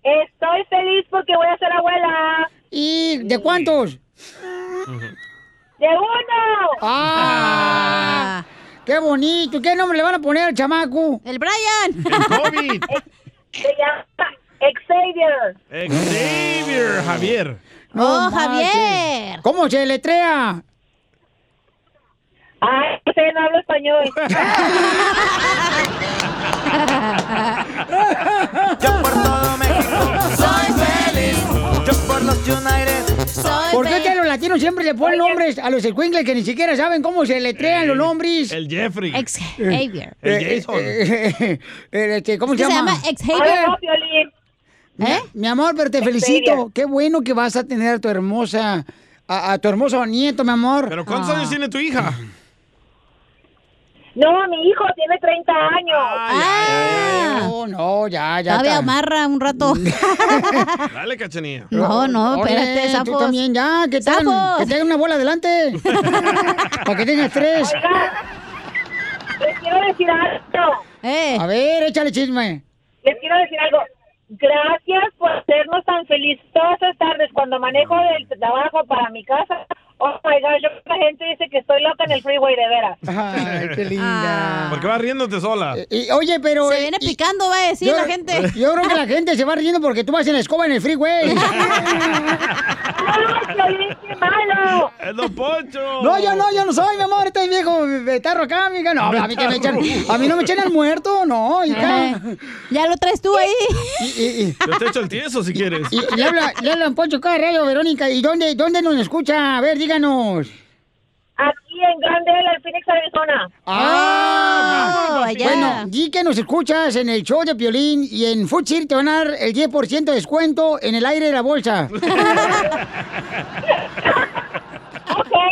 [SPEAKER 14] Estoy feliz porque voy a ser abuela.
[SPEAKER 1] ¿Y de cuántos?
[SPEAKER 14] De uno.
[SPEAKER 1] ¡Ah! ¡Qué bonito! ¿Qué nombre le van a poner al chamaco?
[SPEAKER 7] El Brian. [laughs]
[SPEAKER 14] Se llama Xavier.
[SPEAKER 2] Eh, Xavier, Javier.
[SPEAKER 1] No
[SPEAKER 14] ¡Oh,
[SPEAKER 1] marches.
[SPEAKER 14] Javier!
[SPEAKER 1] ¿Cómo se letrea?
[SPEAKER 14] Ay, usted no habla español.
[SPEAKER 4] [laughs] Yo por todo México soy feliz. Yo por los United soy
[SPEAKER 1] ¿Por qué
[SPEAKER 4] feliz.
[SPEAKER 1] que a los latinos siempre le ponen nombres a los escuincles que ni siquiera saben cómo se letrean los nombres? Eh,
[SPEAKER 2] El Jeffrey.
[SPEAKER 1] Xavier.
[SPEAKER 2] El Jason.
[SPEAKER 1] eh, ¿Cómo
[SPEAKER 7] Es que se
[SPEAKER 1] se llama?
[SPEAKER 7] llama Xavier. Hola,
[SPEAKER 1] ¿Eh? Mi amor, pero te felicito. Qué bueno que vas a tener a tu hermosa, a, a tu hermoso nieto, mi amor. Ah. Pero
[SPEAKER 2] ¿Cuántos años tiene tu hija?
[SPEAKER 14] No, mi hijo tiene 30 años.
[SPEAKER 1] Ah, No, no, ya, ya.
[SPEAKER 7] Todavía
[SPEAKER 1] está.
[SPEAKER 7] amarra un
[SPEAKER 1] [laughs]
[SPEAKER 7] rato.
[SPEAKER 2] Dale, cachanilla.
[SPEAKER 7] No, no,
[SPEAKER 1] Órale,
[SPEAKER 7] espérate,
[SPEAKER 1] tú
[SPEAKER 7] sapos.
[SPEAKER 1] también, ya, que te, hagan, que te hagan una
[SPEAKER 7] [laughs]
[SPEAKER 1] bola adelante. Para que tengas tres.
[SPEAKER 14] Les quiero decir algo.
[SPEAKER 1] A ver, échale chisme.
[SPEAKER 14] Les quiero decir algo. Gracias por hacernos tan felices todas las tardes cuando manejo del trabajo para mi casa. Oh my gosh, yo- la gente dice que estoy loca en el freeway, de veras.
[SPEAKER 1] Ay, qué
[SPEAKER 7] Ah.
[SPEAKER 1] linda. Eh,
[SPEAKER 2] Porque vas riéndote sola.
[SPEAKER 1] Y, oye, pero.
[SPEAKER 7] Se viene picando, va a decir
[SPEAKER 1] yo-
[SPEAKER 7] la gente.
[SPEAKER 1] [laughs] Yo creo que la gente se va riendo porque tú vas en la escoba en
[SPEAKER 7] [laughs]
[SPEAKER 1] el freeway.
[SPEAKER 14] malo!
[SPEAKER 2] ¡Es Don Poncho!
[SPEAKER 1] No, yo no, yo no soy, mi amor, este viejo betarro acá, amiga. No, a mí que me echan, a mí no me echan al muerto, no, hija.
[SPEAKER 7] Ya lo traes tú ahí.
[SPEAKER 2] Yo te echo el tieso si quieres.
[SPEAKER 1] Y, y le habla, le hablan Poncho acá, Radio Verónica, ¿y dónde, dónde nos escucha? A ver, díganos.
[SPEAKER 14] Aquí en Glendale, en Phoenix, Arizona.
[SPEAKER 7] Oh,
[SPEAKER 1] Ah,
[SPEAKER 14] allá.
[SPEAKER 1] bueno, di que nos escuchas en el show de Piolín y en Futsir te van a dar el 10% de descuento en el aire de la
[SPEAKER 7] [laughs]
[SPEAKER 1] bolsa.
[SPEAKER 14] Ok,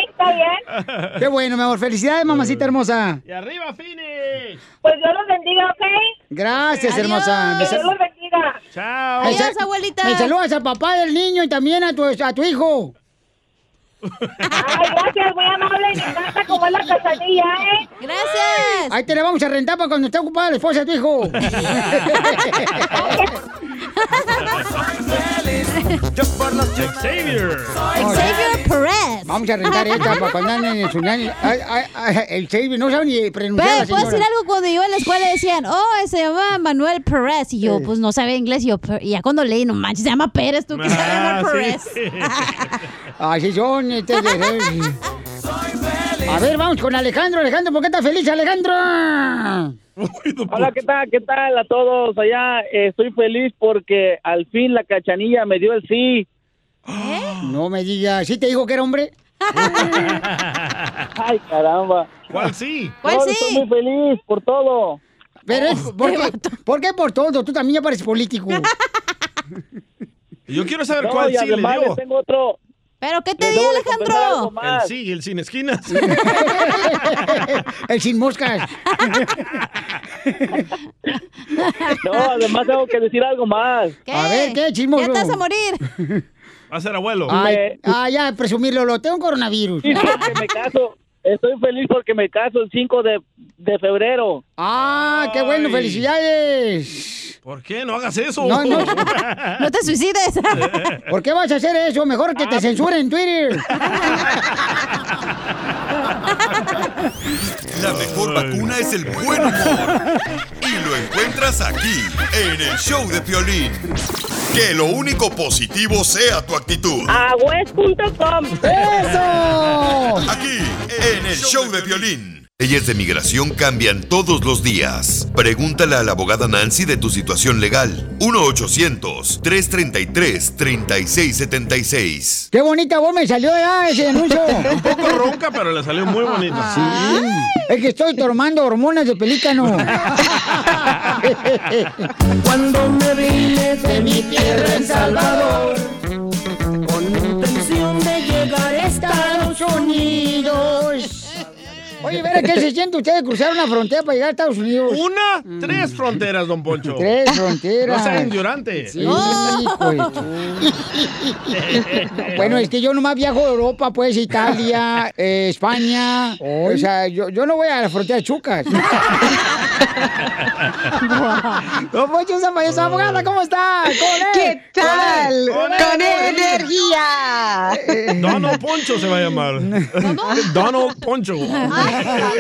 [SPEAKER 14] está bien.
[SPEAKER 1] Qué bueno, mi amor, felicidades, mamacita hermosa.
[SPEAKER 2] ¡Y arriba, Fini!
[SPEAKER 14] Pues Dios los bendiga, ¿ok?
[SPEAKER 1] Gracias, hermosa. Me
[SPEAKER 14] Que Dios
[SPEAKER 1] sal-
[SPEAKER 14] los bendiga.
[SPEAKER 2] Chao.
[SPEAKER 1] me sal-
[SPEAKER 14] [laughs]
[SPEAKER 1] Me saludas al papá del niño y también a tu, a tu hijo.
[SPEAKER 14] Ay, gracias, muy amable. Me encanta cómo es la casadilla, ¿eh?
[SPEAKER 7] Gracias.
[SPEAKER 1] Ahí te la vamos a rentar para cuando esté ocupada la esposa de tu hijo.
[SPEAKER 4] Yo por los Xavier.
[SPEAKER 1] Xavier
[SPEAKER 7] Perez.
[SPEAKER 1] Vamos a rentar esta para cuando anden en el tsunami. Ay, ay, ay, el Xavier no sabe ni pronunciar
[SPEAKER 7] Pero
[SPEAKER 1] la
[SPEAKER 7] puedo
[SPEAKER 1] señora.
[SPEAKER 7] decir algo cuando yo en la escuela decían, oh, se llama Manuel Perez. Y yo, pues no sabía inglés. Y yo, "Per-". y ya cuando leí, no manches, se llama Pérez, tú que sabes
[SPEAKER 1] Ah,
[SPEAKER 7] Manuel Perez.
[SPEAKER 2] [laughs]
[SPEAKER 1] sí. Así son, este [laughs] de- de- A ver, vamos con Alejandro. Alejandro, ¿por qué estás feliz, Alejandro?
[SPEAKER 21] Hola, ¿qué tal? ¿Qué tal a todos allá? Eh, Estoy feliz porque al fin la cachanilla me dio el sí.
[SPEAKER 1] No me digas, ¿sí te dijo que era hombre?
[SPEAKER 21] [laughs] Ay, caramba.
[SPEAKER 2] ¿Cuál sí?
[SPEAKER 1] ¿Cuál
[SPEAKER 21] No,
[SPEAKER 1] sí?
[SPEAKER 21] Estoy muy feliz por todo.
[SPEAKER 1] Pero, es- ¿por, qué, ¿por qué por todo? Tú también ya pareces [laughs] político.
[SPEAKER 2] Yo quiero saber
[SPEAKER 1] No,
[SPEAKER 2] cuál
[SPEAKER 1] y
[SPEAKER 2] sí le
[SPEAKER 1] además
[SPEAKER 2] dio.
[SPEAKER 1] les
[SPEAKER 21] tengo otro.
[SPEAKER 7] ¿Pero qué
[SPEAKER 1] te Les dio, debo de Alejandro? confesar algo
[SPEAKER 2] El
[SPEAKER 1] más.
[SPEAKER 2] sí, y el sin esquinas.
[SPEAKER 1] [laughs] el sin moscas.
[SPEAKER 21] No, además tengo que decir algo más.
[SPEAKER 1] A ver, ¿qué, chismoso?
[SPEAKER 21] Ya te vas a
[SPEAKER 7] morir.
[SPEAKER 2] Va a ser abuelo.
[SPEAKER 1] Ay, ah, ya, presumirlo, lo tengo coronavirus.
[SPEAKER 21] Porque me caso. Estoy feliz porque me caso el 5 de, de febrero.
[SPEAKER 1] Ah, qué bueno,
[SPEAKER 21] Ay.
[SPEAKER 1] felicidades.
[SPEAKER 2] ¿Por qué? No hagas eso.
[SPEAKER 1] No, no.
[SPEAKER 7] No te suicides.
[SPEAKER 1] ¿Por qué vas a hacer eso? Mejor que te censuren en Twitter.
[SPEAKER 5] La mejor vacuna es el buen humor. Y lo encuentras aquí, en el show de Piolín. Que lo único positivo sea tu actitud.
[SPEAKER 14] Agüez.com.
[SPEAKER 1] ¡Eso!
[SPEAKER 5] Aquí, en el show de Piolín. Leyes de migración cambian todos los días. Pregúntale a la abogada Nancy de tu situación legal. 1-800-333-3676.
[SPEAKER 1] Qué bonita voz me salió ya ese anuncio.
[SPEAKER 2] Un poco ronca, pero le salió muy bonito.
[SPEAKER 1] Es que estoy tomando hormonas de pelícano.
[SPEAKER 4] [laughs] Cuando me vine de mi tierra El Salvador, con intención de llegar a Estados Unidos.
[SPEAKER 1] Oye, ver, ¿qué se siente ustedes cruzar una frontera para llegar a Estados Unidos?
[SPEAKER 2] Una, [laughs] tres fronteras, don Poncho.
[SPEAKER 1] Tres fronteras.
[SPEAKER 2] No sean ignorantes.
[SPEAKER 1] Sí, hijo de tu- [laughs] bueno, es que yo nomás viajo a Europa, pues, Italia, eh, España. O sea, yo, yo no voy a la frontera de
[SPEAKER 4] [laughs]
[SPEAKER 1] Chucas. No, pues, Poncho Zamayo, abogada, ¿cómo está? ¿Qué
[SPEAKER 4] tal? Con energía.
[SPEAKER 2] Donald Poncho se va a llamar. Donald Poncho.
[SPEAKER 1] [laughs] Ah.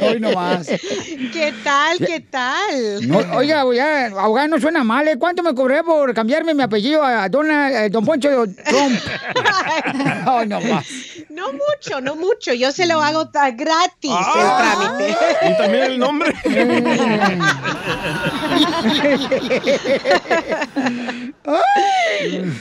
[SPEAKER 1] Hoy nomás.
[SPEAKER 3] ¿Qué tal? ¿Qué tal?
[SPEAKER 1] No, oiga, ya, abogada, no suena mal, ¿eh? ¿Cuánto me cobré por cambiarme mi apellido a Dona- eh, Don Poncho Trump?
[SPEAKER 3] [laughs]
[SPEAKER 1] Ay, no más.
[SPEAKER 3] No mucho, no mucho. Yo se lo hago ta- gratis
[SPEAKER 1] Ah. [laughs]
[SPEAKER 3] el
[SPEAKER 2] Y también el nombre.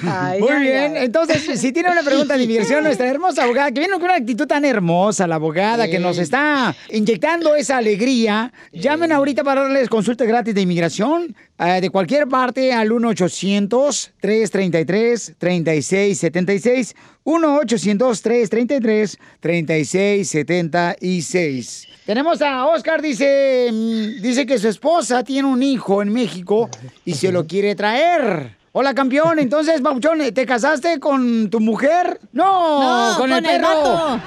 [SPEAKER 3] Ay,
[SPEAKER 1] Muy
[SPEAKER 3] ay,
[SPEAKER 1] bien,
[SPEAKER 3] ay.
[SPEAKER 1] entonces, si tiene una pregunta de diversión, nuestra hermosa abogada, que viene con una actitud tan hermosa, la abogada que nos está inyectando esa alegría, llamen ahorita para darles consulta gratis de inmigración eh, de cualquier parte al 1-800-333-3676. 1-800-333-3676. Tenemos a Oscar, dice, mm, dice que su esposa tiene un hijo en México y se lo quiere traer. Hola, campeón. Entonces, Papuchón, ¿te casaste con tu mujer? No,
[SPEAKER 4] No,
[SPEAKER 1] con, el
[SPEAKER 4] con el
[SPEAKER 1] perro.
[SPEAKER 4] vato.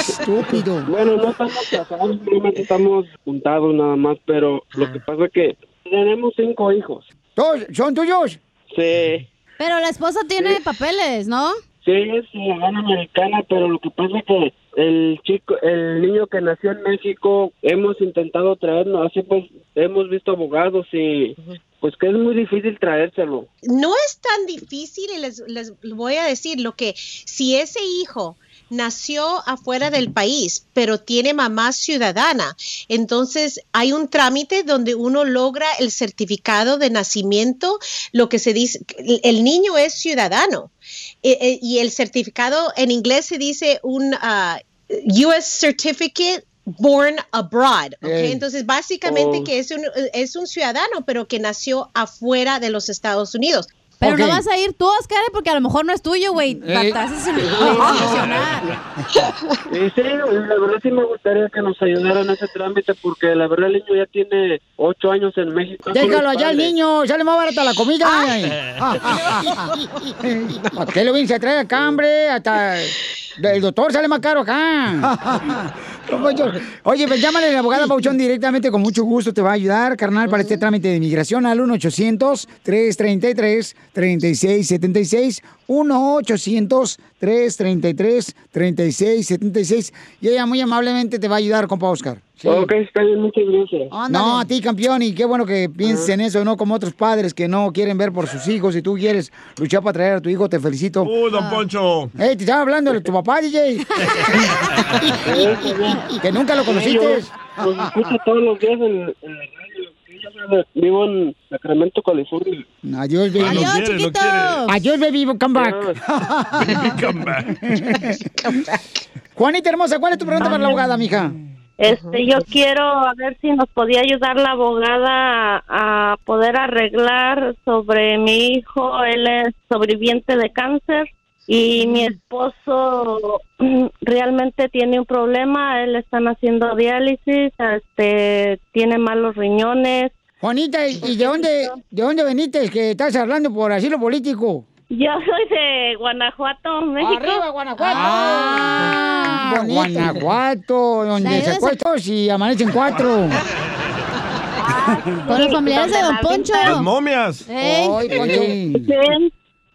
[SPEAKER 1] [laughs] Estúpido.
[SPEAKER 15] Bueno, no estamos casados, solamente estamos juntados nada más, pero lo que pasa es que tenemos cinco hijos.
[SPEAKER 1] ¿Todos son tuyos?
[SPEAKER 21] Sí.
[SPEAKER 7] Pero la esposa tiene papeles,
[SPEAKER 1] [laughs]
[SPEAKER 7] ¿no?
[SPEAKER 21] Sí, es ciudadana americana, pero lo que pasa es que el chico, el niño que nació en México, hemos intentado traernos, así pues hemos visto abogados y pues que es muy difícil traérselo.
[SPEAKER 3] No es tan difícil y les, les voy a decir lo que si ese hijo nació afuera del país, pero tiene mamá ciudadana, entonces hay un trámite donde uno logra el certificado de nacimiento, lo que se dice, el- el niño es ciudadano E- e- y el certificado en inglés se dice un ah, US Certificate Born Abroad. ¿ok?
[SPEAKER 15] Ey.
[SPEAKER 3] Entonces, básicamente
[SPEAKER 15] Oh.
[SPEAKER 3] que es un, es un ciudadano, pero que nació afuera de los Estados Unidos.
[SPEAKER 7] Pero no vas a ir tú, Oscar, porque a lo mejor no es tuyo, güey. Te haces el-
[SPEAKER 21] Y sí, la verdad sí me gustaría que nos ayudaran en ese trámite porque la verdad el niño ya tiene ocho años en México.
[SPEAKER 1] Déjalo allá al niño, sale más barata la comida. ¿Para qué lo vienes a traer acá, hombre? Hasta el doctor sale más caro acá. Como yo. Oye, pues llámale a la abogada Pauchón directamente, con mucho gusto te va a ayudar, carnal, para este trámite de inmigración al 1-800-333-3676, 1-800-333-3676, y ella muy amablemente te va a ayudar, compa Oscar. Sí.
[SPEAKER 21] Ok, está bien, muchas gracias.
[SPEAKER 1] No, a ti, campeón, y qué bueno que pienses en eso, no como otros padres que no quieren ver por sus hijos. Si tú quieres luchar para traer a tu hijo, te felicito.
[SPEAKER 2] Uh, don Poncho.
[SPEAKER 1] Ey, te estaba hablando de tu papá, DJ. que nunca lo conociste.
[SPEAKER 21] Sí, yo Los escucho Pues, todos los días en, en la radio. Yo Vivo en Sacramento, California.
[SPEAKER 1] Adiós, baby.
[SPEAKER 21] Ah, lo Adiós, quiere, lo chiquito. quiere.
[SPEAKER 1] Adiós, baby, come back. [laughs] Juanita hermosa, ¿cuál es tu pregunta para la abogada, mija?
[SPEAKER 15] Este, yo quiero a ver si nos podía ayudar la abogada a poder arreglar sobre mi hijo. Él es sobreviviente de cáncer y mi esposo mm, realmente tiene un problema. Él está haciendo diálisis, este, tiene malos riñones.
[SPEAKER 1] Juanita, ¿y y de dónde, de dónde veniste? Que estás hablando por asilo político.
[SPEAKER 15] Yo [laughs] soy de Guanajuato, México.
[SPEAKER 1] ¡Arriba, Guanajuato! Guanajuato, donde
[SPEAKER 15] ¿Sabes?
[SPEAKER 1] se acuestan y amanecen cuatro.
[SPEAKER 15] Con los familiares de Don Poncho. Eh.
[SPEAKER 2] Las momias.
[SPEAKER 1] Ay, pues Poncho.
[SPEAKER 15] Sí.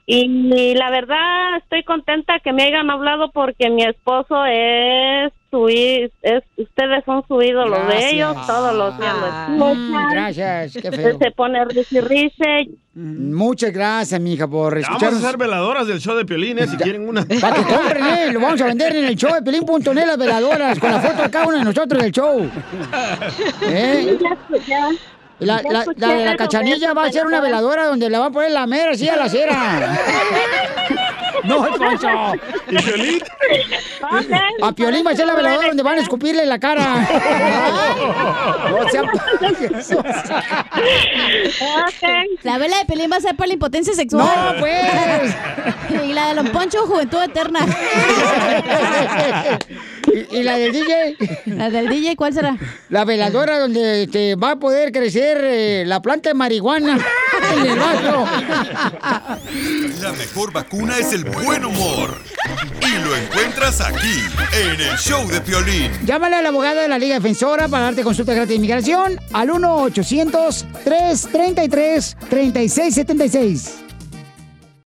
[SPEAKER 15] Y la verdad estoy contenta que me hayan hablado porque mi esposo es su í- es ustedes son su ídolo
[SPEAKER 1] Gracias. Ah,
[SPEAKER 15] de ellos todos los días. lo escuchan.
[SPEAKER 1] gracias, qué feo.
[SPEAKER 15] Se pone risa y risa.
[SPEAKER 1] Muchas gracias, mija, por
[SPEAKER 2] Ya Vamos a
[SPEAKER 1] escucharnos.
[SPEAKER 2] hacer veladoras del show de Piolín, eh, si quieren una.
[SPEAKER 1] Para que compren, ¿eh? Lo vamos a vender en el show de Pelín.net las veladoras con la foto de cada uno de nosotros del show. ¿Eh? La, la, la de la cachanilla va a ser una veladora donde la va a poner la mera así a la cera. No, [laughs] Poncho.
[SPEAKER 2] ¿Y Piolín? [laughs]
[SPEAKER 1] [laughs] A Piolín va a ser la veladora donde van a escupirle la cara.
[SPEAKER 15] [laughs]
[SPEAKER 1] No sean payasos.
[SPEAKER 7] La vela de Pelín va a ser para la impotencia sexual.
[SPEAKER 1] No, pues.
[SPEAKER 7] [laughs] y la de Don Poncho, juventud eterna.
[SPEAKER 1] [laughs] ¿Y, la del DJ?
[SPEAKER 7] ¿La del DJ cuál será?
[SPEAKER 1] La veladora donde te va a poder crecer eh, la planta
[SPEAKER 7] [laughs]
[SPEAKER 1] de marihuana en el vaso.
[SPEAKER 5] La mejor vacuna es el buen humor. Y lo encuentras aquí, en el show de Piolín.
[SPEAKER 1] Llámale a la abogada de la Liga Defensora para darte consulta gratis de inmigración al 1-800-333-3676.